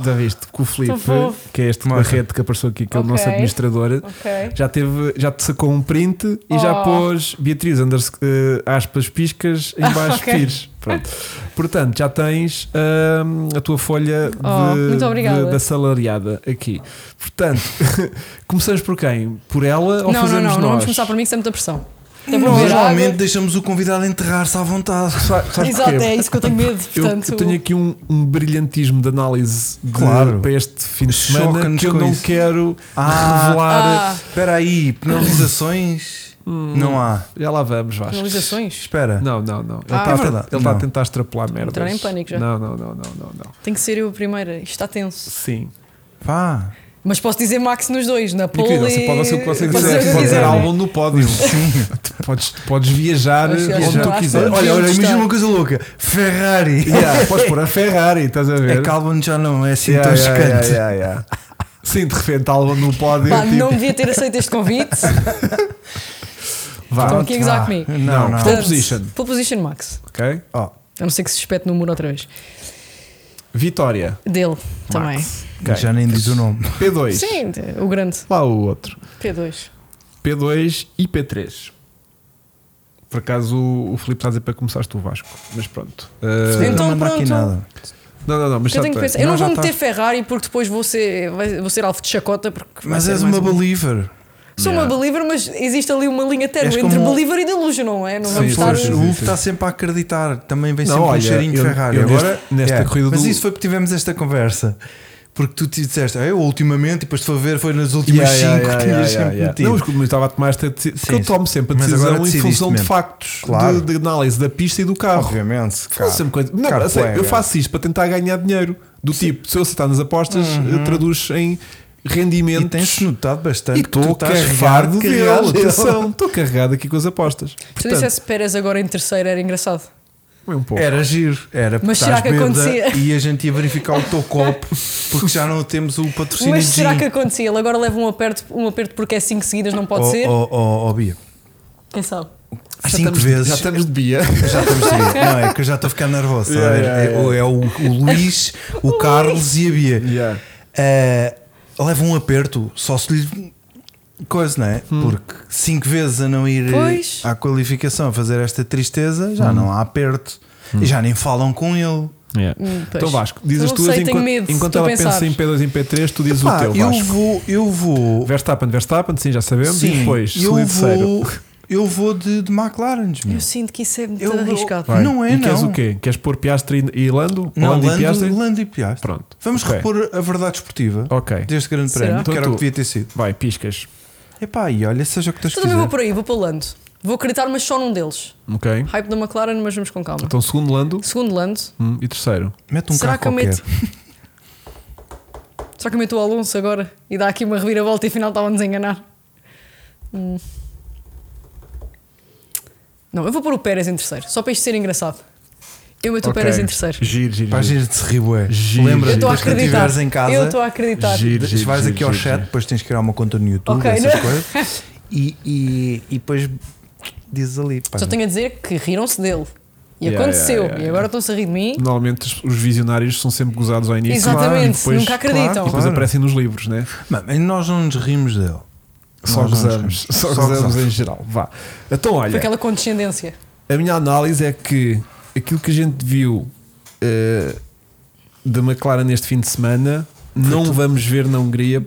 C: Oh,
A: já viste? Com o Filipe,
C: fofo.
A: que é este
B: Mostra.
A: barrete que apareceu aqui, que é o
C: Ok.
A: nosso administrador.
C: Ok.
A: Já, teve, já te sacou um print e
C: Oh.
A: já pôs Beatriz unders, eh, aspas piscas em baixo
C: ok.
A: pires. Pronto. Portanto, já tens ahm, a tua folha
C: Oh,
A: de,
C: muito obrigada.
A: de- da salariada aqui. Portanto, começamos por quem? Por ela ou
C: Não, não, não,
A: fazemos
C: não
A: nós?
C: vamos começar por mim que isso é muita pressão. Então vou
B: Nós
C: beber água.
B: Normalmente deixamos o convidado enterrar-se à vontade.
A: Sa- sabes porquê?
C: Exato, é isso que eu tenho medo.
A: Eu,
C: Portanto,
A: eu tenho aqui um, um brilhantismo de análise de-
B: Claro.
A: para este fim de semana
B: Choca-nos
A: que eu
B: com
A: não
B: isso.
A: quero
B: Ah.
A: revelar.
C: Ah.
B: Espera aí, penalizações?
C: Hum.
B: não há.
A: Já lá vamos, Vasco.
C: penalizações.
B: Espera.
A: Não, não, não. Ele
C: Ah.
A: está
C: É
A: a,
B: verdade.
A: ele tá a
B: Não.
A: tentar extrapolar merdas.
C: entrar em pânico já.
A: Não, não, não, não, não, não.
C: Tem que ser eu a primeira. Isto está tenso.
A: Sim.
B: Pá.
C: Mas posso dizer Max nos dois, na
A: Minha
C: pole
A: querida, você
C: e-
A: pode ser o que você
C: Posso
A: quiser.
C: dizer o que
A: Pode
C: quiser,
A: ter
C: não é?
A: álbum no pódio. Tu Podes, podes viajar
C: Acho- acho
A: onde
C: que
A: tu
C: eu acho
A: quiseres.
C: que-
B: Olha, olha,
C: gostar.
B: imagina uma coisa louca. Ferrari.
A: um- Yeah, podes pôr a Ferrari, estás a ver?
B: É que Albon já não é assim
A: Yeah,
B: tão
A: yeah, yeah,
B: chocante.
A: yeah, yeah. Sim, de repente, álbum no pódio.
C: Pá,
A: tipo,
C: não devia ter aceito este convite.
A: vá.
C: Estão aqui a gozar
B: Ah,
C: é comigo.
B: Não, não.
A: Pole position.
C: Pole position Max.
A: Ok?
B: Ó,
C: A não ser que se espete no muro outra vez.
A: Vitória.
C: Dele também.
A: Ok.
B: Já nem diz o nome.
A: P2.
C: Sim, o grande.
A: Lá o outro.
C: P2.
A: P2 e P3. Por acaso o, o Filipe está a dizer para começares tu o Vasco. Mas pronto. Uh,
C: Então
B: não manda aqui
C: pronto.
B: nada.
A: não, não, não. Mas
C: Porque
A: já
C: eu tenho
A: tem.
C: que pensar. Eu
B: Não,
C: não,
B: já
C: vou meter
B: tá.
C: Ferrari porque depois vou ser, vai- vou ser alvo de chacota. Porque vai
B: Mas
C: ser
B: és
C: mais
B: uma
C: um-
B: believer.
C: Sou uma
A: Yeah.
C: believer, mas existe ali uma linha
B: És
C: término
B: como
C: entre
B: um-
C: believer e delusion, não é? Não
A: Sim,
C: vamos estar.
A: pois,
B: O
A: sim,
B: Hugo
A: sim.
B: está sempre a acreditar. Também vem
A: Não,
B: sempre um
A: olha,
B: cheirinho de
A: eu-
B: Ferrari.
A: eu neste-
B: Agora, é,
A: nesta corrida
B: Mas
A: do-
B: isso foi porque tivemos esta conversa. Porque tu te disseste, "Ah, eu ultimamente, e depois estou a ver, foi nas últimas
A: Yeah, yeah,
B: 5 que
A: yeah,
B: tinhas
A: yeah,
B: sempre
A: yeah.
B: metido.
A: Não, mas como eu estava a tomar esta decisão, porque
B: Sim,
A: eu tomo sempre a
B: mas agora
A: decisão em
B: decidiste
A: função de
B: mesmo.
A: factos,
B: Claro.
A: de, de análise da pista e do carro.
B: Obviamente,
A: Faço sempre coisa- Não,
B: Caro
A: a sério, eu
B: colega.
A: faço isto para tentar ganhar dinheiro. Do tipo, se eu acertar nas apostas, eu traduz em rendimentos.
B: Uhum. E tens notado bastante
A: E
B: que tu
A: estou
B: estás
A: carregado de
B: carregado dele.
A: atenção. Estou carregado aqui com as apostas.
C: Se eu dissesse Pérez agora em terceiro era engraçado.
A: É um pouco.
B: Era giro, era porque
C: Mas será
B: estás
C: que
B: bêbada
C: acontecia?
B: e a gente ia verificar o teu copo porque já não temos o patrocínio
C: Mas
B: de
C: será
B: gin.
C: que acontecia? Ele agora leva um aperto, um aperto porque é 5 seguidas, não pode
B: Oh,
C: ser?
B: Oh, oh, oh, Bia,
C: Quem sabe?
A: Já
B: cinco
A: estamos- Já
B: vezes.
A: estamos de Bia.
B: Já estamos a sair. Não, é que eu já estou a ficar nervoso. tá a ver?
A: Yeah, yeah,
B: É, é o, o Luís, o Carlos e a Bia.
A: Yeah.
B: Eh, leva um aperto só se lhe. Coisa, não é?
A: Hum.
B: Porque cinco vezes a não ir eh,
C: Pois.
B: à qualificação a fazer esta tristeza,
A: Hum.
B: já não há aperto. E já nem falam com ele.
C: Hum, pois.
A: Então Vasco, dizes
C: Eu não
A: tu
C: sei, tenho
A: enquanto,
C: medo, se
A: enquanto
C: tu
A: ela
C: pensares.
A: pensa em P2 e em P3, tu dizes
B: Pá,
A: o teu
B: eu
A: Vasco.
B: vou. Eu vou.
A: Verstappen, Verstappen, sim, já sabemos. e depois,
B: eu
A: segundo e terceiro.
B: vou, eu vou de, de McLaren.
C: Eu sinto que isso é muito
B: Eu- eu-
C: arriscado.
B: Vai. Não é,
A: e queres
B: não.
A: o quê? Queres pôr Piastri e- e Lando?
B: Não,
A: Lando,
B: Lando,
A: e Piastri?
B: Lando e Piastri.
A: Pronto.
B: Vamos
A: Ok.
B: repor a verdade esportiva
A: Ok.
B: deste grande
C: Será?
B: prémio,
A: Então
B: que era o
A: tu.
B: que devia ter sido.
A: Vai, piscas.
B: Epá, e olha, seja o que tens
C: Eu também vou
B: quiser.
C: por aí, vou para o Lando. Vou acreditar, mas só num deles.
A: Ok.
C: Hype da McLaren, mas vamos com calma.
A: Então, segundo Lando
C: Segundo Lando,
A: hum, e terceiro.
B: Mete um
C: Será
B: carro
C: que eu meto-
B: qualquer.
C: será que eu meto o Alonso agora e dá aqui uma reviravolta e afinal estava-nos a enganar? Hum. Não, eu vou pôr o Pérez em terceiro, só para isto ser engraçado. Eu meto o
A: Ok.
C: Pérez em terceiro.
A: Giro, giro.
B: Para
A: giro.
B: giro de se ribué.
A: Giro,
B: Lembra
C: Eu estou a
B: depois que
C: acreditar.
B: estiveres em casa,
C: Eu estou a acreditar.
A: Giro,
B: se vais
A: giro,
B: aqui ao
A: giro,
B: chat,
A: giro.
B: depois tens que criar uma conta no YouTube,
C: Ok, né?
B: essas
C: não.
B: coisas. E, e, e depois dizes ali. Pá,
C: Só tenho a dizer que riram-se dele. E
A: Yeah,
C: aconteceu.
A: yeah, yeah,
C: E agora estão-se a rir de mim.
A: Normalmente os- os visionários são sempre gozados ao início
C: Exatamente,
A: e depois,
C: nunca acreditam.
A: e depois
B: Claro.
A: aparecem nos livros, né?
B: Mas mas nós não nos rimos dele. Nós não
A: Só
B: nos
A: gozamos,
B: rimos.
A: só gozamos
B: gozamos.
A: em geral. Vá. Então, olha,
C: Foi aquela condescendência.
A: a minha análise é que aquilo que a gente viu eh, da McLaren neste fim de semana não vamos ver na Hungria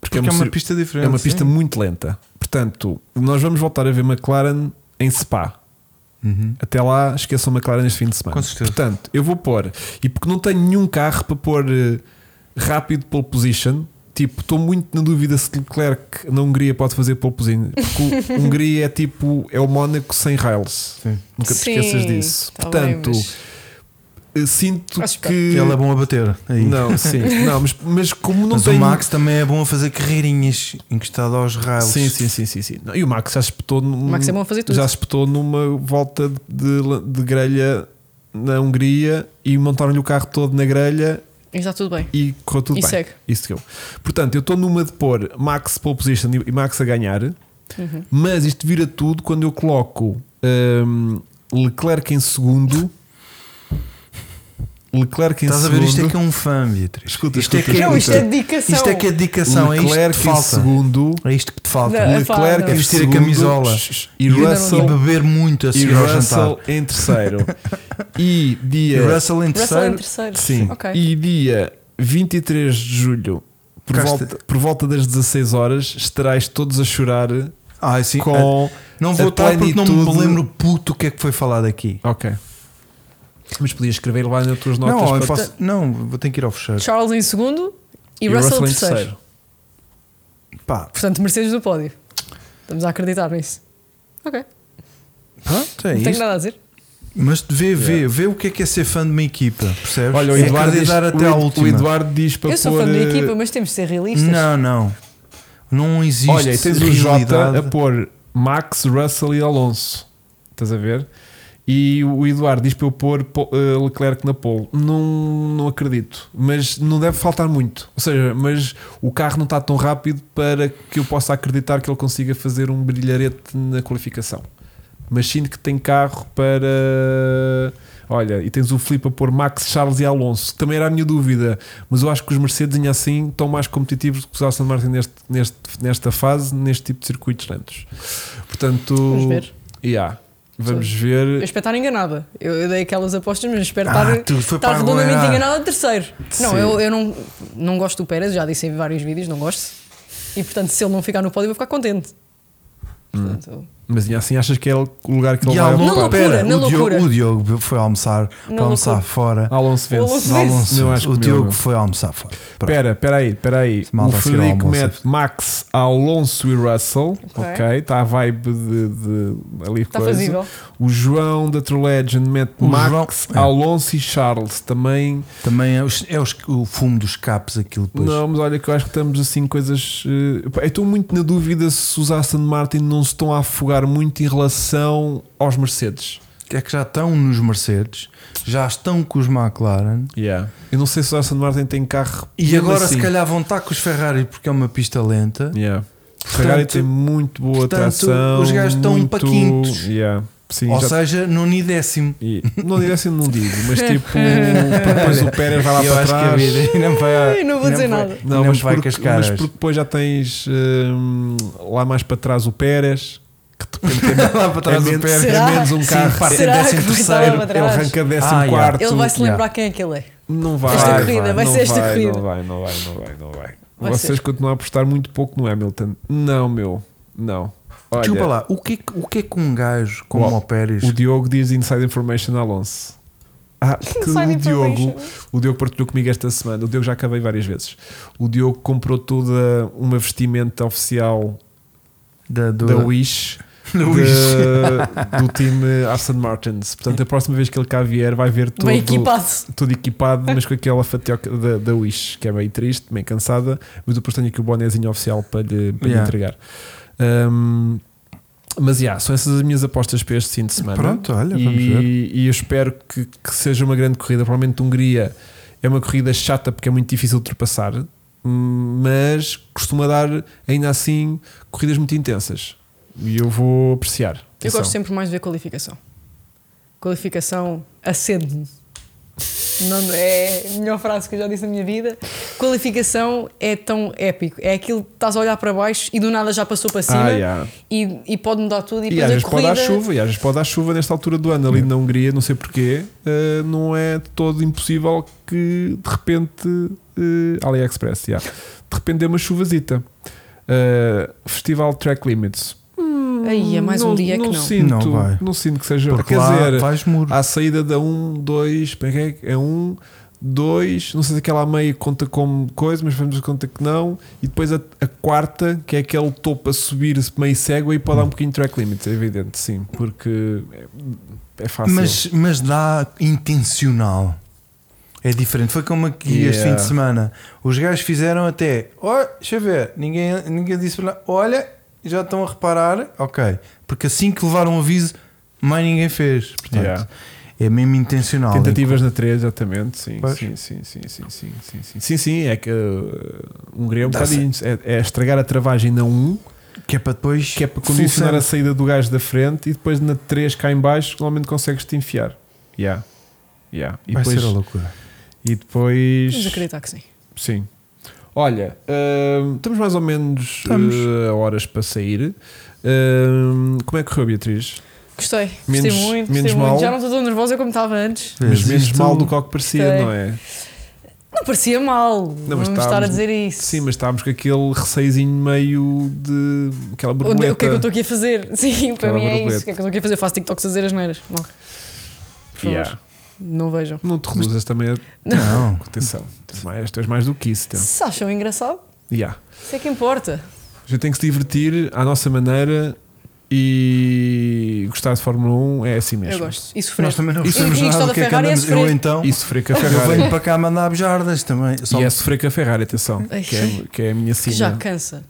A: porque,
B: Porque é uma,
A: cir-
B: pista diferente.
A: é uma
B: sim.
A: pista muito lenta. Portanto, nós vamos voltar a ver McLaren em Spa.
B: Uhum.
A: Até lá, esqueçam McLaren este fim de semana.
B: Com certeza.
A: Portanto, eu vou pôr. E porque não tenho nenhum carro para pôr eh, rápido pole position, tipo, estou muito na dúvida se Leclerc na Hungria pode fazer pole position. Porque o Hungria é tipo, é o Mónaco sem rails.
B: Sim.
A: Nunca te esqueças disso.
C: tá bem,
A: Portanto,
C: mas-
A: eh, sinto
C: Acho que-
A: que.
B: Ele é bom a bater. Aí.
A: Não, sim. Não, mas, mas como não
B: Mas
A: tenho.
B: o Max ah, também é bom a fazer carreirinhas encostado aos raios.
A: Sim, sim, sim, sim, sim. Não, E o Max já se espetou num-
C: O Max é bom a fazer tudo.
A: Já se espetou numa volta de, de grelha na Hungria e montaram-lhe o carro todo na grelha
C: E está tudo bem.
A: e correu tudo
C: E
A: bem.
C: segue.
A: Isso que eu. Portanto, eu estou numa de pôr Max pole position e- e Max a ganhar, mas isto vira tudo quando eu coloco hum, Leclerc em segundo. Leclerc em
B: Estás a
A: segundo.
B: ver? Isto é que é um fã, Beatriz.
A: Escuta,
B: isto,
A: escuta,
B: é que
A: escuta.
C: Não, isto é
B: isto,
C: dedicação.
B: é que é dedicação. é isto
A: Leclerc
B: que
A: em
B: falta.
A: segundo.
B: É isto que te falta.
C: Não, é pá,
A: Leclerc
C: não.
A: em
B: Vestir a
A: segundo,
B: camisola.
A: e
B: E,
A: Russell
B: e beber muito a
A: e
B: seguir ao
A: Russell é.
B: jantar.
A: em terceiro. e
B: E Russell em
A: dia.
C: Russell em
B: terceiro.
C: terceiro.
A: sim.
C: Ok.
A: E dia 23 de julho, por
B: Cá
A: volta, por volta das 16 horas, estarás todos a chorar
B: Ah, sim. Ah,
A: com.
B: Não vou
A: a
B: estar porque não me
A: plenitude-
B: lembro puto o que é que foi falado aqui.
A: Ok. Mas podias escrever lá nas tuas notas.
B: Não, eu
A: para-
B: posso, não, vou ter que ir ao fecheiro.
C: Charles em segundo e,
A: E
C: Russell, em terceiro.
B: Pá,
C: Portanto, Mercedes no pódio. Estamos a acreditar nisso. Ok.
B: pronto, é
C: não tenho
B: isto.
C: nada a dizer.
B: Mas vê, vê, vê o que é que é ser fã de uma equipa, percebes?
A: Olha, o
B: É
A: Eduardo, diz,
B: acreditar até
A: o,
B: à
A: Ed-
B: última.
A: o Eduardo diz para
C: Eu sou
A: pôr.
C: fã da
A: eh,
C: equipa, mas temos de ser realistas.
B: Não, não. Não existe
A: Olha, e tens o Jota
B: realidade.
A: a pôr Max, Russell e Alonso. Estás a ver? E o Eduardo diz para eu pôr po- eh, Leclerc na pole. Não, não acredito. Mas não deve faltar muito. Ou seja, mas o carro não está tão rápido para que eu possa acreditar que ele consiga fazer um brilharete na qualificação. Mas sinto que tem carro para. Olha, e tens o Filipe a pôr Max, Charles e Alonso, que também era a minha dúvida, mas eu acho que os Mercedes, ainda assim, estão mais competitivos do que os Aston Martin neste, neste, nesta fase, neste tipo de circuitos lentos. Portanto,
C: Vamos ver.
A: yeah, vamos ver.
C: Eu espero estar enganada. Eu, eu dei aquelas apostas, mas espero
B: Ah,
C: estar,
B: tu foi
C: estar
B: para
C: redondamente
B: aglomerar.
C: enganada de terceiro.
A: é
C: Não,
A: Sim.
C: eu, eu não, não gosto do Pérez, já disse em vários vídeos, não gosto. E portanto, se ele não ficar no pódio, eu vou ficar contente. Portanto,
A: Mas e assim achas que é o lugar que ele
B: E
A: vai
B: há
C: Na
B: algum-
A: ocupar?
C: loucura,
B: Pera,
C: na
B: o, Diogo,
C: loucura.
B: o Diogo foi almoçar, foi
C: loucura.
B: almoçar fora.
A: Alonso
C: O Alonso
A: vence.
C: vence.
B: Alonso,
A: Não acho que
B: o
A: comeu,
B: Diogo
A: não.
B: foi almoçar fora. Pronto.
A: Espera, espera aí, espera aí.
B: Mal
A: o
B: vai ser ao
A: Frederico
B: almoço.
A: mete Max, Alonso e Russell.
C: Ok.
A: Ok, está a vibe de, de ali coisa.
C: Está tá fazível.
A: O João da True Legend mete
B: O
A: Max,
B: João- é.
A: Alonso e Charles também.
B: Também é, os- é os- o fumo dos capes, aquilo depois.
A: Não, mas olha que eu acho que estamos assim coisas. eh, pá, eu estou muito na dúvida se os Aston Martin não se estão a afogar muito em relação aos Mercedes.
B: É que já estão nos Mercedes, já estão com os McLaren
A: Eu não sei se os Aston Martin têm carro.
B: e
A: mesmo
B: agora
A: assim.
B: se calhar vão estar com os Ferrari porque é uma pista lenta.
A: Yeah. Ferrari tem muito boa
B: portanto,
A: tração.
B: os gajos estão
A: muito-
B: para quintos.
A: Yeah. Sim,
B: Ou
A: já-
B: seja, nono e décimo.
A: e- não diria assim, não digo, mas tipo, depois o Pérez vai lá
B: Eu
A: para
B: acho que a
A: trás.
B: vida ainda vai-
C: Ai, não vou
B: ainda
C: dizer
B: vai-
C: nada.
B: ainda
A: Não, mas,
B: vai
A: porque,
B: cascar
A: mas
B: hoje.
A: porque depois já tens hum, lá mais para trás o Pérez, que de repente é,
B: lá para trás
A: é
B: o
A: menos-
B: Pérez.
A: é
C: Será?
A: menos um
B: Sim,
A: carro.
B: parte
C: Será
B: décimo
C: que vai estar
B: terceiro,
C: lá para
A: Ele
C: trás?
A: arranca décimo
B: Ah, yeah.
A: quarto.
C: Ele vai se lembrar
B: yeah.
C: quem é que ele é.
A: Não vai.
C: Esta
A: não
C: corrida, vai
A: não
C: ser esta
A: vai,
C: corrida.
A: Não vai, não vai, não vai, não vai.
C: Vai
A: Vocês continuam a apostar muito pouco no Hamilton. Não, meu. Não. Olha,
B: Desculpa lá, o que, é que- o que é que um gajo como
A: Uau.
B: o Pérez
A: O Diogo diz Inside Information Alonso. Ah, que
C: Inside
A: o Diogo,
C: information.
A: o Diogo partilhou comigo esta semana. O Diogo já acabei várias vezes. O Diogo comprou toda uma vestimenta oficial
B: da, do,
A: da Wish.
B: Da
A: de-
B: Wish.
A: do time Aston Martins. Portanto, a próxima vez que ele cá vier, vai ver tudo
C: Bem equipado.
A: todo equipado, mas com aquela fatioca da, da Wish, que é bem triste, bem cansada, mas depois tenho aqui o bonézinho oficial para lhe, para lhe
B: Yeah.
A: entregar. Ahm, mas yeah, são essas as minhas apostas para este fim de semana.
B: Pronto, olha,
A: e,
B: vamos ver.
A: e eu espero que, que seja uma grande corrida. Provavelmente Hungria é uma corrida chata porque é muito difícil de ultrapassar, hum, mas costuma dar ainda assim corridas muito intensas. E eu vou apreciar.
C: Eu
A: Atenção.
C: gosto sempre mais de ver qualificação. Qualificação acende-me. Não- é a melhor frase que eu já disse na minha vida. Qualificação é tão épico. É aquilo que estás a olhar para baixo e do nada já passou para cima
A: Ah, yeah.
C: e, e pode mudar tudo. E,
A: E às
C: depois a
A: vezes pode dar
C: corrida-
A: chuva, e às vezes pode dar chuva nesta altura do ano, ali
B: É.
A: na Hungria, não sei porquê, eh, não é de todo impossível que de repente eh, AliExpress, yeah, de repente dê uma chuvazita. Eh, Festival Track Limits.
C: Aí é mais um dia que não.
A: Sinto,
B: Não vai.
A: não sinto que seja.
B: porque
A: quer
B: lá
A: dizer,
B: faz muro.
A: à saída da 1, 2, como é que é? É 1, 2, não sei se aquela à meia conta como coisa, mas vamos conta que não. E depois a, a quarta, que é aquele topo a subir meio cego e pode dar um bocadinho de track limits, é evidente, sim, porque é, é fácil.
B: Mas, mas dá intencional. É diferente. Foi como aqui este
A: Yeah.
B: fim de semana. Os gajos fizeram até. Oh, deixa eu ver. Ninguém, ninguém disse para nada. Olha, já estão a reparar. Ok. Porque assim que levaram o aviso, mais ninguém fez. Portanto,
A: Yeah.
B: é mesmo intencional.
A: Tentativas na 3, exatamente, sim,
B: Pois.
A: sim, sim, sim, sim, sim, sim, sim, sim, sim, é que uh, Hungria é um
B: Dá-se.
A: bocadinho, é, é estragar a travagem na 1,
B: Que é para depois.
A: que é para condicionar a saída do gajo da frente e depois na 3 cá em baixo normalmente consegues te enfiar. Yeah. Yeah. E
B: Vai ser a
A: depois,
B: loucura.
A: e
C: Vamos
A: depois
C: acreditar que sim.
A: sim. Olha, hum, estamos mais ou menos
B: Estamos.
A: hum, a horas para sair. Hum, como é que correu, Beatriz?
C: Gostei.
A: Menos-
C: gostei muito.
A: menos
C: gostei muito.
A: mal.
C: Já não estou tão nervosa como estava antes.
A: Mas
B: Vês,
A: menos
B: É, isto-
A: mal do que ao que parecia,
C: Gostei.
A: não é?
C: Não parecia mal. Vamos estar a
A: estávamos-
C: dizer isso.
A: Sim, mas estávamos com aquele receiozinho meio de aquela
C: Onde-
A: borboleta.
C: o que é que eu estou aqui a fazer? Sim, para
A: Aquela
C: mim é
A: borboleta.
C: isso. O que é que eu estou aqui a fazer? Faço TikToks a dizer as neiras. Não, por
A: Yeah.
C: não vejam.
A: Não te reduzas também a
B: Não.
A: atenção. Tu és mais, tu és mais do que isso. Então.
C: Se acham engraçado,
A: Yeah.
C: isso é que importa.
A: A gente tem que se divertir à nossa maneira e gostar de Fórmula 1 é assim mesmo.
C: Eu gosto. E sofrer.
B: Nós também não
C: E-
B: percebemos
C: e gostar
B: nada
C: da
B: do que é que
C: Ferrari é
B: andamos. Eu
C: sofrer.
B: então.
A: E sofrer com a
B: Eu venho
A: Ferrari.
B: para cá mandar bejardas também. Só
A: E é sofrer com a Ferrari, atenção,
C: Ai.
A: que é, que é a minha
C: que
A: sina.
C: já cansa.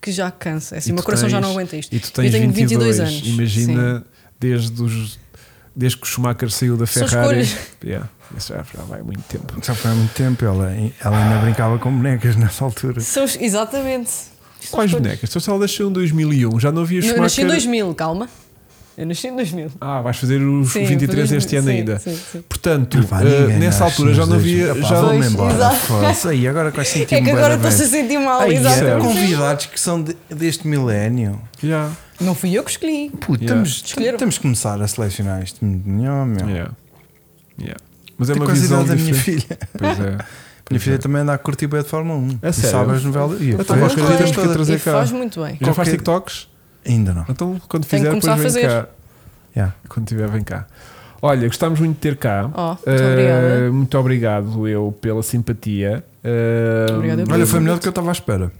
C: Que já cansa. É Assim,
A: E
C: o meu
A: tu
C: coração já
A: tens-
C: não aguenta isto.
A: E tu tens
C: Eu tenho
A: 22,
C: 22 anos.
A: Imagina desde, os, desde que o Schumacher saiu da
C: São
A: Ferrari.
C: escolhas.
A: Yeah, isso já, já vai muito tempo.
B: Já foi há muito tempo. Ela, ela ainda brincava com bonecas nessa altura.
C: São os- exatamente. Isto
A: Quais
C: foi-
A: bonecas? Tu só nasceu em 2001, já não havia
C: Eu
A: Schumacher.
C: nasci em 2000, calma. Eu nasci em 2000.
A: Ah, vais fazer os
C: Sim,
A: 23 este ano
C: sim,
A: ainda.
C: sim, sim.
A: Portanto,
B: Não vai
A: eh,
B: ninguém nasce
A: nessa altura já
B: nos
A: não
B: dois.
A: havia.
B: Epá,
A: Já
B: vou-me
C: Pois,
B: embora.
C: exato.
B: Foda-se. Aí agora quase senti
C: É que agora
B: estou
C: estou-se a sentir mal.
A: sério?
C: exatamente.
B: Convidados que são de- deste milénio.
A: Yeah,
C: Não fui eu que escolhi.
B: Puto,
A: Yeah.
B: temos,
C: Escolheram.
B: temos que começar a selecionar isto. Não, meu.
A: yeah, yeah. Mas é
B: É. Tem
A: uma
B: quase a
A: visão
B: idade da minha
A: diferente.
B: filha.
A: Pois é.
B: Minha filha também anda a curtir bem de Fórmula 1.
A: A
B: E
A: É sério? Então
B: sabe as novelas. E
A: Eu
B: eu
A: estava
B: vejo
A: a
B: as
A: acreditar
B: coisas
A: que
B: todas.
A: trazer
C: E
A: cá.
C: faz muito bem.
A: Já faz
B: Qualquer-
A: TikToks?
B: Ainda não.
A: Então, quando
C: Tenho
A: fizer,
C: que começar
A: depois vem
C: a fazer.
A: cá.
B: Yeah.
A: Quando tiver, vem cá. Olha, gostámos muito de ter cá.
C: Oh, muito
A: Eh,
C: obrigada.
A: muito obrigado eu pela simpatia. Eh,
C: Obrigada,
B: Olha, foi melhor do que eu estava à espera.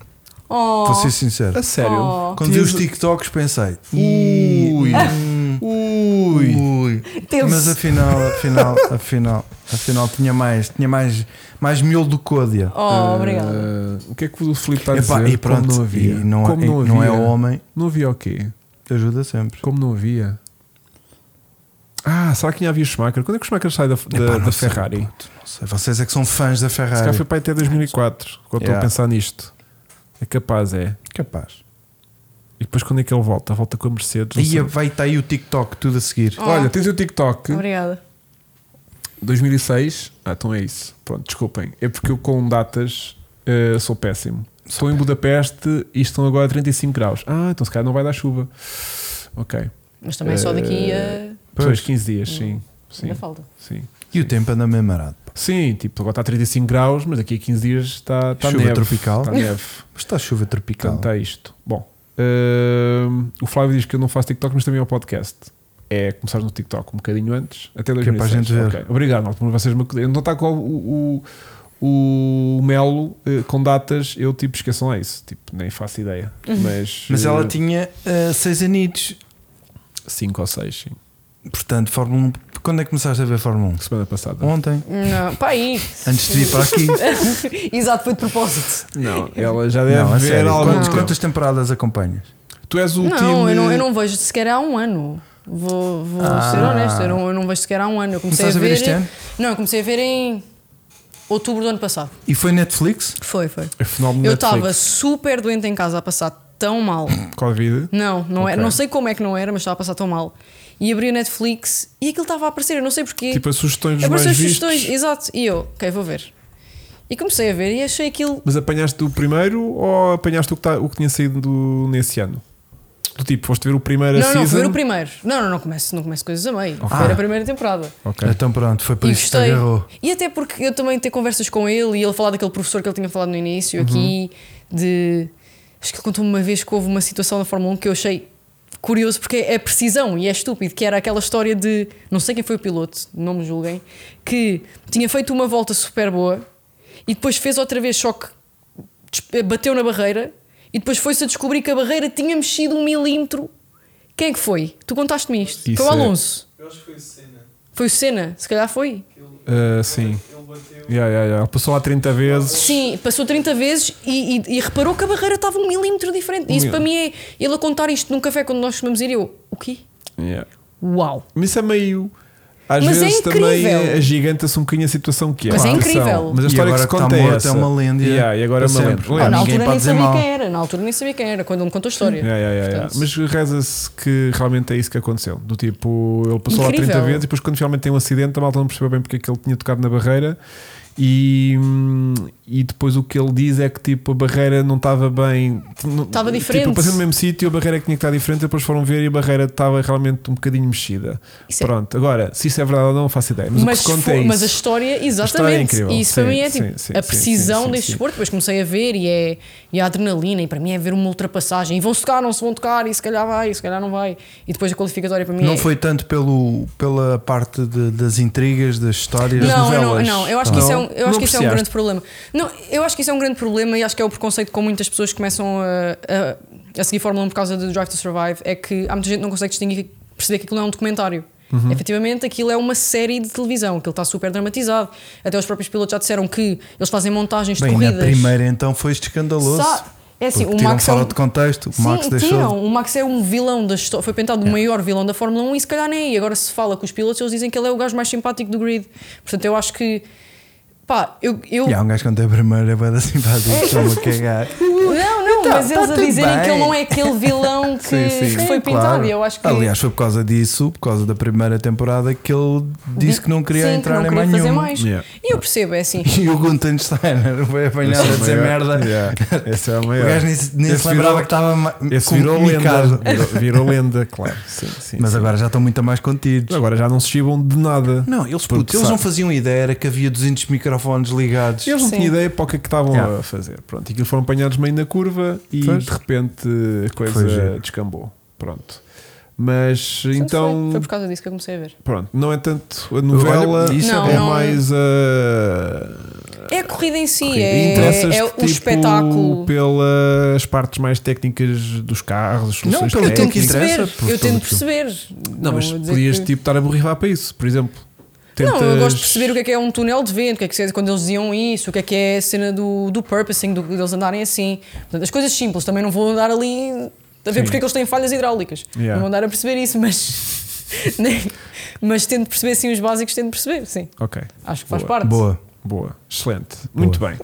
C: Oh,
B: Vou ser sincero.
A: A sério.
C: Oh.
B: Quando vi os
A: Tinhas-
B: TikToks pensei.
A: Ui.
B: hum,
A: Ui.
B: ui.
C: tenso.
B: Mas afinal, afinal, afinal, afinal tinha mais, tinha mais, mais miolo do que ódia.
C: Oh,
A: Eh,
C: obrigada.
A: o que é que o Filipe está a
B: Epá,
A: dizer?
B: e pronto,
A: Como não havia?
B: e não,
A: Como
B: e
A: não havia?
B: não é homem,
A: Não havia o quê?
B: ajuda sempre.
A: Como não havia? Ah, será que ainda havia Schumacher? Quando é que o Schumacher sai da, da-
B: Epá, não
A: da
B: sei,
A: Ferrari?
B: puto, não sei. Vocês é que são fãs da
A: Se calhar
B: Ferrari.
A: foi para aí até 2004, quando estou a
B: Yeah.
A: pensar nisto. É capaz, é.
B: Capaz.
A: E depois quando é que ele volta? Volta com a Mercedes. não
B: E
A: sei.
B: vai estar aí o TikTok tudo a seguir.
C: Oh.
A: Olha, tens o TikTok.
C: Obrigada.
A: 2006. Ah, então é isso. Pronto, desculpem. É porque eu com datas eh, sou péssimo. Estou em Budapeste e estão agora 35 graus. Ah, então se calhar não vai dar chuva. Ok.
C: Mas também só daqui a.
A: Depois 15 dias, sim. Eh, Sim,
C: Hum. Ainda falta.
A: sim.
B: E o tempo anda meio marado. pá.
A: Sim, tipo, agora está 35 graus, mas daqui a 15 dias está, está
B: Chuva
A: neve.
B: tropical.
A: Está neve.
B: Mas está chuva tropical.
A: Portanto, é isto. Bom, hum, o Flávio diz que eu não faço TikTok, mas também é o podcast. É começar no TikTok um bocadinho antes, até
B: é para a
A: 2006.
B: gente ver.
A: Ok. Obrigado, Malta, por vocês me acudirem. Não está com o, o, o Melo eh, com datas, eu tipo, esqueçam lá isso. Tipo, nem faço ideia.
C: Uhum.
A: Mas,
B: Mas ela tinha eh, seis anitos.
A: 5 ou 6, sim.
B: Portanto, Fórmula 1. Quando é que começaste a ver Fórmula
A: Semana passada.
B: 1? Ontem.
C: Não, pá, aí.
B: Antes de vir para aqui.
C: Exato, foi de propósito.
A: Não, ela já deve
B: não, a
A: ver
B: sério.
A: algum
B: Quantas,
A: tempo.
B: quantas temporadas acompanhas?
A: Tu és o
C: não,
A: time.
C: eu não, eu não vejo sequer há um ano. Vou, vou
B: Ah.
C: ser honesto, eu não, eu não vejo sequer há um ano. Eu comecei
B: Começaste
C: a
B: a ver
C: ver.
B: este ano?
C: Não, eu comecei a ver em outubro do ano passado.
B: E foi Netflix?
C: Foi, foi.
A: É fenómeno
C: Eu
A: Netflix.
C: estava super doente em casa a passar tão mal.
A: Covid.
C: Não, não, era,
A: Ok.
C: não sei como é que não era, mas estava a passar tão mal. E abri o Netflix e aquilo estava a aparecer, eu não sei porquê.
A: Tipo, as sugestões dos mais
C: Apareceu É, as
A: vistos.
C: sugestões, exato. E eu, ok, vou ver. E comecei a ver e achei aquilo.
A: Mas apanhaste o primeiro ou apanhaste o que, tá- o que tinha saído do- nesse ano? Do tipo, foste ver o primeiro
C: não,
A: a
C: não,
A: season?
C: foi o primeiro. Não, não, não começo, não começo coisas a meio. Foi a primeira temporada.
A: Ok.
B: Então pronto, foi por
C: e
B: isso que te
C: gostei.
B: agarrou.
C: E até porque eu também ter conversas com ele e ele falar daquele professor que ele tinha falado no início aqui, de. Acho que ele contou-me uma vez que houve uma situação na Fórmula 1 que eu achei curioso porque é precisão e é estúpido, que era aquela história de não sei quem foi o piloto, não me julguem, que tinha feito uma volta super boa e depois fez outra vez, só que des- bateu na barreira e depois foi-se a descobrir que a barreira tinha mexido um milímetro. Quem é que foi? Tu contaste-me isto.
A: Isso
C: foi o
A: é-
C: Alonso.
D: Eu acho que foi o Senna.
C: Foi o Senna, se calhar foi.
D: Que ele,
A: Ah, sim.
D: ele bateu.
A: Yeah, yeah, yeah. Passou lá 30 vezes.
C: Sim, passou 30 vezes e, e- e reparou que a barreira estava um milímetro diferente. Isso
A: Mil.
C: para mim é ele a contar isto num café quando nós costumamos ir. Eu, o quê?
A: Yeah.
C: Uau!
A: Mas isso é meio. Às
C: Mas é
A: vezes também
C: incrível.
A: agiganta-se um bocadinho a situação que é.
C: Mas é
A: Atenção.
C: incrível.
A: Mas a
B: E
A: história que
B: agora
A: se
B: que está
A: conta é
B: morto,
A: essa.
B: é uma lenda.
A: Yeah, e agora é uma
B: Para
A: lenda.
B: sempre.
A: Lenda.
C: Ah, na
B: ninguém
C: altura
B: pode
C: nem
B: dizer
C: sabia
B: mal.
C: quem era, na altura nem sabia quem era, quando ele me contou a história.
A: Yeah, yeah, yeah, yeah.
C: Portanto,
A: Mas reza-se que realmente é isso que aconteceu. Do tipo, ele passou lá 30
C: Incrível.
A: vezes e depois, quando finalmente tem um acidente, a malta não percebeu bem porque é que ele tinha tocado na barreira. E, hum, e depois o que ele diz é que tipo, a barreira não estava bem. não-
C: Estava diferente.
A: Tipo, passei no mesmo sítio, a barreira é que tinha que estar diferente. Depois foram ver e a barreira estava realmente um bocadinho mexida.
C: Isso é-
A: Pronto, agora, se isso é verdade ou não, não faço ideia. Mas,
C: Mas,
A: o que se conta
C: foi-
A: é isso.
C: mas a história, exatamente.
A: incrível.
C: E isso para
A: Sim,
C: mim é
A: sim,
C: tipo
A: sim,
C: a
A: sim,
C: precisão
A: sim, sim,
C: deste
A: sim.
C: desporto. Depois comecei a ver e é e a adrenalina. E para mim é ver uma ultrapassagem. E vão se tocar, não se vão tocar. E se calhar vai, e se calhar não vai. E depois a qualificatória para mim é.
B: Não foi tanto pelo, pela parte de- das intrigas, das histórias, das
C: Não, eu não,
B: novelas.
C: não, eu acho que isso é um, eu
A: Não
C: acho que isso é um
A: apreciaste.
C: grande problema. Não, eu acho que isso é um grande problema e acho que é o preconceito com muitas pessoas que começam a, a, a seguir Fórmula 1 por causa do Drive to Survive é que há muita gente que não consegue distinguir perceber que aquilo não é um documentário.
B: Uhum.
C: Efetivamente, aquilo é uma série de televisão, aquilo está super dramatizado. Até os próprios pilotos já disseram que eles fazem montagens
B: Bem,
C: de
B: na
C: é corridas.
B: primeira então foi escandaloso.
C: Sa- é assim,
B: Porque
C: o
B: tiram
C: Max é
B: fora
C: um-
B: de contexto. O
C: Sim,
B: Max deixou.
C: tiram. O Max é um vilão da história. Foi pintado o maior vilão da Fórmula 1 e se calhar nem. é. E agora se fala com os pilotos, eles dizem que ele é o gajo mais simpático do grid. Portanto, eu acho que. Pá, eu. eu-
B: E há um gajo quando é primeiro é bué da simpático, estão-me a cagar.
C: Não, não,
B: Então,
C: mas
B: tá
C: eles a
B: tudo
C: dizerem
B: bem.
C: que ele não é aquele vilão que,
A: Sim, sim.
C: que foi
B: Sim,
C: pintado.
B: claro.
C: E eu acho que.
B: Aliás, foi por causa disso, por causa da primeira temporada, que ele disse que não queria
C: sim, que
B: entrar
C: não
B: em
C: queria
B: mais um.
C: fazer
B: nenhuma.
C: mais.
A: Yeah.
C: E eu percebo, é assim.
B: E o Guntensteiner foi apanhado
A: Esse é
B: a
A: o
B: dizer
A: maior.
B: merda.
A: Yeah, Esse é o
B: O
A: maior.
B: gajo nem, se- nem
A: Esse
B: se lembrava
A: virou-
B: que estava ma-
A: Esse
B: com-
A: virou lenda.
B: complicado.
A: Virou, virou lenda, claro. Sim, sim,
B: Mas
A: sim.
B: agora já estão muito mais contidos.
A: agora já não se chibam de nada.
B: Não, eles,
A: Porque
B: puto, eles
A: sabe-
B: não faziam ideia, era que havia 200 microfones ligados.
A: Eles não
C: Sim.
A: tinham ideia para o que é que estavam
B: Yeah.
A: a fazer. Pronto, e aquilo foram apanhados meio na curva e
B: Pois.
A: de repente a
B: Foi
A: coisa
B: giro.
A: descambou. Pronto. Mas então,
C: Foi, foi por causa disso que eu comecei a ver.
A: pronto, não é tanto a novela,
B: Olha, isso
C: Não,
A: é
C: não.
A: mais a.
B: Uh,
C: É a corrida em si, é,
A: Interessas-te,
C: é o
A: tipo,
C: espetáculo.
A: pelas partes mais técnicas dos carros, os
B: Não,
A: soluções
B: pelo
C: Eu tento
B: tempo é que interessa,
A: técnicas.
B: tipo.
C: perceber.
B: por
C: Eu
B: todo o
C: tento
B: filme.
C: perceber.
A: Não, mas
B: é
C: vou dizer
A: podias
C: que-
A: tipo estar a borrifar para isso, por exemplo.
C: Não, eu gosto
A: Tentas-
C: de perceber o que é que é um túnel de vento, o que é que é quando eles diziam isso, o que é que é a cena do, do purposing, do, deles andarem assim. Portanto, as coisas simples, também não vou andar ali a ver
A: Sim.
C: porque é que eles têm falhas hidráulicas.
A: Yeah.
C: Não vou andar a perceber isso, mas. mas tento perceber sim os básicos, tento perceber, sim.
A: Ok,
C: Acho que faz
A: Boa.
C: parte.
B: Boa.
A: boa, excelente, muito bem.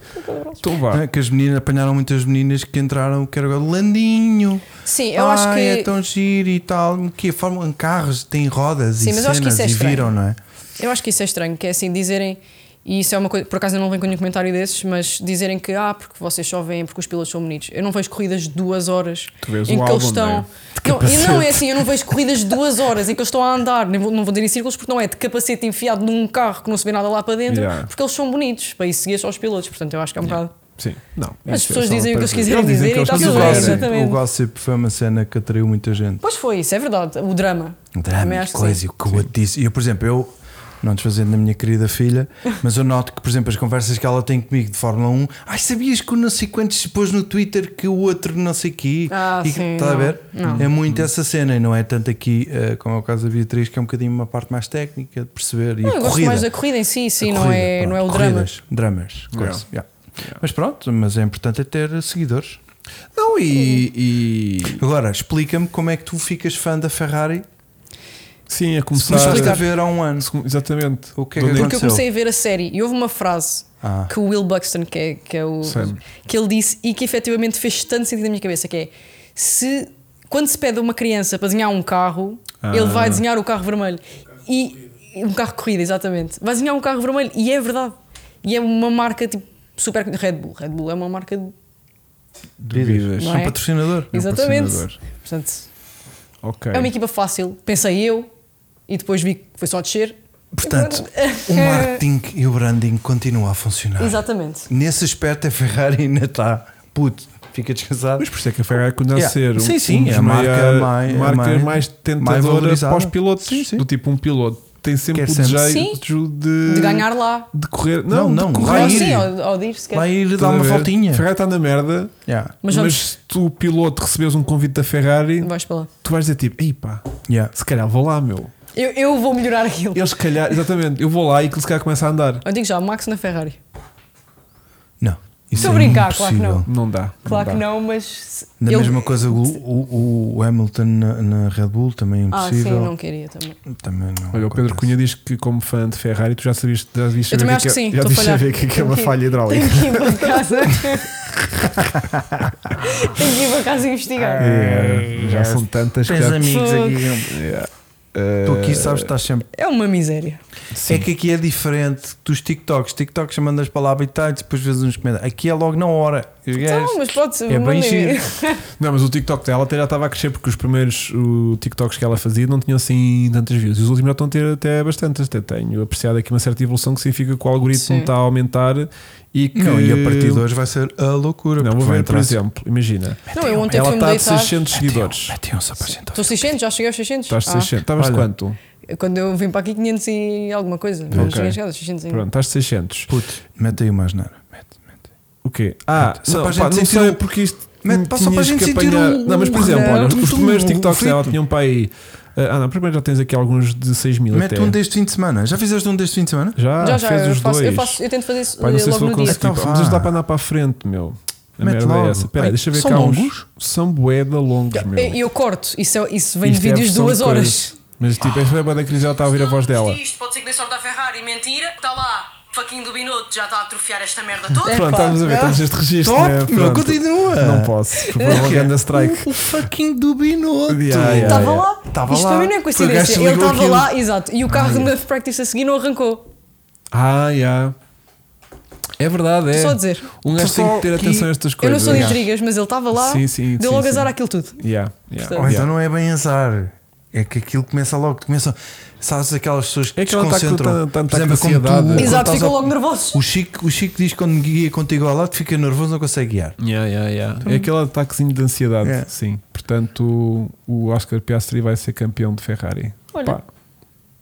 A: Então vá.
B: Não é que as meninas apanharam muitas meninas que entraram, que era agora Landinho.
C: Sim, eu acho
B: Ai,
C: que.
B: é tão giro e tal. Que a Fórmula carros tem rodas
C: Sim,
B: e
C: mas eu
B: cenas
C: acho que isso é
B: e
C: estranho.
B: viram, não é?
C: Eu acho que isso é estranho, que é assim dizerem, e isso é uma coisa, por acaso eu não venho com nenhum comentário desses, mas dizerem que ah, porque vocês só veem porque os pilotos são bonitos. Eu não vejo corridas de duas horas
A: Tu vês
C: em
A: o
C: que
A: álbum,
C: eles estão.
A: né?
C: Não, e não é assim, eu não vejo corridas de duas horas em que eles estão a andar, nem vou- não vou dizer em círculos porque não é de capacete enfiado num carro que não se vê nada lá para dentro,
A: Yeah.
C: porque eles são bonitos, para isso seguir só os pilotos, portanto eu acho que é um bocado.
A: Sim, não.
C: As
A: isso é
C: pessoas
A: só
C: dizem o que eles
A: para-
C: quiserem
A: Eles dizem
C: dizer e
A: que
C: está
A: eles
B: Mas
C: Tá tudo
B: o,
A: quiserem.
C: bem,
B: gossip,
C: exatamente.
B: o gossip foi uma cena que atraiu muita gente.
C: Pois foi, isso é verdade, o drama. Também
B: Um Drama,
C: acho
B: que
C: que
B: coisa, e o que eu disse. E eu, por exemplo, eu, não desfazendo da minha querida filha, mas eu noto que, por exemplo, as conversas que ela tem comigo de Fórmula 1, ai, sabias que o não sei quantos se pôs no Twitter que o outro não sei quê.
C: Ah,
B: e,
C: sim,
B: Está a
C: não,
B: ver?
C: não.
B: É muito essa cena, e não é tanto aqui eh, como é o caso da Beatriz, que é um bocadinho uma parte mais técnica de perceber. E
C: Não,
B: a
C: eu gosto
B: corrida.
C: mais da corrida em si, sim,
B: A
C: não,
B: corrida,
C: é, não é o
B: pronto,
C: drama.
B: corridas, dramas. coisa,
A: Yeah.
B: yeah. Mas pronto, mas é importante é ter seguidores.
A: Não, e, e-
B: Agora, explica-me como é que tu ficas fã da Ferrari
A: Sim, é a começar.
B: começaste a ver há um ano.
A: Se- Exatamente.
B: O que é que
A: Dona-
C: Porque eu
B: aconteceu?
C: comecei a ver a série e houve uma frase
B: Ah.
C: que o Will Buxton, que é, que é o.
A: Sim.
C: que ele disse e que efetivamente fez tanto sentido na minha cabeça: que é se quando se pede a uma criança para desenhar um carro,
A: Ah.
C: ele vai desenhar o carro vermelho. E um carro de corrida, exatamente. Vai desenhar um carro vermelho. E é verdade. E é uma marca tipo super. Red Bull. Red Bull é uma marca. de-
A: de vidas.
C: Não
B: É um
C: é?
B: patrocinador.
A: um
C: Exatamente.
A: patrocinador.
C: Portanto,
A: Ok.
C: é uma equipa fácil. Pensei eu e depois vi que foi só descer.
B: Portanto, o marketing e o branding continuam a funcionar.
C: Exatamente.
B: Nesse aspecto, a Ferrari ainda está. Puto, fica descansado.
A: Mas por isso é que a Ferrari continua a
B: Yeah.
A: ser um-
B: Sim, sim,
A: um dos
B: é a marca
A: maior-
B: mai-
A: marcas
B: mai-
A: mais
B: mais
A: tentadora
B: valorizada.
A: para os pilotos.
B: Sim, sim.
A: Do tipo, um piloto tem sempre
B: Quer
A: o
B: sempre-
A: desejo de,
C: De ganhar lá.
A: de correr.
B: Não,
A: Não,
B: não,
A: de
B: Vai
C: Ou
A: correr.
B: ir.
C: sim, ou, ou de ir, se calhar.
B: Vai ir
A: Estás
B: dar
A: a
B: uma
A: ver?
B: voltinha.
A: A Ferrari está na merda,
B: Yeah.
A: mas,
C: Mas vamos-
A: se tu, piloto, recebes um convite da Ferrari,
C: Vais para lá.
A: tu vais dizer tipo, ei pá,
B: Yeah.
A: se calhar vou lá, meu.
C: Eu, eu vou melhorar aquilo.
A: Eles se calhar, exatamente, eu vou lá e que se calhar começa a andar.
C: Eu digo já, Max na Ferrari.
B: Não. Isso
C: Estou a
B: é
C: brincar, claro que
B: impossível.
C: não.
A: Não dá.
C: Claro que
A: dá.
C: não, mas. se-
B: Da
C: ele-
B: mesma coisa, o, o- o Hamilton na, na Red Bull também é
C: Ah, sim,
B: impossível.
C: não queria também.
B: Também não
A: Olha, o Pedro
B: acontece.
A: Cunha diz que, como fã de Ferrari, tu já sabias, já devias saber
C: Eu também
A: o
C: acho
A: que,
C: que
A: é-
C: sim.
A: já
C: estou a
A: devias
C: falhar.
A: saber o que é que é
C: Tenho
A: uma
C: que ir-
A: falha hidráulica.
C: Tenho que ir para casa. Tenho que ir para casa investigar.
A: É, já são tantas que
B: Tens
A: já...
B: amigos aqui.
A: Yeah. Eh,
B: Tu aqui sabes que estás sempre.
C: É uma miséria.
B: É que aqui é diferente dos TikToks. TikToks mandas para lá habitar e depois vês uns comentários. Aqui é logo na hora. Os
C: Então,
B: gajos-
C: mas pode ser.
B: É bem
C: mandem-
B: giro.
A: Não, mas o TikTok dela até já estava a crescer porque os primeiros o, TikToks que ela fazia não tinham assim tantas views. E os últimos já estão a ter até bastantes. Até tenho apreciado aqui uma certa evolução que significa que o algoritmo
C: Sim.
A: está a aumentar e que.
B: Não, e a partir de hoje vai ser a loucura.
A: Não,
B: porque
A: vou
B: vai
A: ver, por
B: entrar-
A: exemplo, imagina.
C: Não, eu ontem
A: Ela
C: fui-me
A: está de
C: deitar.
A: 600 seguidores.
B: Mete um só para gente.
C: Estou 600, já cheguei aos 600.
A: Estás de
C: Ah,
A: 600. Estavas de
B: Olha.
A: quanto?
C: Quando eu vim para aqui, 500 e alguma coisa. Não
A: Ok.
C: cheguei a chegar aos 600 ainda.
A: Pronto, estás de 600.
B: Puto, mete aí uma asneira. Mete, mete.
A: O quê? Ah,
B: Só
A: não,
B: para a
A: pá,
B: gente
A: não
B: sentir
A: sei
B: o-
A: porque isto.
B: Mete- pá, só
A: tinhas
B: para a gente
A: que
B: sentir um
A: apanhar-
B: o-
A: Não, mas por
B: o-
A: exemplo, olha,
B: o-
A: os
B: o-
A: primeiros
B: o- o
A: TikToks dela
B: frito.
A: tinham para aí. Ah, não, primeiro já tens aqui alguns de 6 mil.
B: Mete
A: até.
B: um deste fim de semana. Já fizeste um deste fim de semana?
A: Já,
C: já, já.
A: Ah, fez
C: eu,
A: os
C: faço,
A: dois.
C: eu, faço, eu tento fazer isso eh,
A: Pá, não sei se
C: logo
A: vou
C: no dia.
A: conseguir.
B: Então
A: pá,
B: vá.
A: mas isto dá para andar para a frente, meu. A
B: Mete
A: merda
B: logo.
A: é essa. Espera
B: Ai,
A: aí, deixa eu ver
B: são
A: cá
B: longos?
A: uns. São boeda longos, meu.
C: E eu corto. Isso, é- isso vem de
A: Isto é a
C: vídeos de
A: versão
C: duas
A: de
C: horas.
A: coisas. Mas tipo, esta é a boeda da Cris, ela está a ouvir a voz dela.
E: Isto pode ser que dê sorte à Ferrari, mentira. Está lá, fucking do Binotto, já está a atrofiar esta merda toda.
A: Pronto, estamos a ver, estamos neste registro.
B: É Top,
A: né?
B: meu,
A: Pronto.
B: continua.
A: Não posso, por favor, grande strike.
B: O fucking do Binotto.
A: Yeah, yeah,
C: Estava
A: yeah.
C: lá.
B: Estava
C: Isto
B: lá.
C: também não
B: Foi
C: é
B: o
C: coincidência.
B: gajo que
C: Ele
B: ligou
C: estava
B: aquilo.
C: lá, exato. E o carro na practice a seguir não arrancou.
A: Ah, já. É verdade, é.
C: Só dizer.
A: Um gajo
B: Só
A: tem que ter
B: que-
A: atenção a estas
C: Eu
A: coisas.
C: não sou de
A: Yeah.
C: intrigas, mas ele estava lá,
A: Sim, sim,
C: deu
A: sim,
C: logo
A: sim.
C: azar àquilo tudo.
B: Oh,
A: Yeah, yeah,
C: Ou
B: Ou
A: yeah.
B: então não é bem azar. É que aquilo começa logo, começa, sabes, aquelas pessoas que
A: É que ela tá com
B: desconcentram.
A: tanta- tanta
B: Por exemplo, como tu,
A: ansiedade.
B: quando
C: Exato,
B: estás
C: ficam
B: a-
C: logo nervosos.
B: O Chico, o Chico diz que quando guia contigo ao lado fica nervoso, não consegue guiar.
A: Yeah, yeah, yeah. É aquele ataquezinho de ansiedade,
B: É.
A: sim. Portanto, o Oscar Piastri vai ser campeão de Ferrari.
C: Olha.
A: Pá,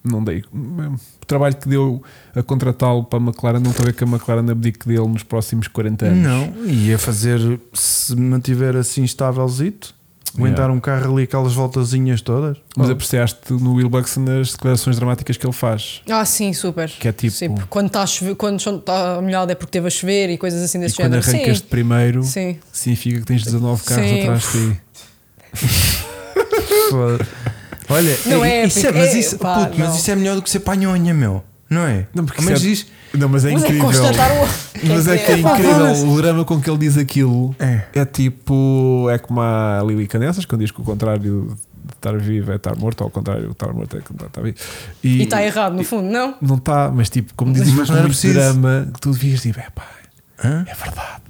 A: não dei. O trabalho que deu a contratá-lo para a McLaren, não estou a ver que a McLaren abdique dele nos próximos 40 anos.
B: Não, ia fazer se mantiver assim estávelzito, aguentar
A: Yeah.
B: um carro ali aquelas voltazinhas todas.
A: Mas apreciaste no Will Buxton as declarações dramáticas que ele faz.
C: Ah, sim, super.
A: Que é tipo-
C: Sim, porque quando está a chover, quando está molhado é porque teve a chover e coisas assim
A: E
C: desse
A: quando
C: género.
A: arrancas de primeiro,
C: Sim, sim.
A: significa que tens 19 carros
C: Sim.
A: atrás de ti.
B: Foda. Oh, Olha,
C: Não é
B: isso
C: épico,
B: mas,
C: é-
B: isso,
C: pá,
B: puto, mas
C: não.
B: isso é melhor do que ser panhonha, meu. Não é?
A: Não, porque
B: mas
A: isso é-
B: diz,
A: Não, mas é
C: Mas é
A: incrível.
C: constatar o.
A: Mas é que é incrível o drama com que ele diz aquilo.
B: É.
A: É tipo. É como a Lili Canessas, quando diz que o contrário de estar vivo é estar morto, ou ao contrário de estar morto é que não está vivo.
C: E está errado, no fundo, não?
A: Não está, mas tipo, como dizes,
B: Mas
A: mas
B: não
A: não
B: era preciso.
A: drama que tu devias tipo, é pá,
B: Hã?
A: é verdade.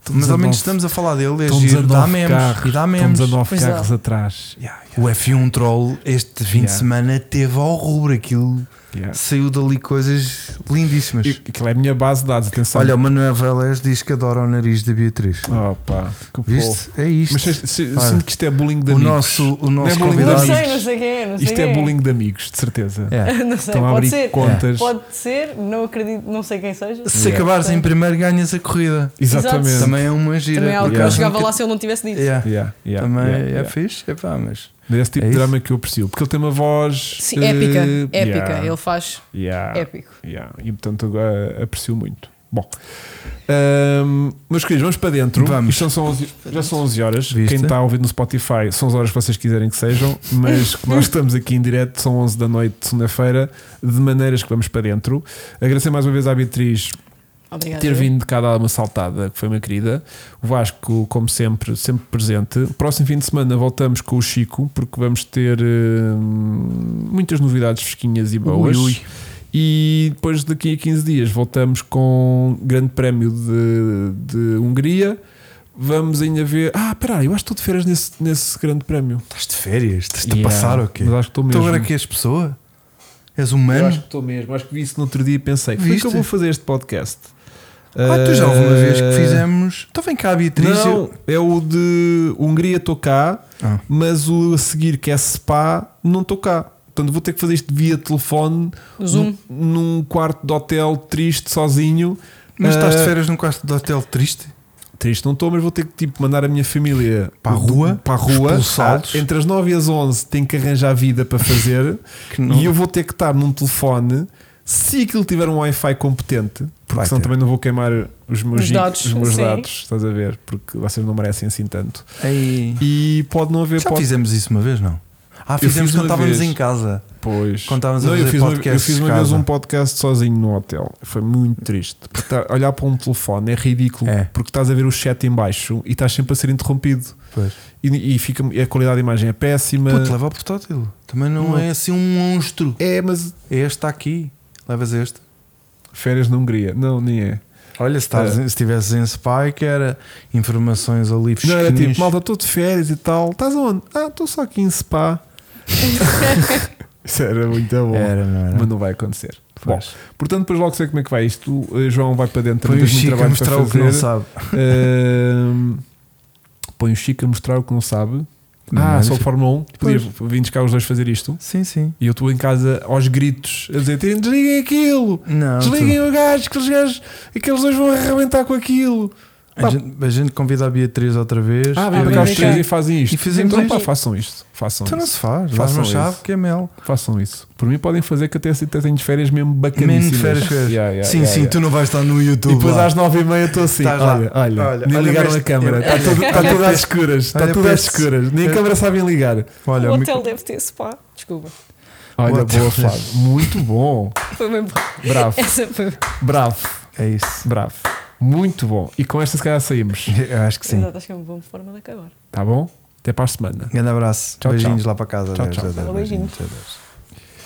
A: Estão
B: mas ao menos
A: 19
B: estamos a falar dele, é
A: estão
B: giro, dá
A: 19
B: memes,
A: carros,
B: e dá
A: estão
B: memes.
A: 19
C: Pois
A: carros
C: dá.
A: atrás. Yeah,
B: O F1 Troll este fim de
A: Yeah.
B: semana teve ao rubro aquilo.
A: yeah.
B: Saiu dali coisas lindíssimas.
A: E- Aquilo é a minha base de dados, atenção.
B: Olha, o Manuel Velés diz que adora o nariz da Beatriz.
A: oh, pá, que
B: Viste?
A: fofo.
B: É isto.
A: Mas se- se-
B: Olha,
A: sinto que isto é bullying de
B: o
A: amigos.
B: nosso, o
A: Não é
B: nosso
A: bullying,
C: Não
B: convidado.
A: Cuidado.
C: sei, não sei quem, não sei
A: Isto
C: quem.
A: é bullying de amigos, de certeza.
B: É.
C: Não sei,
A: Estão a
C: pode
A: abrir
C: ser.
A: contas.
C: Pode ser, não acredito, não sei quem seja.
B: Se acabares em primeiro, ganhas a corrida.
A: Exatamente.
C: Exato.
B: Também é uma gira.
C: Também é algo
B: por
C: que eu
B: acaso
C: chegava
B: nunca-
C: lá se eu não tivesse dito.
B: Yeah.
A: Yeah, yeah,
B: Também
A: yeah,
B: é
A: yeah.
B: fixe. É pá, mas.
A: Mas é esse tipo
B: É
A: de
B: isso?
A: drama que eu aprecio, porque ele tem uma voz
C: Sim, épica,
A: eh,
C: épica.
A: yeah, Ah.
C: Ele é- faz
A: yeah,
C: épico.
A: yeah. E portanto eh, aprecio muito. Bom, ahm, meus queridos, vamos para dentro.
B: Vamos.
A: Isto são 11 já são 11 horas.
B: Viste?
A: Quem está a ouvir no Spotify são as horas que vocês quiserem que sejam, mas que nós estamos aqui em direto, são 11 da noite, de segunda-feira, de maneiras que vamos para dentro. Agradecer mais uma vez à Beatriz
C: Obrigado.
A: ter vindo de cá dar uma saltada, que foi uma querida. O Vasco, como sempre, sempre presente. O Próximo fim de semana voltamos com o Chico, porque vamos ter hum, muitas novidades fresquinhas e boas.
B: Ui, ui.
A: E depois daqui a 15 dias voltamos com o Grande Prémio de, de Hungria. Vamos ainda ver. Ah, espera, aí, eu acho que estou de férias nesse, nesse Grande Prémio.
B: Estás de férias? Estás-te
A: Yeah,
B: a passar ou quê?
A: Mas acho que estou
B: Tu
A: mesmo.
B: agora que és pessoa? És um
A: Eu acho
B: humano?
A: que estou mesmo. Acho que vi isso no outro dia e pensei: foi que
B: Viste?
A: eu vou fazer este podcast.
B: Ah, tu já houve uma vez que
A: Eh,
B: fizemos. Então vem cá, Beatriz.
A: Não, é o de Hungria estou cá,
B: Ah.
A: mas o a seguir que é Spa não estou cá. Portanto, vou ter que fazer isto via telefone
C: Zoom.
A: Num, num quarto de hotel triste, sozinho.
B: Mas estás de
A: Ah,
B: férias num quarto de hotel triste?
A: Triste não estou, mas vou ter que tipo, mandar a minha família
B: Para a rua,
A: para a rua
B: expulsá-los.
A: Ah, entre as 9 e as 11 tenho que arranjar vida para fazer
B: Que não-
A: e eu vou ter que estar num telefone se aquilo tiver um Wi-Fi competente, porque
B: Vai
A: senão
B: ter.
A: também não vou queimar os meus,
C: Os
A: gigs,
C: dados,
A: os meus
C: sim.
A: dados, estás a ver? Porque vocês não merecem assim tanto. E pode não haver
B: Já
A: pod-
B: fizemos isso uma vez, não? Ah, fizemos
A: fiz
B: quando
A: uma
B: estávamos
A: vez.
B: em casa.
A: Pois.
B: Quando estávamos a
A: não, eu
B: fazer
A: fiz, uma, eu
B: podcasts
A: fiz uma
B: de
A: vez
B: casa.
A: um podcast sozinho no hotel. Foi muito triste. Porque tá- olhar para um telefone é ridículo.
B: É.
A: Porque estás a ver o chat em baixo e estás sempre a ser interrompido.
B: Pois. Eh,
A: E, e fica, e a qualidade de imagem é péssima.
B: Puto, leva o portátil. Também não,
A: Não.
B: é assim um monstro.
A: É, mas
B: Este está aqui. Levas este.
A: férias na Hungria. Não, nem é.
B: Olha, se
A: É.
B: estivesse em Spike, era informações ali
A: Não, era
B: fresquinhas.
A: tipo, malta, estou de férias e tal. Estás onde? Ah, estou só aqui em Spa. Isso era muito bom.
B: Era, não era?
A: Mas não vai acontecer. Bom,
B: Pois.
A: portanto, depois logo sei como é que vai isto. O João vai para dentro,
B: Foi
A: tem
B: o
A: muito
B: Chico a
A: trabalho para
B: mostrar o que não
A: fazer.
B: sabe.
A: Ahm, põe o Chico a mostrar o que não sabe.
B: Não,
A: ah,
B: não é
A: só
B: difícil.
A: Fórmula 1. Podia vir cá os dois fazer isto.
B: Sim, sim.
A: E eu estou em casa aos gritos a dizer: "Tirem, desliguem aquilo,
B: Não,
A: desliguem o gajo, que os gajos, aqueles dois vão arrebentar com aquilo.
B: A gente, a gente convida a Beatriz outra vez.
A: Ah,
B: E
A: vem para
B: vem
A: cá os
B: aqui.
A: três e fazem isto.
B: E fizemos
A: então, pá,
B: isto.
A: façam isto. Façam
B: Então não
A: isso.
B: se faz. Dá
A: Façam
B: uma
A: isso.
B: chave que é mel.
A: Façam isso. Por mim, podem fazer que até, até tenho férias mesmo
B: Menos
A: bacaníssimas.
B: férias. férias.
A: é Yeah, yeah,
B: sim,
A: yeah,
B: sim,
A: yeah.
B: tu não vais estar no YouTube.
A: E depois
B: lá.
A: às nove e meia estou assim.
B: Estás lá.
A: Olha, olha,
B: Olha,
A: nem
B: olha
A: ligaram
B: para
A: a
B: este-
A: câmera.
B: olha-
A: Está tudo, tá
B: olha
A: tudo
B: para
A: às
B: este-
A: escuras. Está
B: olha
A: tudo
B: para
A: às
B: este-
A: escuras. Nem a câmera sabem ligar.
B: Olha,
C: o
B: o
C: hotel
B: micro-
C: deve ter spa. Desculpa.
A: Olha,
B: What
A: boa,
B: the-
A: Flávio. Muito bom.
C: Foi mesmo.
A: Bravo,
C: Essa foi.
A: bravo,
B: É isso.
A: bravo. Muito bom. E com esta, se calhar, saímos.
B: Eu acho que sim.
C: Exato, acho que é uma boa forma de acabar.
A: Tá bom? Até para a semana.
B: Grande abraço.
A: Tchau,
B: Beijinhos
A: tchau.
B: lá para casa.
A: Tchau,
B: Adeus,
A: tchau.
B: adeus,
C: Beijinhos.
B: adeus.